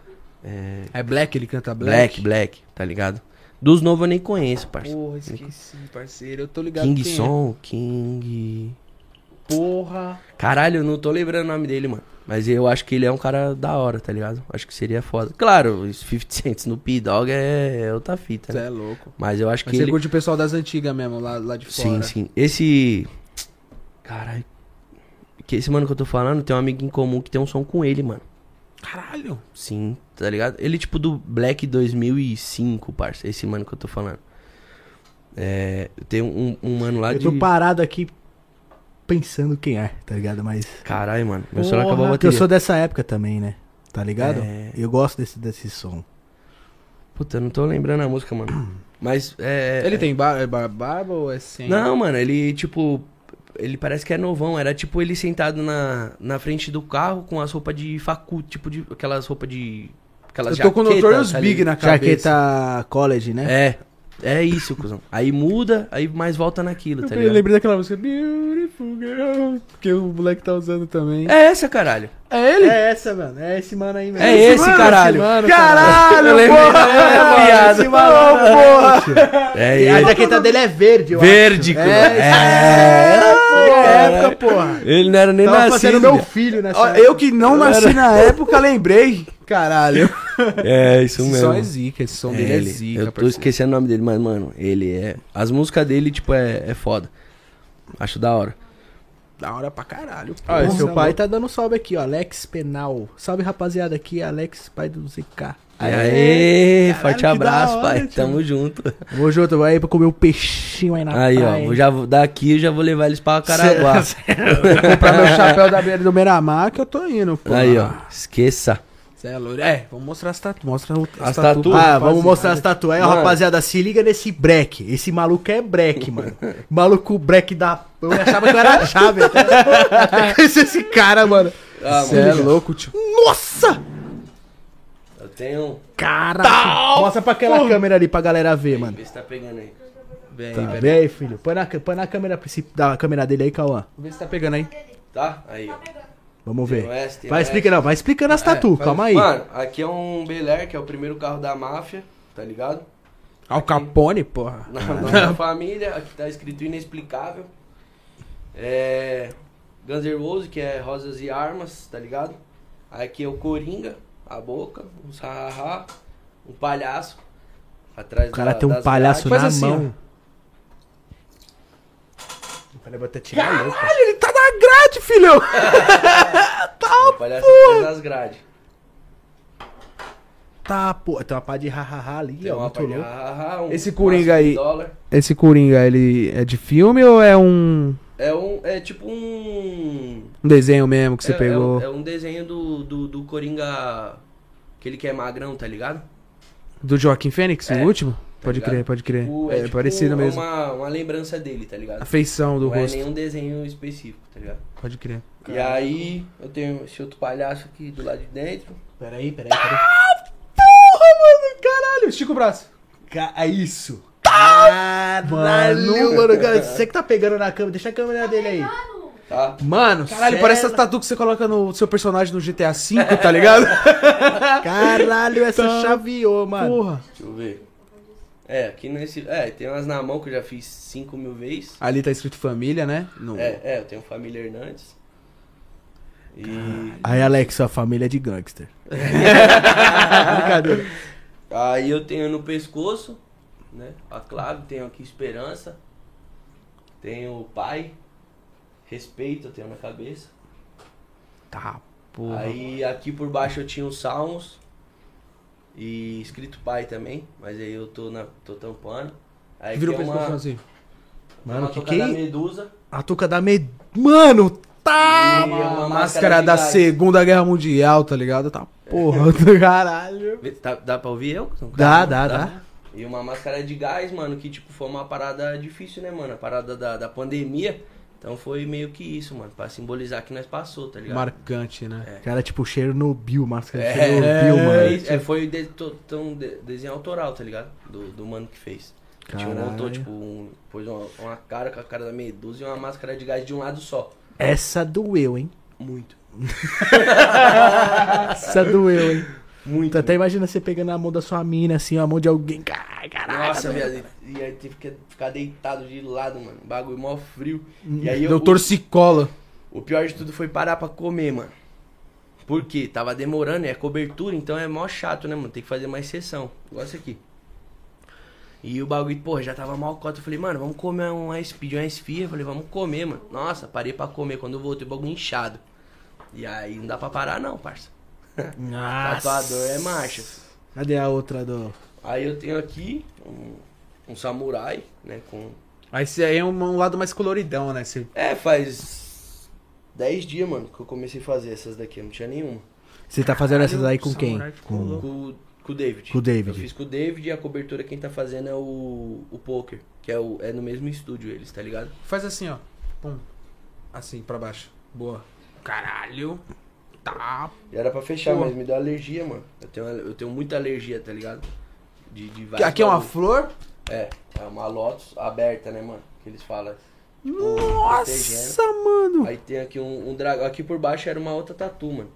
É. É Black, ele canta Black. Black, Black, tá ligado? Dos novos eu nem conheço, parceiro. Porra, esqueci, parceiro. Eu tô ligado King quem é. Song, King. Porra. Caralho, eu não tô lembrando o nome dele, mano. Mas eu acho que ele é um cara da hora, tá ligado? Acho que seria foda. Claro, os 50 Cent no P-Dog é, é outra fita, Você né? é louco. Mas eu acho Mas que você ele... curte o pessoal das antigas mesmo, lá, lá de Sim, fora. sim. Esse... Caralho. Que esse mano que eu tô falando tem um amigo em comum que tem um som com ele, mano. Caralho. Sim, tá ligado? Ele tipo do Black 2005, parça. Esse mano que eu tô falando. É... Tem um, um mano lá Eu de... tô parado aqui pensando quem é, tá ligado? Mas. Caralho, mano. Meu celular acabou a Porra, que bateria. eu sou dessa época também, né? Tá ligado? É. Eu gosto desse, desse som. Puta, eu não tô lembrando a música, mano. Mas é... Ele tem bar- é bar- barba ou é sem? Não, mano, ele, tipo. Ele parece que é novão. Era tipo ele sentado na, na frente do carro com as roupas de facu, tipo de. Aquelas roupas de. Aquelas Eu tô com o jaqueta, Notorious tá Big ligado? na cabeça. Jaqueta College, né? É. É isso, cuzão. Aí muda, aí mais volta naquilo, tá ligado? lembrei daquela música Beautiful Girl, que o moleque tá usando também. É essa, caralho. É ele? essa, mano. É esse mano aí, mesmo. É esse, caralho. Caralho, Eu lembrei. porra! É, viado. mano, porra. É A ele. jaqueta dele é verde, é eu Verde, acho. cuzão. É, É, caralho. época, porra. Ele não era nem Tava nascido. fazendo meu viado. filho nessa Ó, época. eu que não nasci na época, lembrei. Caralho. É, isso Esse mesmo. som é zica, esse Então, som É dele ele. é zica. eu tô parceiro. esquecendo o nome dele, mas, mano, ele é. As músicas dele, tipo, é, é foda. Acho da hora. Da hora pra caralho. Ó, porra. seu pai tá dando salve aqui, ó. Alex Penal. Salve, rapaziada. Aqui é Alex, pai do ZK. E aí, forte que abraço, da hora, pai. tio. Tá, Tamo junto. Vou junto, vai aí pra comer o peixinho aí na aí, praia. ó, vou já vou- daqui eu já vou levar eles pra Caraguá. comprar meu chapéu da beira do Meramar que eu tô indo, pô. aí, ó, esqueça. Cê é louco. É, vamos mostrar as tatu. Mostra o- As pra tatu? Ah, rapaziada. vamos mostrar as tatuagens. Mano. Rapaziada, se liga nesse break. Esse maluco é break, mano. Maluco break da. Eu achava que eu era a chave. até- esse, esse cara, mano. Ah, Cê é louco, tio. Nossa! Eu tenho. um. Caraca! Mostra pra aquela câmera ali pra galera ver, mano. Vê se tá pegando aí. bem, Tá velho. bem, filho. Põe na, põe na câmera princip- da câmera dele aí, Cauã. Vê se tá pegando aí. Tá? Aí, ó. Vamos ver. TOS, TOS. Vai explicando, não, vai explicando as tatu, faz- calma aí. É, Mano, aqui é um Bel Air, que é o primeiro carro da máfia, tá ligado? Al Ah, Capone, porra. Na nossa família, aqui tá escrito inexplicável. É. Guns N' Roses, que é Rosas e Armas, tá ligado? Aqui é o Coringa, a boca, um sarrá, um palhaço. Atrás o cara da- tem um das palhaço grades. na Faz assim, mão. Eu falei, vou até tirar a louca. Ele tá na grade, filho! Um palhaço atrás das grades. Tá, pô. Tem uma pá de hahaha ali, Tem ó. uma Muito parte de louco. hahaha, um é Esse Coringa máximo de aí. dólar. Esse Coringa, ele é de filme ou é um, É, um, é tipo um. um desenho mesmo que você é, pegou? É, um- é um desenho do, do, do Coringa. Que ele que é magrão, tá ligado? Do Joaquim Fênix, É, o último? Pode ligado? crer, pode crer. Tipo, é tipo parecido uma, mesmo. Uma lembrança dele, tá ligado? A feição do Não é rosto. nenhum desenho específico, tá ligado? Pode crer. E aí, eu tenho esse outro palhaço aqui do lado de dentro. Peraí, peraí, peraí. Porra, mano, caralho! Estica o braço. Ca- É isso. Caralho, Tá! mano. cara, Você que tá pegando na câmera. Deixa a câmera dele aí. Tá? Mano, caralho, sério? é parece essa tatu que você coloca no seu personagem no GTA V, tá ligado? Caralho, essa chaveou, mano. Porra. Deixa eu ver. É, aqui nesse. É, tem umas na mão que eu já fiz 5 mil vezes. Ali tá escrito família, né? No... É, é, eu tenho família Hernandes. E. Aí, Alex, sua família é de gangster. Brincadeira. Aí eu tenho no pescoço, né? A clave, tenho aqui esperança. Tenho pai. Respeito, eu tenho na cabeça. Tá, Uhum. porra. Aí aqui por baixo eu tinha os salmos. E escrito pai também. Mas aí eu tô, na, tô tampando. Aí Vira o tem pescoço é uma, assim. Mano, uma que toca que da é? medusa. A touca da med... Mano, tá... e uma Máscara da gás. Segunda Guerra Mundial, tá ligado? Tá, porra. Caralho. Vê- tá- dá pra ouvir eu? Não, Dá, cara, dá, tá? dá. E uma máscara de gás, mano, que tipo foi uma parada difícil, né, mano? A parada da, da pandemia. Então foi meio que isso, mano. Pra simbolizar que nós passou, tá ligado? Marcante, né? Cara, tipo, cheiro no Bill, máscara de É, cheiro no é, Bill, mano. é, foi de, to- tão de- desenho autoral, tá ligado? Do, do mano que fez. Tipo, Caralho. montou, tipo, um, pôs uma, uma cara com a cara da medusa e uma máscara de gás de um lado só. Essa doeu, hein? Muito. Essa doeu, hein? Muito. Tu Tá até imagina você pegando a mão da sua mina, assim, a mão de alguém. Car- Caralho. Nossa, viado. E e aí tive que ficar deitado de lado, mano. Bagulho mó frio. Hum. E aí eu, Deu torcicola. O pior de tudo foi parar pra comer, mano. Por quê? Tava demorando, é cobertura, então é mó chato, né, mano? Tem que fazer mais sessão. Igual essa aqui. E o bagulho, porra, já tava mal cota. Eu falei, mano, vamos comer um uma speed, uma esfirra. Eu Falei, vamos comer, mano. Nossa, parei pra comer. Quando eu voltei, o bagulho inchado. E aí não dá pra parar, não, parça. Tatuador é marcha. Cadê a outra do... Aí eu tenho aqui um, um samurai, né? Com. Aí esse aí é um, um lado mais coloridão, né? Esse- É, faz 10 dias, mano, que eu comecei a fazer essas daqui. Eu não tinha nenhuma. Você tá fazendo essas aí com Caralho, quem? samurai ficou Com... louco. Com, com o David. Uhum. Com o David. Eu fiz com o David e a cobertura quem tá fazendo é o, o Poker, que é, o, é no mesmo estúdio eles, tá ligado? Faz assim, ó. Pum. Assim, pra baixo. Boa. Caralho. Tá. E era pra fechar, Pô. mas me deu alergia, mano. Eu tenho, eu tenho muita alergia, tá ligado? De, de vários Aqui é uma bagulho. flor. É, é uma Lotus aberta, né, mano? Que eles falam. tipo, Nossa, mano. Aí tem aqui um, um dragão. Aqui por baixo era uma outra tatu, mano.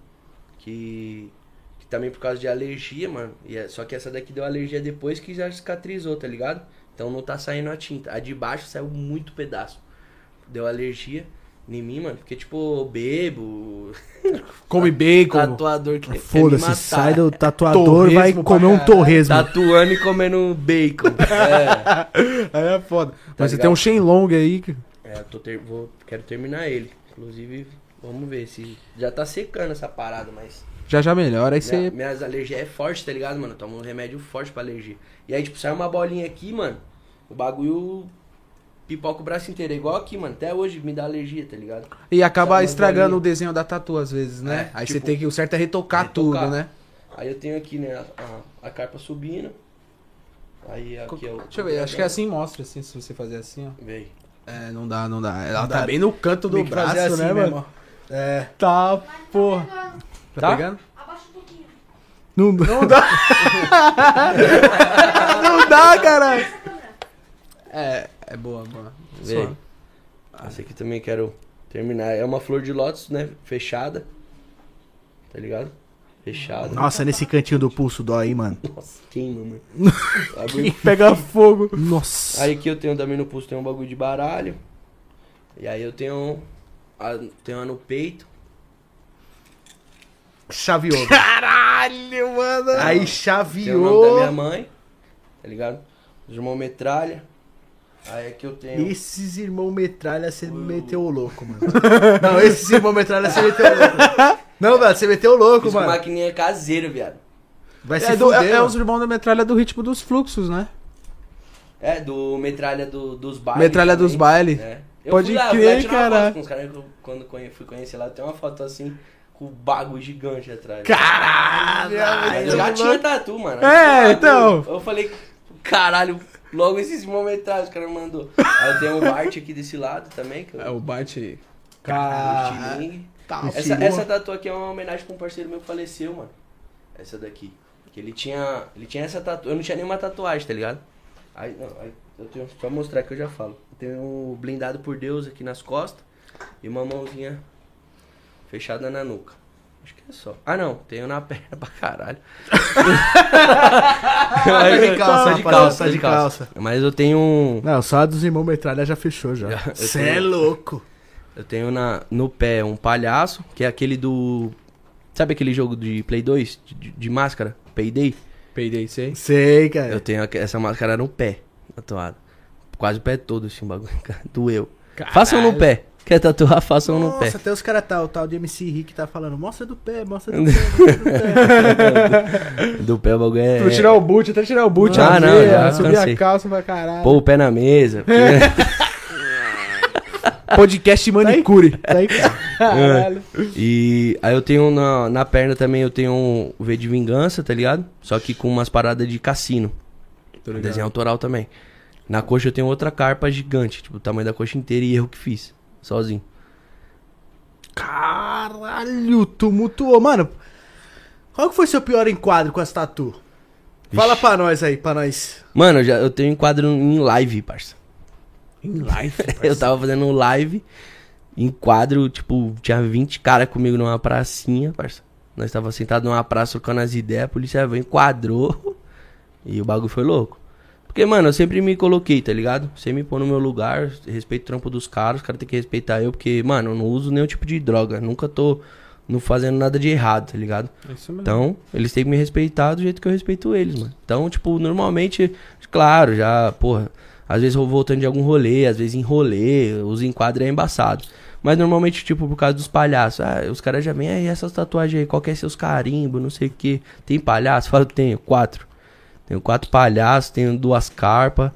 Que. Que também por causa de alergia, mano. E é- só que essa daqui deu alergia depois que já cicatrizou, tá ligado? Então não tá saindo a tinta. A de baixo saiu muito pedaço. Deu alergia em mim, mano. Porque, tipo, eu bebo. Come bacon. Tatuador que quer me matar. Foda-se, sai do tatuador, Torresmo vai pra comer um caralho. torresmo. Tatuando e comendo bacon. É, Aí é foda. Mas você Tá ligado? tem um Shenlong aí. que- é eu tô ter- vou, quero terminar ele. Inclusive, vamos ver se. Já tá secando essa parada, mas. Já já melhora. Aí você. Minha- minhas alergias é forte, tá ligado, mano? Eu tomo um remédio forte pra alergia. E aí, tipo, sai uma bolinha aqui, mano. O bagulho pipoca o braço inteiro. É igual aqui, mano. Até hoje me dá alergia, tá ligado? E acaba Sabe, estragando bolinha. o desenho da tatu às vezes, né? É, aí tipo, você tem que. O certo é retocar, tudo, retocar. né? Aí eu tenho aqui, né, a, a, a carpa subindo. Aí aqui é o. Deixa eu ver. Acho que é assim mostra, assim, se você fazer assim, ó. Véi. É, não dá, não dá. Ela Não tá dá. bem no canto do Tem que fazer braço, assim né, mesmo, mano? É. Tá, porra. Tá pegando. Tá, Tá? pegando? Abaixa um pouquinho. Não dá. Não dá, caralho. Essa câmera. É, É boa, boa. Vê. Só. Essa aqui também quero terminar. É uma flor de lótus, né? Fechada. Tá ligado? Fechada. Nossa, nesse cantinho do pulso dói, hein, mano. Nossa, queima, mano. Abre o- Pega fogo. Nossa. Aí que eu tenho também no pulso tem um bagulho de baralho. E aí eu tenho. um, A, tenho uma no peito. Chaveou. Caralho, mano. Aí Tem o nome da minha chaveou. mãe. Tá ligado? Os irmão metralha. Aí aqui eu tenho. Esses irmão metralha, você meteu o louco, mano. Não, esses irmão metralha, você meteu o louco. Não, velho, você meteu o louco, Fiz com mano. maquininha caseira, viado. Vai se É, do, é, fuder. é mano. os irmãos da metralha do ritmo dos fluxos, né? É, do metralha do- dos bailes. metralha também. dos baile. É. Pode fui lá, fui crer, lá tirar uma cara. foto Com os caras que eu- quando conhe- fui conhecer lá, tem uma foto assim com o bagulho gigante atrás. Ah, Caralho! Aí já tinha tatu, mano. É, Aí tinha um bagulho. então. Eu falei, caralho, logo esses momentos o cara mandou. Aí eu tenho um Bart aqui desse lado também, que eu É o tá Bart. do estilingue. Essa, Estilingue. essa tatu aqui é uma homenagem pra um parceiro meu que faleceu, mano. Essa daqui. Que ele tinha. Ele tinha essa tatu. Eu não tinha nenhuma tatuagem, tá ligado? Aí, não, aí eu tenho. Só mostrar que eu já falo. Eu tenho um blindado por Deus aqui nas costas e uma mãozinha fechada na nuca. Acho que é só. Ah não, tenho na perna pra caralho. Tá de calça, Só rapaz, de calça, tá só de de calça. Mas eu tenho um. Não, só a dos irmãos metralha já fechou já. Eu Você tenho- é louco. Eu tenho na, no pé um palhaço, que é aquele do. Sabe aquele jogo de Play 2? De, de- de máscara? Payday? Peidei, sei. Sei, cara. Eu tenho aque- essa máscara no pé, tatuada. Quase o pé todo, assim, o bagulho. cara, Doeu. Façam no pé. Quer tatuar, façam no pé. Nossa, até os caras tá, o tal de MC Rick tá falando, mostra do pé, mostra do pé, mostra do pé. Do pé o bagulho é. Vou tirar o boot, até tirar o boot. Ah, a não, meia, já subir cansei. a calça pra caralho. Pô o pé na mesa. Podcast Manicure. Tá aí, cara. Caralho. E aí eu tenho na, na perna também, eu tenho um V de vingança, tá ligado? Só que com umas paradas de cassino. Desenho autoral também. Na coxa eu tenho outra carpa gigante, tipo, o tamanho da coxa inteira e eu que fiz, sozinho. Caralho, tumultuou. Mano, qual que foi seu pior enquadro com as tatu? Fala pra nós aí, pra nós. Mano, eu, já, eu tenho um quadro em live, parça. Em live. Eu tava fazendo um live em quadro, tipo, tinha 20 caras comigo numa pracinha, parça. Nós tava sentado numa praça trocando as ideias, a polícia veio, enquadrou e o bagulho foi louco. Porque, mano, eu sempre me coloquei, tá ligado? Você me pôr no meu lugar, respeito o trampo dos caras, os caras têm que respeitar eu, porque, mano, eu não uso nenhum tipo de droga, nunca tô não fazendo nada de errado, tá ligado? Isso mesmo. Então, eles têm que me respeitar do jeito que eu respeito eles, mano. Então, tipo, normalmente, claro, já, porra, às vezes eu vou voltando de algum rolê, às vezes em rolê, os enquadros é embaçado. Mas normalmente, tipo, por causa dos palhaços, ah, os caras já vêm aí, essas tatuagens aí, qual que é seus carimbos, não sei o que. Tem palhaço? Fala, tenho, quatro. Tenho quatro palhaços, tenho duas carpas.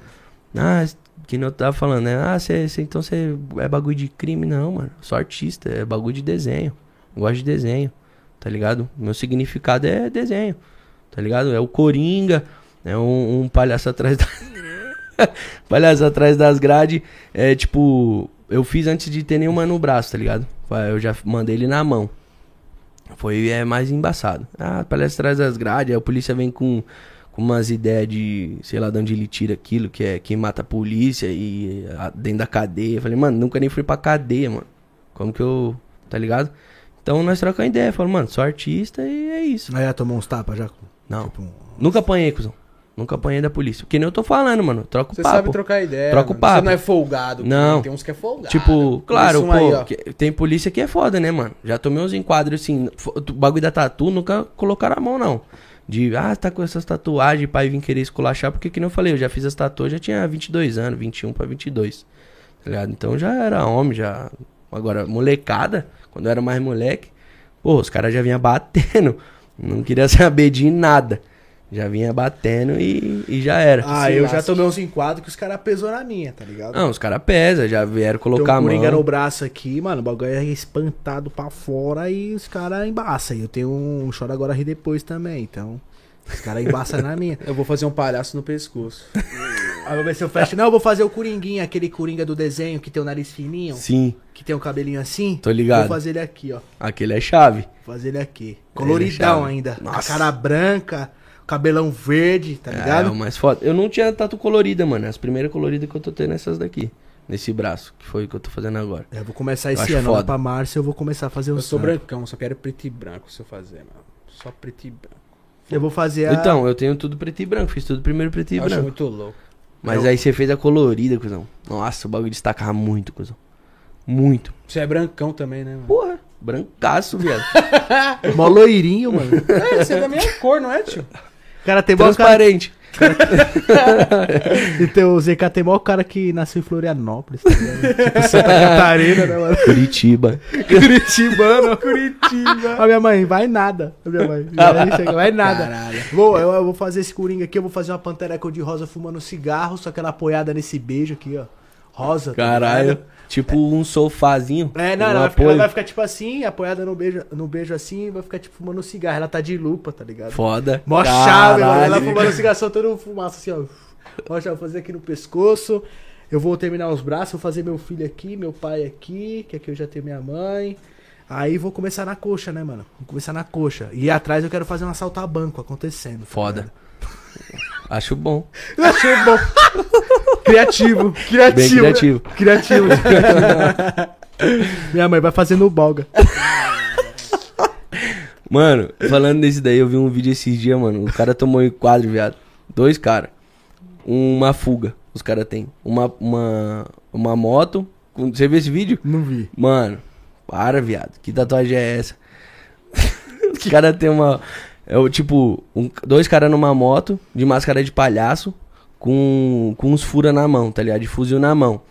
Ah, que nem eu tava falando, né? Ah, cê, cê- então você é bagulho de crime? Não, mano. Eu sou artista, é bagulho de desenho. Eu gosto de desenho, tá ligado? Meu significado é desenho, tá ligado? É o Coringa, é um, um palhaço atrás da... palhaço atrás das grades. É tipo, eu fiz antes de ter nenhuma no braço, tá ligado? Eu já mandei ele na mão. Foi é, mais embaçado. Ah, palestra atrás das grades, aí a polícia vem com, com umas ideias de, sei lá, de onde ele tira aquilo, que é quem mata a polícia e a- dentro da cadeia. Eu falei, mano, nunca nem fui pra cadeia, mano. Como que eu. Tá ligado? Então nós trocamos ideia. Falei, mano, sou artista e é isso. Aí já tomou uns tapas já? Não. Tipo, um- Nunca apanhei, cuzão. Nunca apanhei da polícia. Que nem eu tô falando, mano. Troco Você papo. sabe trocar ideia. Troca o mano. papo. Você não é folgado. Não. Tem uns que é folgado. Tipo, claro, Esse um pô, aí, ó. que- tem polícia que é foda, né, mano? Já tomei uns enquadros assim, fo- o bagulho da tatu nunca colocaram a mão, não. De, ah, tá com essas tatuagens, pai, vim querer esculachar, porque que nem eu falei, eu já fiz as tatuagens, já tinha 22 anos, 21 pra 22, tá ligado? Então já era homem, já... Agora, molecada, quando eu era mais moleque, pô, os caras já vinham batendo, não queria saber de nada. Já vinha batendo e, e já era. Ah, eu já tomei uns enquadros que os caras pesou na minha, tá ligado? Não, os caras pesam, já vieram colocar Tem um a mão. coringa no braço aqui, mano, o bagulho é espantado pra fora e os caras embaçam. E eu tenho um chora agora ri depois também, então os caras embaçam na minha. Eu vou fazer um palhaço no pescoço. Aí eu vou ver se eu fecho. Não, eu vou fazer o coringuinha, aquele coringa do desenho que tem o nariz fininho, Sim, que tem o cabelinho assim. Tô ligado. Vou fazer ele aqui, ó. Vou aquele é chave. fazer ele aqui. Coloridão chave. ainda. A Nossa. cara branca, cabelão verde, tá É, ligado? o mais foda. Eu não tinha tatu colorida, mano. É As primeiras coloridas que eu tô tendo é essas daqui. Nesse braço, que foi o que eu tô fazendo agora. É, Eu vou começar Eu esse acho ano, lá foda. pra março eu vou começar a fazer Eu uns sou trampos. brancão, só quero preto e branco se eu fazer, mano. Só preto e branco. Eu vou fazer a... Então, eu tenho tudo preto e branco. Fiz tudo primeiro preto e Eu acho branco. muito louco. Mas aí você fez a colorida, cuzão. Nossa, o bagulho destacava muito, cuzão. Muito. Você é brancão também, né, mano? Porra, brancaço, viado. Mó loirinho, mano. É, você é da minha cor, não é, tio? O cara tem mó cara... Transparente. Então, o ZK tem mó cara que nasceu em Florianópolis, tá ligado? tipo Santa Catarina, né, mano? Curitiba. Curitibano. Curitiba. A minha mãe, vai nada. A minha mãe. Minha mãe chega, vai nada. Caralho. Vou, eu, eu vou fazer esse coringa aqui, eu vou fazer uma pantera cor de rosa fumando cigarro, só que ela apoiada nesse beijo aqui, ó. Rosa. tá ligado? Caralho. Tipo um sofazinho. É, não, um não, ela vai ficar- apoio. ela vai ficar tipo assim, apoiada no beijo, no beijo assim, e vai ficar tipo fumando cigarro. Ela tá de lupa, tá ligado? Foda. Mó chave, mano. Ela Caralho. fumando cigarro, soltando fumaça assim, ó. Mó chave, vou fazer aqui no pescoço. Eu vou terminar os braços, vou fazer meu filho aqui, meu pai aqui, que aqui eu já tenho minha mãe. Aí vou começar na coxa, né, mano? Vou começar na coxa. E atrás eu quero fazer um assalto a banco acontecendo. Foda. Acho bom. Achei bom. Criativo. Criativo. Bem né? criativo. Criativo. Minha mãe vai fazendo o balga. Mano, falando desse daí, eu vi um vídeo esses dias, mano. O cara tomou em quadro, viado. Dois caras. Uma fuga, os caras têm. Uma, uma, uma moto. Com- Você viu esse vídeo? Não vi. Mano, para, viado. Que tatuagem é essa? os caras têm uma. É o tipo, um- dois caras numa moto, de máscara de palhaço, com, com uns fura na mão, tá ligado? De fuzil na mão.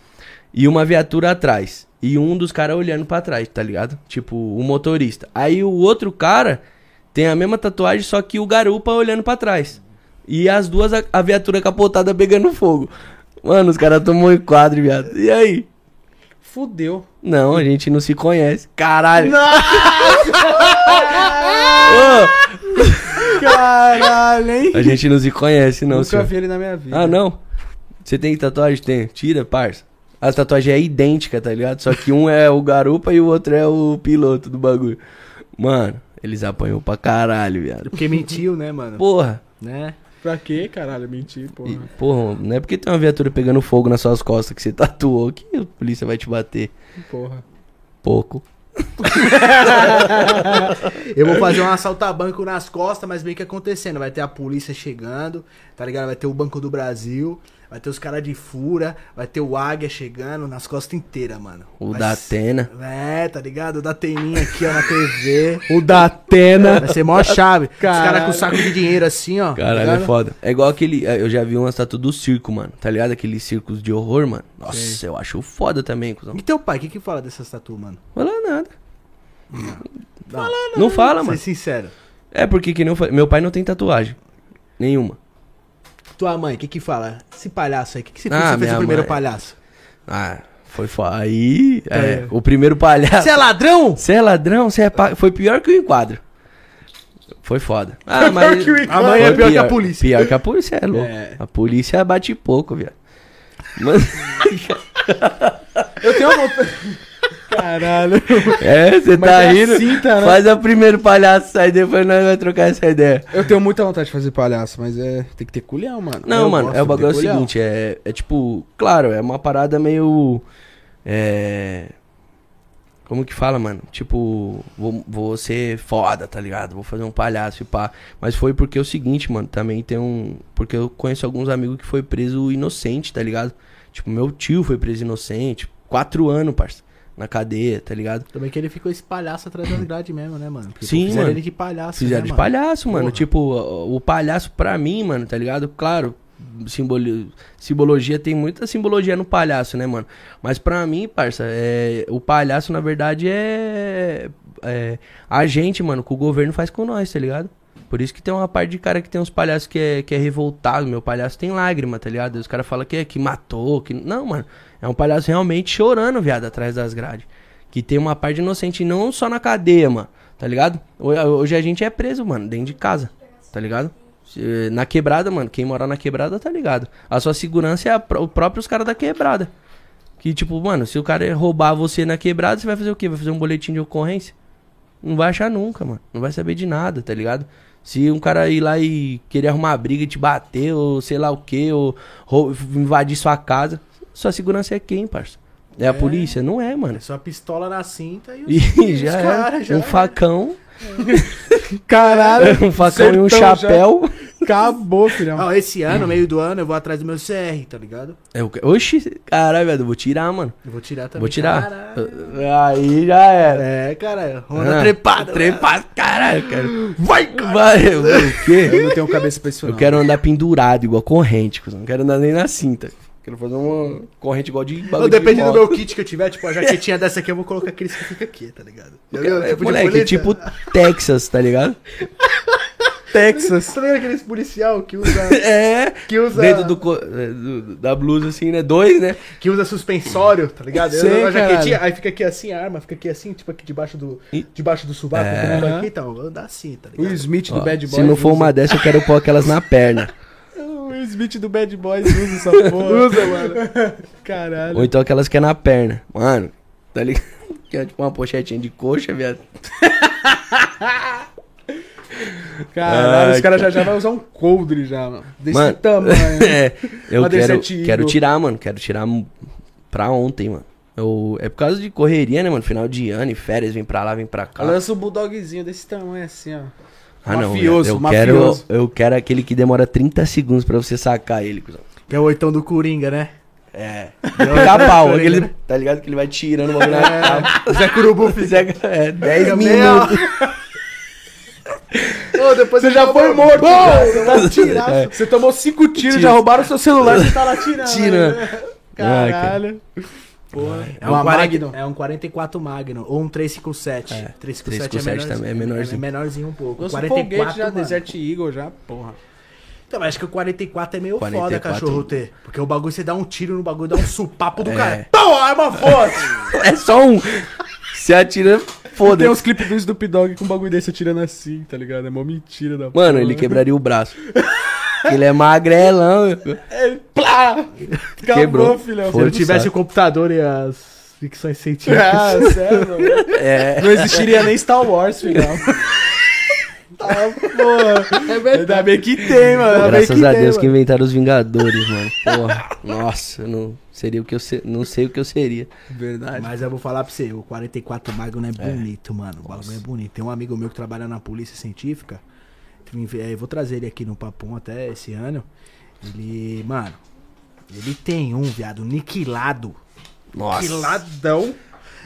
E uma viatura atrás. E um dos caras olhando pra trás, tá ligado? Tipo, o motorista. Aí o outro cara tem a mesma tatuagem, só que o garupa olhando pra trás. E as duas, a, a viatura capotada pegando fogo. Mano, os caras tomou em quadro, viado. E aí? Fudeu. Não, a gente não se conhece. Caralho. Ô, Caralho, hein? a gente não se conhece, não, Nunca senhor. vi ele na minha vida. Ah, não? Você tem tatuagem? Tem. Tira, parça. A tatuagem é idêntica, tá ligado? Só que um é o garupa e o outro é o piloto do bagulho. Mano, eles apanhou pra caralho, viado. Porque mentiu, né, mano? Porra. Né? Pra quê, caralho? Mentir, porra. E, porra, não é porque tem uma viatura pegando fogo nas suas costas que você tatuou que a polícia vai te bater. Porra. Pouco. Eu vou fazer um assalto a banco nas costas, mas bem que acontecendo. Vai ter a polícia chegando, tá ligado? Vai ter o Banco do Brasil, vai ter os caras de fura, vai ter o Águia chegando nas costas inteiras, mano. O Vai da ser- Atena. É, tá ligado? O da Teninha aqui, ó, na TV. O da Atena. Vai ser mó chave. Os caras Caralho. com saco de dinheiro assim, ó. tá Caralho, ligado? é foda. É igual aquele. eh, Eu já vi uma tatu do circo, mano. Tá ligado? Aqueles circos de horror, mano. Nossa, eu acho foda também, cuzão. E teu pai, o que que fala dessas tatu, mano? Fala nada. Não, Não fala, ser mano. sincero. É porque que nem eu falei, meu pai não tem tatuagem. Nenhuma. Tua mãe, o que que fala? Esse palhaço aí, o que que você Ah, fez? Você fez minha o primeiro mãe. palhaço. Ah, foi foda. Aí, é, É. o primeiro palhaço. Você é ladrão? Você é ladrão, você é pa... Foi pior que o enquadro. Foi foda. Ah, mas... que o enquadro. A mãe é Foi pior que a polícia. Pior que a polícia, é louco. É. A polícia bate pouco, viado. Mas... Eu tenho uma vontade. Caralho. É, você Mas tá é a rindo. assim, cinta, né? Faz o primeiro palhaço, sai depois nós vamos trocar essa ideia. Eu tenho muita vontade de fazer palhaço, mas é. Tem que ter culhão, mano. Não, Eu mano, gosto é o de bagulho é o ter culhão. seguinte, é, é tipo, claro, é uma parada meio. É. Como que fala, mano? Tipo, vou, vou ser foda, tá ligado? Vou fazer um palhaço e pá. Mas foi porque é o seguinte, mano, também tem um. Porque eu conheço alguns amigos que foi preso inocente, tá ligado? Tipo, meu tio foi preso inocente, quatro anos, parça, na cadeia, tá ligado? Também que ele ficou esse palhaço atrás das grades mesmo, né, mano? Porque Sim, fizeram mano. ele de palhaço, Fizeram né, de mano? palhaço, mano. Porra. Tipo, o o palhaço pra mim, mano, tá ligado? Claro, simboli... simbologia tem muita simbologia no palhaço, né, mano? Mas pra mim, parça, é... o palhaço, na verdade, é... é a gente, mano, que o governo faz com nós, tá ligado? Por isso que tem uma parte de cara que tem uns palhaços que é, que é revoltado, meu palhaço tem lágrima, tá ligado? Os caras falam que, é- que matou, que... Não, mano, é um palhaço realmente chorando, viado, atrás das grades. Que tem uma parte inocente, não só na cadeia, mano. Tá ligado? Ho- Hoje a gente é preso, mano, dentro de casa. Tá ligado? Eh, Na quebrada, mano, quem mora na quebrada tá ligado. A sua segurança é a pró- o próprio os caras da quebrada. Que tipo, mano, se o cara roubar você na quebrada, você vai fazer o quê? Vai fazer um boletim de ocorrência? Não vai achar nunca, mano. Não vai saber de nada, tá ligado? Se um cara ir lá e querer arrumar briga e te bater, ou sei lá o que, ou rou- invadir sua casa, sua segurança é quem, parça? É, a polícia? Não é, mano. É só a pistola na cinta e os, E os já é. caras já um facão, Caralho. um facão e um sertão já. chapéu. Acabou, filhão. Ó, esse ano, meio do ano, eu vou atrás do meu CR, tá ligado? Eu, É oxi, caralho, velho, eu vou tirar, mano. Eu vou tirar também. vou tirar. Caralho. Aí já era. É, cara, Honda Ah, trepada. Trepado, caralho, cara. Vai, Vai, eu- o Eu quê? não tenho cabeça pra isso, Eu não. quero andar pendurado igual corrente, cuzão. Não quero andar nem na cinta. Quero fazer uma corrente igual de Não, bagulho depende de do moto. meu kit que eu tiver, tipo, a jaquetinha dessa aqui, eu vou colocar aqueles que fica aqui, tá ligado? Entendeu? É, Tipo de moleque, é coleta. tipo Texas, tá ligado? Texas. Você lembra aqueles policial que usa, É. que usa, Dentro do, co- é, do- da blusa, assim, né? Dois, né? que usa suspensório, tá ligado? Eu Sei, uso a jaquetinha, caralho. aí fica aqui assim a arma, fica aqui assim, tipo aqui debaixo do, E- debaixo do sovaco, É. tá ligado? aqui, então, eu andar assim, tá O ligado? Smith do Ó, Bad Boys. se não for usa. uma dessa, eu quero pôr aquelas na perna. O Smith do Bad Boys usa essa porra. usa, mano. Caralho. Ou então aquelas que é na perna. Mano, tá ligado? Que é tipo uma pochetinha de coxa, viado. Caralho, Ai, os caras já já vão usar um coldre já, mano. Desse Mano, tamanho. É, eu Uma quero, D7 Eagle. quero tirar, mano. Quero tirar m- pra ontem, mano. Eu, é por causa de correria, né, mano? Final de ano e férias, vem pra lá, vem pra cá. Lança um bulldogzinho desse tamanho assim, ó. ah, não. mafioso, eu, mafioso. Quero, eu quero aquele que demora 30 segundos pra você sacar ele, cuzão. Que é o oitão do Coringa, né? É. Dá tô pau. Aquele, ligado. tá ligado? Que ele vai tirando o bagulho na cara. Zé Curubu fica É, 10 meia hora. minutos. Ô, depois Você eu já vou- foi morto! tá Tirar, É. Você tomou cinco tiros, Tiro. já roubaram seu celular, você tá lá tirando. Tirando. né? Ah, cara. Caralho. É uma Uma Magnum. Magnum. É um 44 Magnum. Ou um 357. É, 357, 357 também é menorzinho. É menorzinho um pouco. Eu sou 44 foguete já, mano. Desert Eagle já, porra. Então, mas acho que o 44 é meio 44. foda, cachorro, ter. Porque o bagulho, você dá um tiro no bagulho, dá um supapo do É. cara. Pau, arma forte! É só um. Se atira, Tem foda-se. uns clipes do Snoop Dogg com um bagulho desse atirando assim, tá ligado? É mó mentira da Mano, ele quebraria o braço. Ele é magrelão. meu. Plá! Acabou, Quebrou. filhão. Foi. Se eu tivesse o computador e as ficções científicas. Ah, sério? mano. É. Não existiria nem Star Wars, filhão. Tá, porra. É verdade. Ainda bem que tem, mano. Ainda bem Graças que a tem, Deus que mano. inventaram os Vingadores, mano. Porra, nossa, eu não seria o que eu se- não sei o que eu seria. Verdade. Mas eu vou falar pra você, o 44 Magnum é bonito, mano. O bagulho é bonito. Tem um amigo meu que trabalha na polícia científica. tem- é, Eu vou trazer ele aqui no Papum até esse ano. Ele, mano, ele tem um, viado, niquilado. Nossa. Quiladão.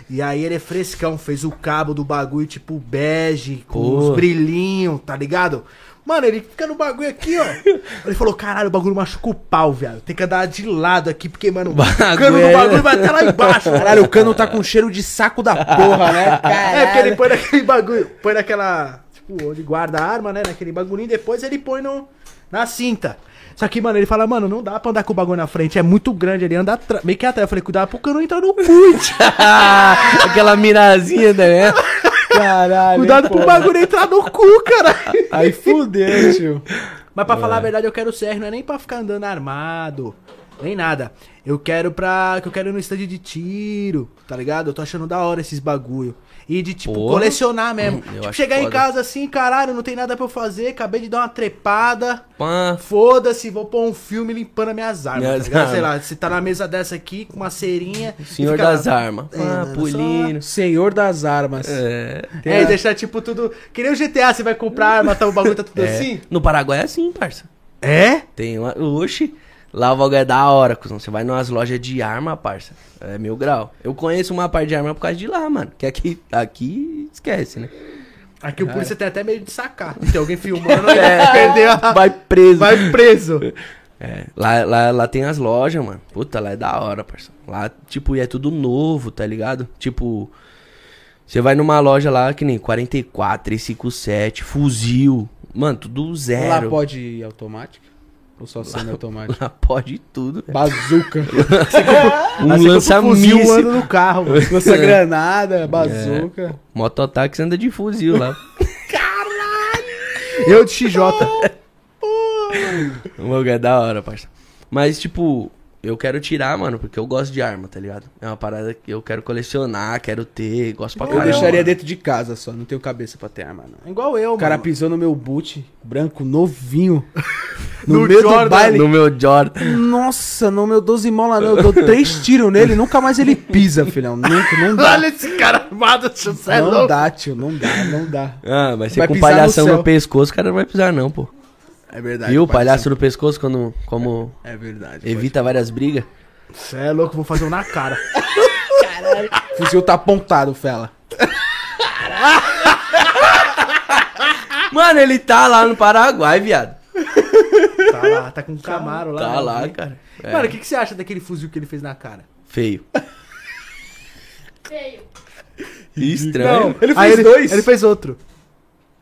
E aí ele é frescão, fez o cabo do bagulho tipo bege, com Pô. uns brilhinhos, tá ligado? Mano, ele fica no bagulho aqui, ó. Ele falou, caralho, o bagulho machuca o pau, velho. Tem que andar de lado aqui, porque, mano, o Bagulho cano do é- bagulho vai até tá lá embaixo. Caralho, o cano tá com cheiro de saco da porra, né? É, porque ele põe naquele bagulho, põe naquela. Tipo, onde guarda a arma, né? Naquele bagulhinho, depois ele põe no, na cinta. Só que, mano, ele fala, mano, não dá pra andar com o bagulho na frente, é muito grande, ele anda atra- meio que atrás. Eu falei, cuidado pro cano entrar no cu, tio. Aquela mirazinha, né? Caralho. Cuidado hein, pro pô. bagulho entrar no cu, cara. Aí fudeu, tio. Mas É. pra falar a verdade, eu quero o CR, não é nem pra ficar andando armado, nem nada. Eu quero pra. que eu quero ir no stand de tiro, tá ligado? Eu tô achando da hora esses bagulho. E de, tipo, Pô. colecionar mesmo. eu tipo, acho chegar em foda. casa assim, caralho, não tem nada pra eu fazer, acabei de dar uma trepada. Pã. Foda-se, vou pôr um filme limpando as minhas armas. Minhas tá ligado? Sei lá, armas. você tá na mesa dessa aqui com uma cerinha. e Senhor fica lá- das armas. É, Pã, mano, pulindo. Senhor das armas. É. É, e deixar tipo tudo. Que nem o GTA, você vai comprar arma, tá, o bagulho tá tudo É. assim? No Paraguai é assim, parça. É? Tem uma. Oxi. Lá o bagulho é da hora, cuzão. Você vai numas lojas de arma, parça. É mil grau. Eu conheço uma parte de arma por causa de lá, mano. Que aqui, aqui esquece, né? Aqui o polícia tem até medo de sacar. Tem alguém filmando e perdeu a... Vai preso. É, Vai preso. É, lá, lá, lá tem as lojas, mano. Puta, lá é da hora, parça. Lá, tipo, e é tudo novo, tá ligado? Tipo, você vai numa loja lá que nem 44, 357, fuzil. Mano, tudo Lá zero. pode ir automático? Ou só sendo automático? Lá pode tudo. velho. Bazuca. Um lança-míssil. no carro. Lança granada, bazuca. Mototáxi anda de fuzil lá. Eu de XJ. Um O bagulho é da hora, parça. Mas, tipo, eu quero tirar, mano, porque eu gosto de arma, tá ligado? É uma parada que eu quero colecionar, quero ter, gosto pra Eu caramba. deixaria dentro de casa só, não tenho cabeça pra ter arma, não. Igual eu, O cara mano. pisou no meu boot, branco, novinho. No, No meio Jordan. do baile. No meu Jordan. Nossa, não meu 12 mola não. Eu dou três tiros nele, nunca mais ele pisa, filhão. Nunca, não dá. Olha esse cara armado, tio, cê é Não louco. dá, tio, não dá, não dá. Ah, mas você Vai com pisar no palhação no, céu. pescoço, o cara não vai pisar não, pô. É verdade. Viu? Palhaço no pescoço, quando, como É verdade. evita várias brigas. Cê é louco, vou fazer um na cara. O fuzil tá apontado, fela. Mano, ele tá lá no Paraguai, viado. Tá lá, tá com um camaro lá. Tá né? lá, cara. É, Mano, o que, que você acha daquele fuzil que ele fez na cara? Feio. Feio. Estranho. ele Aí fez dois. Ele fez outro.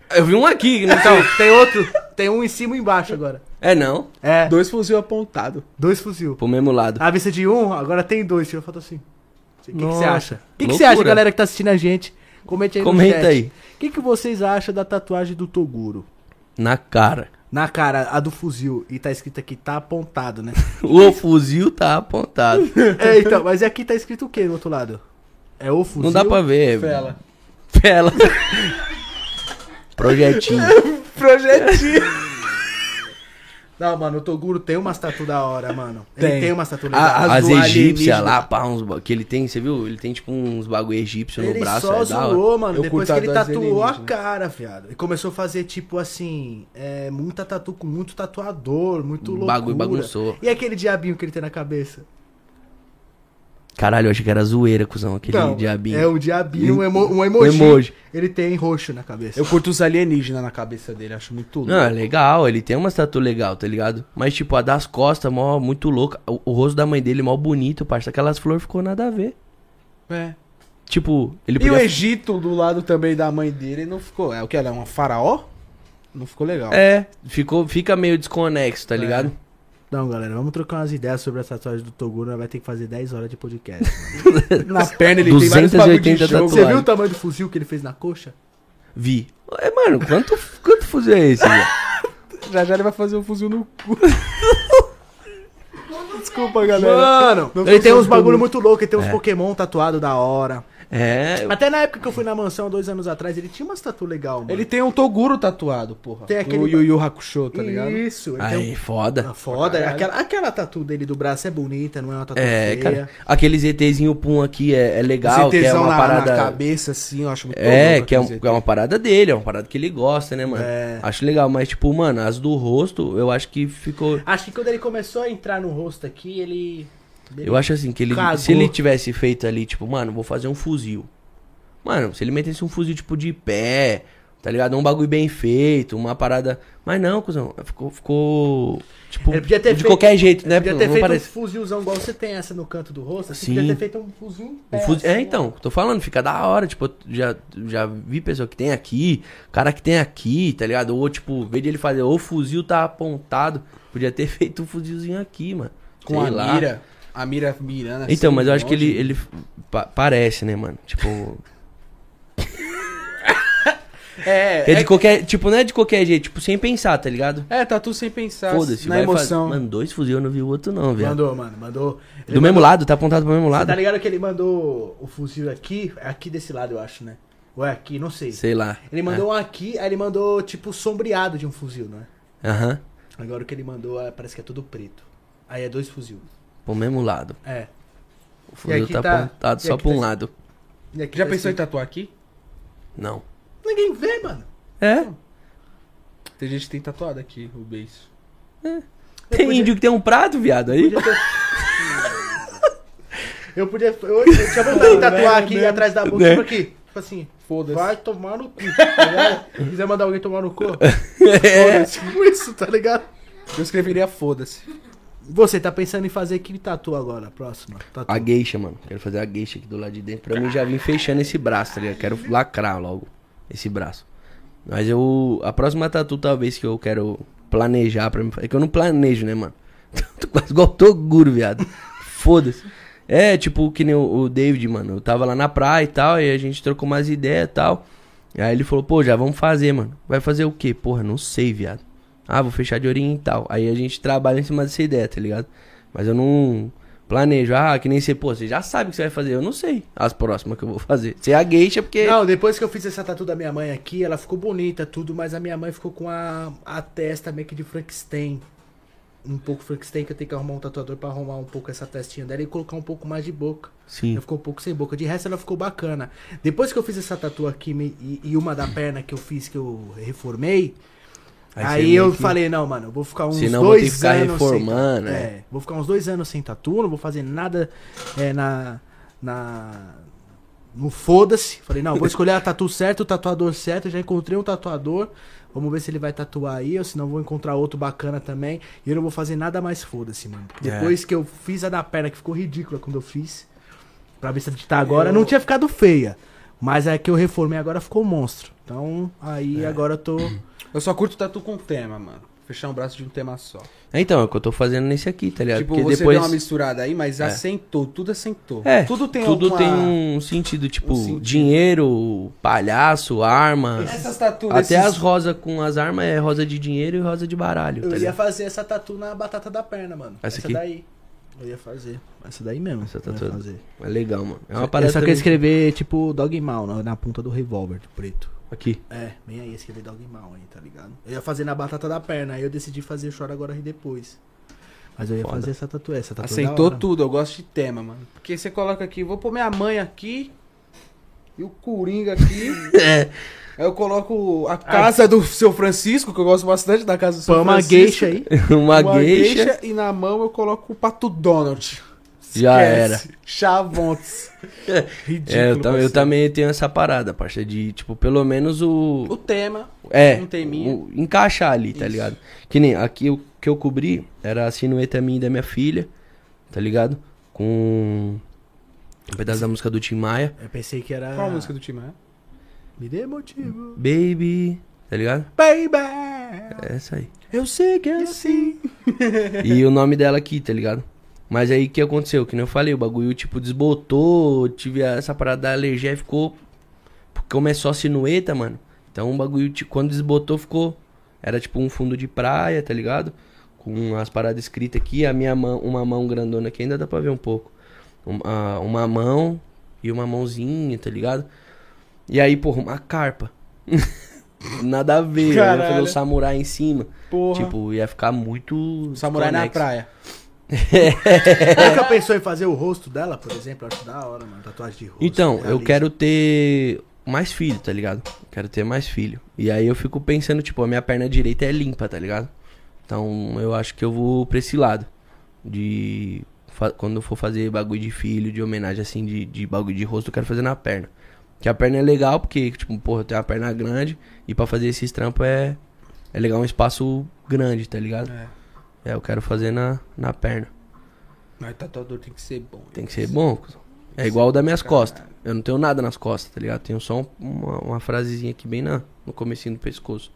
Então, Eu vi um aqui, não tá? Tem outro, tem um em cima e embaixo agora. É não, É, Dois dois, fuzil apontado. fuzil. pro mesmo lado. A vista de um, agora tem dois, tira foto assim. O que que você Nossa, acha? O que que loucura. você acha, galera que tá assistindo a gente? Comente aí Comenta no chat. aí. O que, que vocês acham da tatuagem do Toguro? Na cara. Na cara, a do fuzil, e tá escrito aqui, tá apontado, né? O fuzil tá apontado. é, então, mas aqui tá escrito o que do outro lado? É o fuzil? Não dá pra ver. Fela. Fela. Projetinho. Projetinho. Não, mano, o Toguro tem umas tatu da hora, mano. Ele Tem. tem umas tatu A- legais. a- As do egípcias alienígena. lá, pá, uns ba- que ele tem, você viu? Ele tem tipo uns bagulho egípcio Ele no braço, só é da hora. zoou, mano, Eu depois curto que ele as das tatuou a alienígenas. cara, viado. E começou a fazer, tipo, assim, é, muita tatu com muito tatuador, muito O loucura. bagulho bagunçou. E aquele diabinho que ele tem na cabeça? Caralho, eu achei que era zoeira, cuzão, aquele Não, diabinho. É um diabinho, um, emo, um Um emoji. emoji. Ele tem roxo na cabeça. Eu curto os alienígenas na cabeça dele, acho muito louco. Não, é legal, ele tem uma tatu legal, tá ligado? Mas, tipo, a das costas, mó, muito louca. O, o rosto da mãe dele, mó bonito, parça. Aquelas flores ficou nada a ver. É. Tipo, ele E o podia... Egito do lado também da mãe dele não ficou. É o que? Ela é uma faraó? Não ficou legal. É, ficou, fica meio desconexo, tá ligado? Não, galera, vamos trocar umas ideias sobre a tatuagem do Toguro. nós Vai ter que fazer 10 horas de podcast. Na perna ele tem vários 280 bagulho de jogo. Você tatuagem. viu o tamanho do fuzil que ele fez na coxa? Vi. É, mano, quanto, quanto fuzil é esse, velho? Já já ele vai fazer um fuzil no cu. Desculpa, galera. Mano, não ele tem funciona uns bagulho tudo. muito louco, ele tem uns Pokémon tatuado da hora. É, Até na época que eu fui na mansão, dois anos atrás, ele tinha umas tatu legal, mano. Ele tem um Toguro tatuado, porra. Tem aquele- O Yu Yu Hakusho, tá ligado? Isso, ele tem aí, foda. um... Foda, Caralho. aquela, aquela tatu dele do braço é bonita, não é uma tatu É, feia. cara. Aqueles ETzinho Pum aqui é, é Esse legal, que é tesão uma na, parada. na cabeça, assim, eu acho muito é, louco que é, um- aquele que é uma parada dele, é uma parada que ele gosta, né, mano? É. Acho legal, mas, tipo, mano, as do rosto, eu acho que ficou. Acho que quando ele começou a entrar no rosto aqui, ele... Eu acho assim, que ele. Cagou. Se ele tivesse feito ali, tipo, mano, vou fazer um fuzil. Mano, se ele metesse um fuzil, tipo, de pé, tá ligado? Um bagulho bem feito, uma parada. Mas não, cuzão, ficou. ficou tipo, Ele podia ter de feito- qualquer jeito, né? Ele podia ter não feito parece. um fuzilzão igual você tem essa no canto do rosto. Assim, Sim. Podia ter feito um fuzil em pé, Um fuzi- É, assim, então, tô falando, fica da hora, tipo, eu já, já vi pessoa que tem aqui, cara que tem aqui, tá ligado? Ou, tipo, veio ele fazer, ou o fuzil tá apontado, podia ter feito um fuzilzinho aqui, mano. Com Sei a lá. mira. A mira mirando assim, Então, mas eu acho que longe. ele, ele pa- parece, né, mano? Tipo, É, é é, de qualquer, tipo, não é de qualquer jeito, tipo, sem pensar, tá ligado? é, tatu sem Tá pensar. Foda-se, Na vai fazer- emoção. Mano, dois fuzil, eu não vi o outro não, velho. Mandou, mano, mandou. Ele Do mesmo lado, tá apontado pro mesmo Você tá lado? ligado que ele mandou o fuzil aqui? É aqui desse lado, eu acho, né? Ou é aqui, não sei. Sei lá. Ele mandou um aqui, aí ele mandou tipo sombreado de um fuzil, né? É. Aham, Agora o que ele mandou é- parece que é tudo preto. Aí é dois fuzil. pro mesmo lado. É. O E fuzil aqui tá, tá- apontado e só aqui pra um tá- lado. E aqui Já tá pensou em escrito- tatuar aqui? Não. Ninguém vê, mano. É? Tem gente que tem tatuado aqui, o beijo. Tem índio que tem um prato, viado, aí? Podia ter- Eu podia. Eu, eu tinha vontade de tatuar aqui atrás da boca, Né? tipo aqui. Tipo assim. Foda-se. Vai tomar no cu, tá ligado? Se quiser mandar alguém tomar no cu, foda-se com isso, tá ligado? Eu escreveria foda-se. Você tá pensando em fazer que tatu agora, próxima? Tatu. A gueixa, mano. Quero fazer a gueixa aqui do lado de dentro. Pra mim já vim fechando esse braço, tá ligado? Quero lacrar logo esse braço. Mas eu. A próxima tatu, talvez, que eu quero planejar pra mim. É que eu não planejo, né, mano? Tô quase igual o Toguro, viado. Foda-se. É, tipo, que nem o, o David, mano. Eu tava lá na praia e tal, e a gente trocou umas ideias e tal. Aí ele falou, pô, já vamos fazer, mano. Vai fazer o quê? Porra, não sei, viado. Ah, vou fechar de oriental. Aí a gente trabalha em cima dessa ideia, tá ligado? Mas eu não planejo. Ah, que nem você, pô, você já sabe o que você vai fazer. Eu não sei as próximas que eu vou fazer. Você é a geisha porque. Não, depois que eu fiz essa tatu da minha mãe aqui, ela ficou bonita, tudo, mas a minha mãe ficou com a, a testa meio que de Frankenstein. Um pouco Frankenstein, que eu tenho que arrumar um tatuador pra arrumar um pouco essa testinha dela e colocar um pouco mais de boca. Sim. Ela ficou um pouco sem boca. De resto, ela ficou bacana. Depois que eu fiz essa tatu aqui me- e, e uma da perna que eu fiz, que eu reformei, Aí aí, você meio eu que- falei, não, mano, eu vou ficar uns Senão vou ter dois que ficar anos reformando, sem... né? É, vou ficar uns dois anos sem tatu, não vou fazer nada é, na... na... No foda-se. Falei, não, vou escolher a tatu certa, o tatuador certo. Já encontrei um tatuador. Vamos ver se ele vai tatuar aí, ou se não vou encontrar outro bacana também. E eu não vou fazer nada mais foda-se, mano. É. Depois que eu fiz a da perna, que ficou ridícula quando eu fiz. Pra ver se tá agora, não tinha ficado feia. Mas a que eu reformei agora ficou um monstro. Então, aí agora eu tô. Eu só curto tatu com tema, mano. Fechar um braço de um tema só. Então, é o que eu tô fazendo nesse aqui, tá ligado? tipo, porque você depois. deu uma misturada aí, mas assentou, tudo assentou. É, tudo tem tudo alguma... tem um sentido, tipo, um sentido. dinheiro, palhaço, arma. Essas tatuas, Até esses- as rosas com as armas é rosa de dinheiro e rosa de baralho, tá Eu ia ligado? fazer essa tatu na batata da perna, mano. Essa aqui? daí. Eu ia fazer. Essa daí mesmo. Essa eu ia tatu- fazer. É legal, mano. É uma Eu parada só queria também- escrever, tipo, Dog Mal na, na ponta do revólver de preto. aqui. É, bem aí, escrever Dog Mal aí, tá ligado? Eu ia fazer na batata da perna, aí eu decidi fazer Chora Agora e Depois. Mas eu ia Foda. fazer essa tatu, essa tatu Assentou da hora. tudo, eu gosto de tema, mano. Porque você coloca aqui, vou pôr minha mãe aqui e o Coringa aqui. É. Aí eu coloco a casa do seu Francisco, que eu gosto bastante da casa do seu Põe uma Francisco. gueixa aí. uma, geisha. E na mão eu coloco o Pato Donald. Já Esquece. Chavontes. Ridículo. É, eu, tam- eu parceiro. também tenho essa parada, parça, de, tipo, pelo menos O o. tema. É, um teminha. o- encaixar ali, tá Isso. ligado? Que nem aqui o que eu cobri era a sinueta minha e da minha filha, tá ligado? Com um pedaço da música do Tim Maia. Eu pensei que era. Qual a música do time é? Me dê motivo. Baby, tá ligado? Baby! É essa aí. Eu sei que é assim. E o nome dela aqui, tá ligado? Mas aí o que aconteceu? Que nem eu falei, o bagulho tipo desbotou, tive a- essa parada da alergia e ficou. Porque como é só sinueta, mano. Então o bagulho, tipo, quando desbotou, ficou. Era tipo um fundo de praia, tá ligado? Com as paradas escritas aqui, a minha mão, uma mão grandona que ainda dá pra ver um pouco. Um- a- uma mão e uma mãozinha, tá ligado? E aí, porra, uma carpa. Nada a ver, né? Caralho. Falou samurai em cima. Porra. Tipo, ia ficar muito. Samurai na desconexo. praia. Nunca pensou em fazer o rosto dela, por exemplo? Eu Acho da hora, mano. Tatuagem de rosto. Então, eu realista. quero ter mais filho, tá ligado? Quero ter mais filho. E aí eu fico pensando, tipo, a minha perna direita é limpa, tá ligado? Então eu acho que eu vou pra esse lado. De. fa- Quando eu for fazer bagulho de filho, de homenagem assim, de, de bagulho de rosto, eu quero fazer na perna. Que a perna é legal, porque, tipo, porra, eu tenho uma perna grande. E pra fazer esses trampos é. É legal um espaço grande, tá ligado? É. É, eu quero fazer na, na perna. Mas tatuador tem que ser bom. Tem que ser bom. cuzão. É igual o das minhas costas. Eu não tenho nada nas costas, tá ligado? Tenho só um- uma, uma frasezinha aqui bem na, no comecinho do pescoço.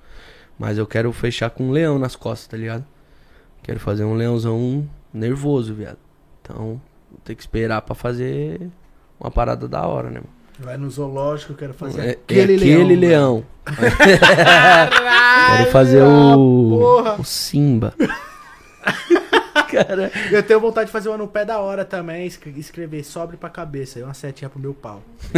Mas eu quero fechar com um leão nas costas, tá ligado? Quero fazer um leãozão nervoso, viado. Então, vou ter que esperar pra fazer uma parada da hora, né, mano? Vai no zoológico, eu quero fazer É- é aquele, aquele leão. leão. Quero fazer o. O Simba. Cara. Eu tenho vontade de fazer uma no pé da hora também, es- escrever sobre pra cabeça, e uma setinha pro meu pau.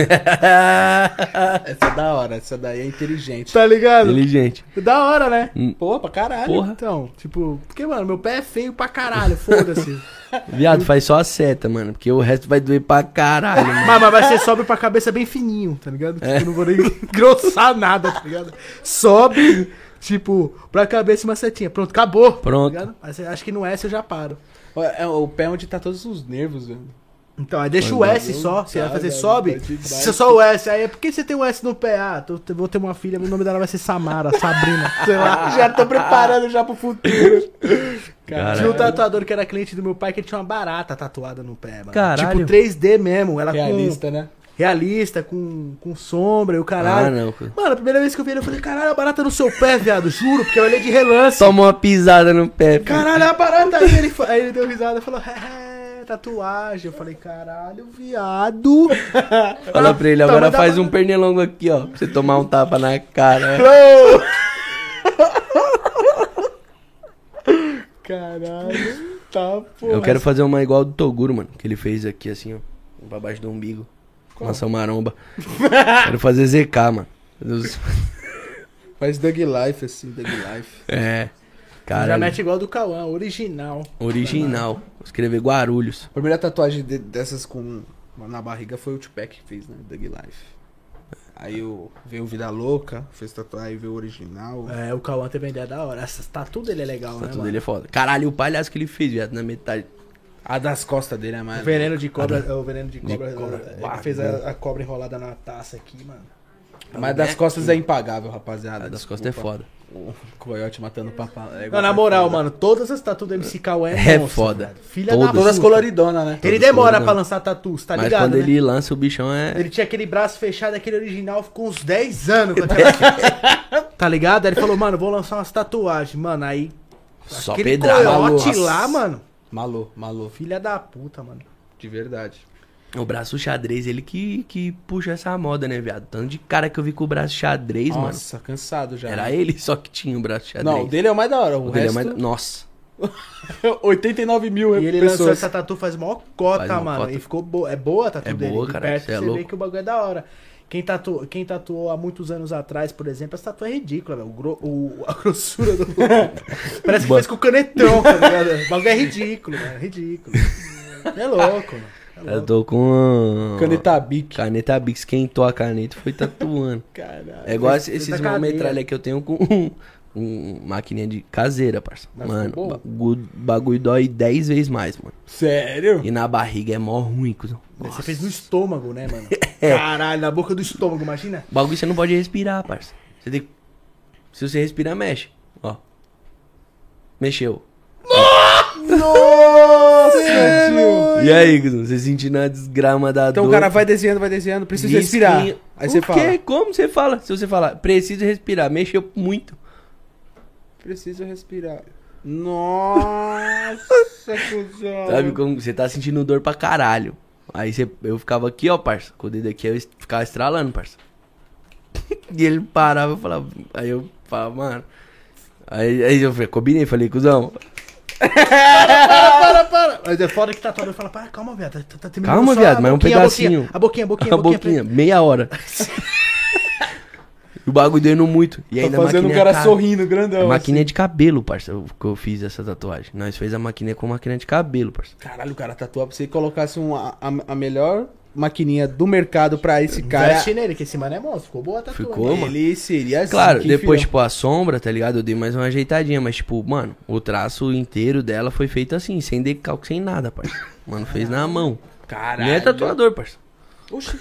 Essa é da hora, essa daí é inteligente. Tá ligado? Inteligente. Da hora, né? Pô, pra caralho. Porra. Então, tipo, porque, mano, meu pé é feio pra caralho, foda-se. Viado, faz só a seta, mano. Porque o resto vai doer pra caralho, mano. mas, mas vai ser sobre pra cabeça bem fininho, tá ligado? É. Tipo, eu não vou nem engrossar nada, tá ligado? Sobe, tipo, pra cabeça uma setinha. Pronto, acabou. tá Pronto. ligado? Mas eu acho que no S eu já paro. Ó, É o pé onde tá todos os nervos, velho. Então, aí deixa o S só. Você vai fazer sobe? Se é só o S. Aí, por que você tem o S no pé? Ah, tô- tô- vou ter uma filha, meu nome dela vai ser Samara, Sabrina. Sei lá. Já tô preparando já pro futuro. Caralho. Tinha um tatuador que era cliente do meu pai que ele tinha uma barata tatuada no pé, mano. Caralho. Tipo 3D mesmo. Ela Realista, né? com. Realista, com, com sombra e o caralho. Ah, não, cara. Mano, a primeira vez que eu vi ele, eu falei, caralho, a barata é no seu pé, viado, juro, porque eu olhei de relance. Tomou uma pisada no pé. filho. Caralho, é a barata aí. Ele, fa- aí ele deu risada e falou, é, tatuagem. Eu falei, caralho, viado. Fala pra ele, Toma agora da faz mão. um pernilongo aqui, ó. Pra você tomar um tapa na cara. Não! Caralho. Tá, pô. eu quero fazer uma igual do Toguro, mano, que ele fez aqui assim, ó, pra baixo do umbigo. Nossa maromba. quero fazer ZK, mano. Dos- Faz Doug Life, assim, Doug Life. É. Já Cara, mete igual do Cauã, original. original. Vou Escrever Guarulhos. A primeira tatuagem de- dessas com na barriga foi o Tupac que fez, né? Doug Life. Aí o, veio o Vida Louca, fez tatuagem, aí veio o original. É, o Cauã teve uma ideia da hora. Essa tatu dele é legal, Tá né, tudo mano? ele é foda. Caralho, o palhaço que ele fez, viado, na metade. A das costas dele é mais. O veneno de cobra, é o veneno de cobra, é, cobra. ele Bah, fez a, a cobra enrolada na taça aqui, mano. Mas das costas é impagável, rapaziada. A das costas é desculpa. foda. O Coyote matando o papá. É Não, na moral, mano, todas as tatuas do MC Cauã É monstro, foda. velho. Filha da Todas. puta. Todas coloridonas, né? Ele Todas demora coloridas. pra lançar tatus, tá Mas ligado? quando né? ele lança, o bichão é. Ele tinha aquele braço fechado, aquele original, ficou uns 10 anos com aquela- Tá ligado? Aí ele falou, mano, vou lançar umas tatuagens. Mano, aí. Só aquele pedrada. coiote Nossa. lá, mano. Malô, malô, Filha da puta, mano. de verdade. O braço xadrez, ele que, que puxa essa moda, né, viado? Tanto de cara que eu vi com o braço xadrez, mano. Nossa, cansado já. Era ele só que tinha o braço xadrez. Não, o dele é o mais da hora. O, O dele é resto, é mais- Nossa. 89 mil E ele lançou pessoas. essa tatu faz mó cota, Faz mó mano. cota. E ficou boa. É boa a tatu É dele. boa, de cara, perto cê é você vê louco. que o bagulho é da hora. Quem, tatu... Quem tatuou há muitos anos atrás, por exemplo, essa tatu é ridícula, velho. O gro- o- A grossura do. Parece que fez com canetão, tá ligado? O bagulho é ridículo, mano. É ridículo. É louco, mano. É louco. Eu tô com. a- Caneta Bic. Caneta Bix, esquentou a caneta e foi tatuando. Caralho. é igual Fez- esse- esses fez na cadeira. metralha que eu tenho com um, um- maquininha de caseira, parça. mano, ficou bom? bagulho, bagulho dói 10 vezes mais, mano. Sério? E na barriga é mó ruim, cuzão. Mas Você fez no estômago, né, mano? É. Caralho, na boca do estômago, imagina? O bagulho você não pode respirar, parça. Você tem que- Se você respirar, mexe. Ó. Mexeu. Nossa, É, E aí, Guzão, você sentindo a desgrama da Então dor. o cara vai desenhando, vai desenhando, precisa respirar. Aí você o fala, quê? Como você fala? Se você falar, preciso respirar, mexeu muito. preciso respirar. Nossa, cuzão. Sabe como você tá sentindo dor pra caralho. Aí você, eu ficava aqui, ó, parça. Com o dedo aqui, eu est- ficava estralando, parça. e ele parava e falava. Aí eu falava, mano. Aí, aí eu falei, combinei, falei, cuzão. Mas é foda que tatuador fala, para, calma, viado. Tá, tá terminando Calma, só viado, a mas é um boquinha, pedacinho. A boquinha, a boquinha, A boquinha, meia hora. E o bagulho doendo muito. E ainda tá fazendo o maquininha cara cara- sorrindo, grandão. É maquininha de cabelo, parça, o que eu fiz essa tatuagem. Nós fez a maquininha com maquininha de cabelo, parça. assim. Caralho, o cara tatuava pra você e colocasse uma, a, a melhor maquininha do mercado pra esse cara. Veste nele, que esse mano é monstro. Ficou boa a tatuagem. Ficou, mano. Ele seria assim, Claro, que depois, filhão. tipo, a sombra, tá ligado? Eu dei mais uma ajeitadinha, mas, tipo, mano, o traço inteiro dela foi feito assim, sem decalque, sem nada, parça. Mano, fez na mão. Caralho. Nem é tatuador, parça. Oxi.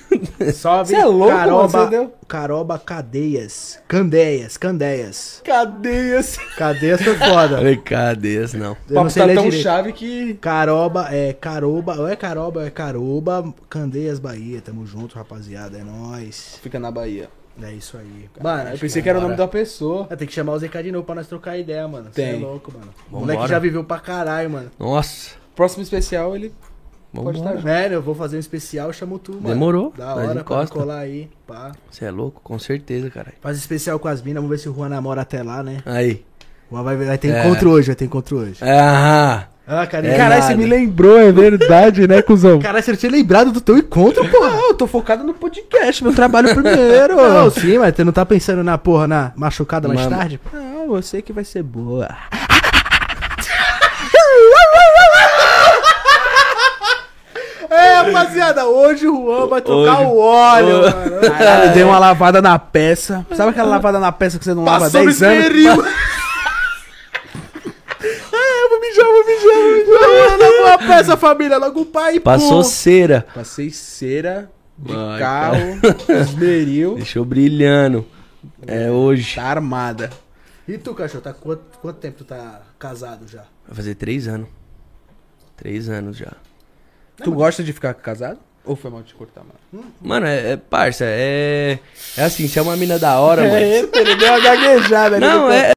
Salve, Você é louco, mano, Caroba, você deu? Caroba Cadeias. Candeias, Candeias. Cadê esse? Cadeias foi foda. Brincadeira, não. Eu não sei tá ler tão direito. chave que. Caroba, é Caroba, ou é Caroba, ou é Caroba, Candeias Bahia, tamo junto, rapaziada, é nóis. Fica na Bahia. É isso aí. Mano, eu pensei que era o nome da pessoa. Ah, Tem que chamar o ZK de novo pra nós trocar ideia, mano. Você é Tem. louco, mano. O Vambora. moleque já viveu pra caralho, mano. Nossa. Próximo especial, ele. Vamos Pode Velho, eu vou fazer um especial, chamo tu, mano. Demorou. Da Nós hora pra encosta. colar aí, pá. Você é louco? Com certeza, caralho. Faz especial com as minas, vamos ver se o Juan namora até lá, né? Aí. O Juan vai, vai ter É. encontro hoje, vai ter encontro hoje. Ah, Ah, É carinha. Caralho, você nada. me lembrou, é verdade, né, cuzão? Caralho, você não tinha lembrado do teu encontro, pô. Não, eu tô focado no podcast, meu trabalho primeiro. Não, sim, mas você não tá pensando na porra, na machucada mais Mano. tarde? Não, eu sei que vai ser boa. É, rapaziada, hoje o Juan vai trocar o óleo, mano. Caralho, eu dei uma lavada na peça. Sabe aquela lavada na peça que você não lava há Passou 10 o anos? esmeril. Eu vou mijar, vou mijar, vou mijar. Não boa peça, família. Logo o pai e passou pum. cera. Passei cera de Ai, carro, esmeril. Deixou brilhando. É hoje. Tá armada. E tu, cachorro, tá quanto, quanto tempo tu tá casado já? Vai fazer três anos. Três anos já. Tu gosta de ficar casado? Ou foi mal te cortar, mano? Mano, é, é parça, é. É assim, se é uma mina da hora, mano. Ele deu uma gaguejada. Não, é,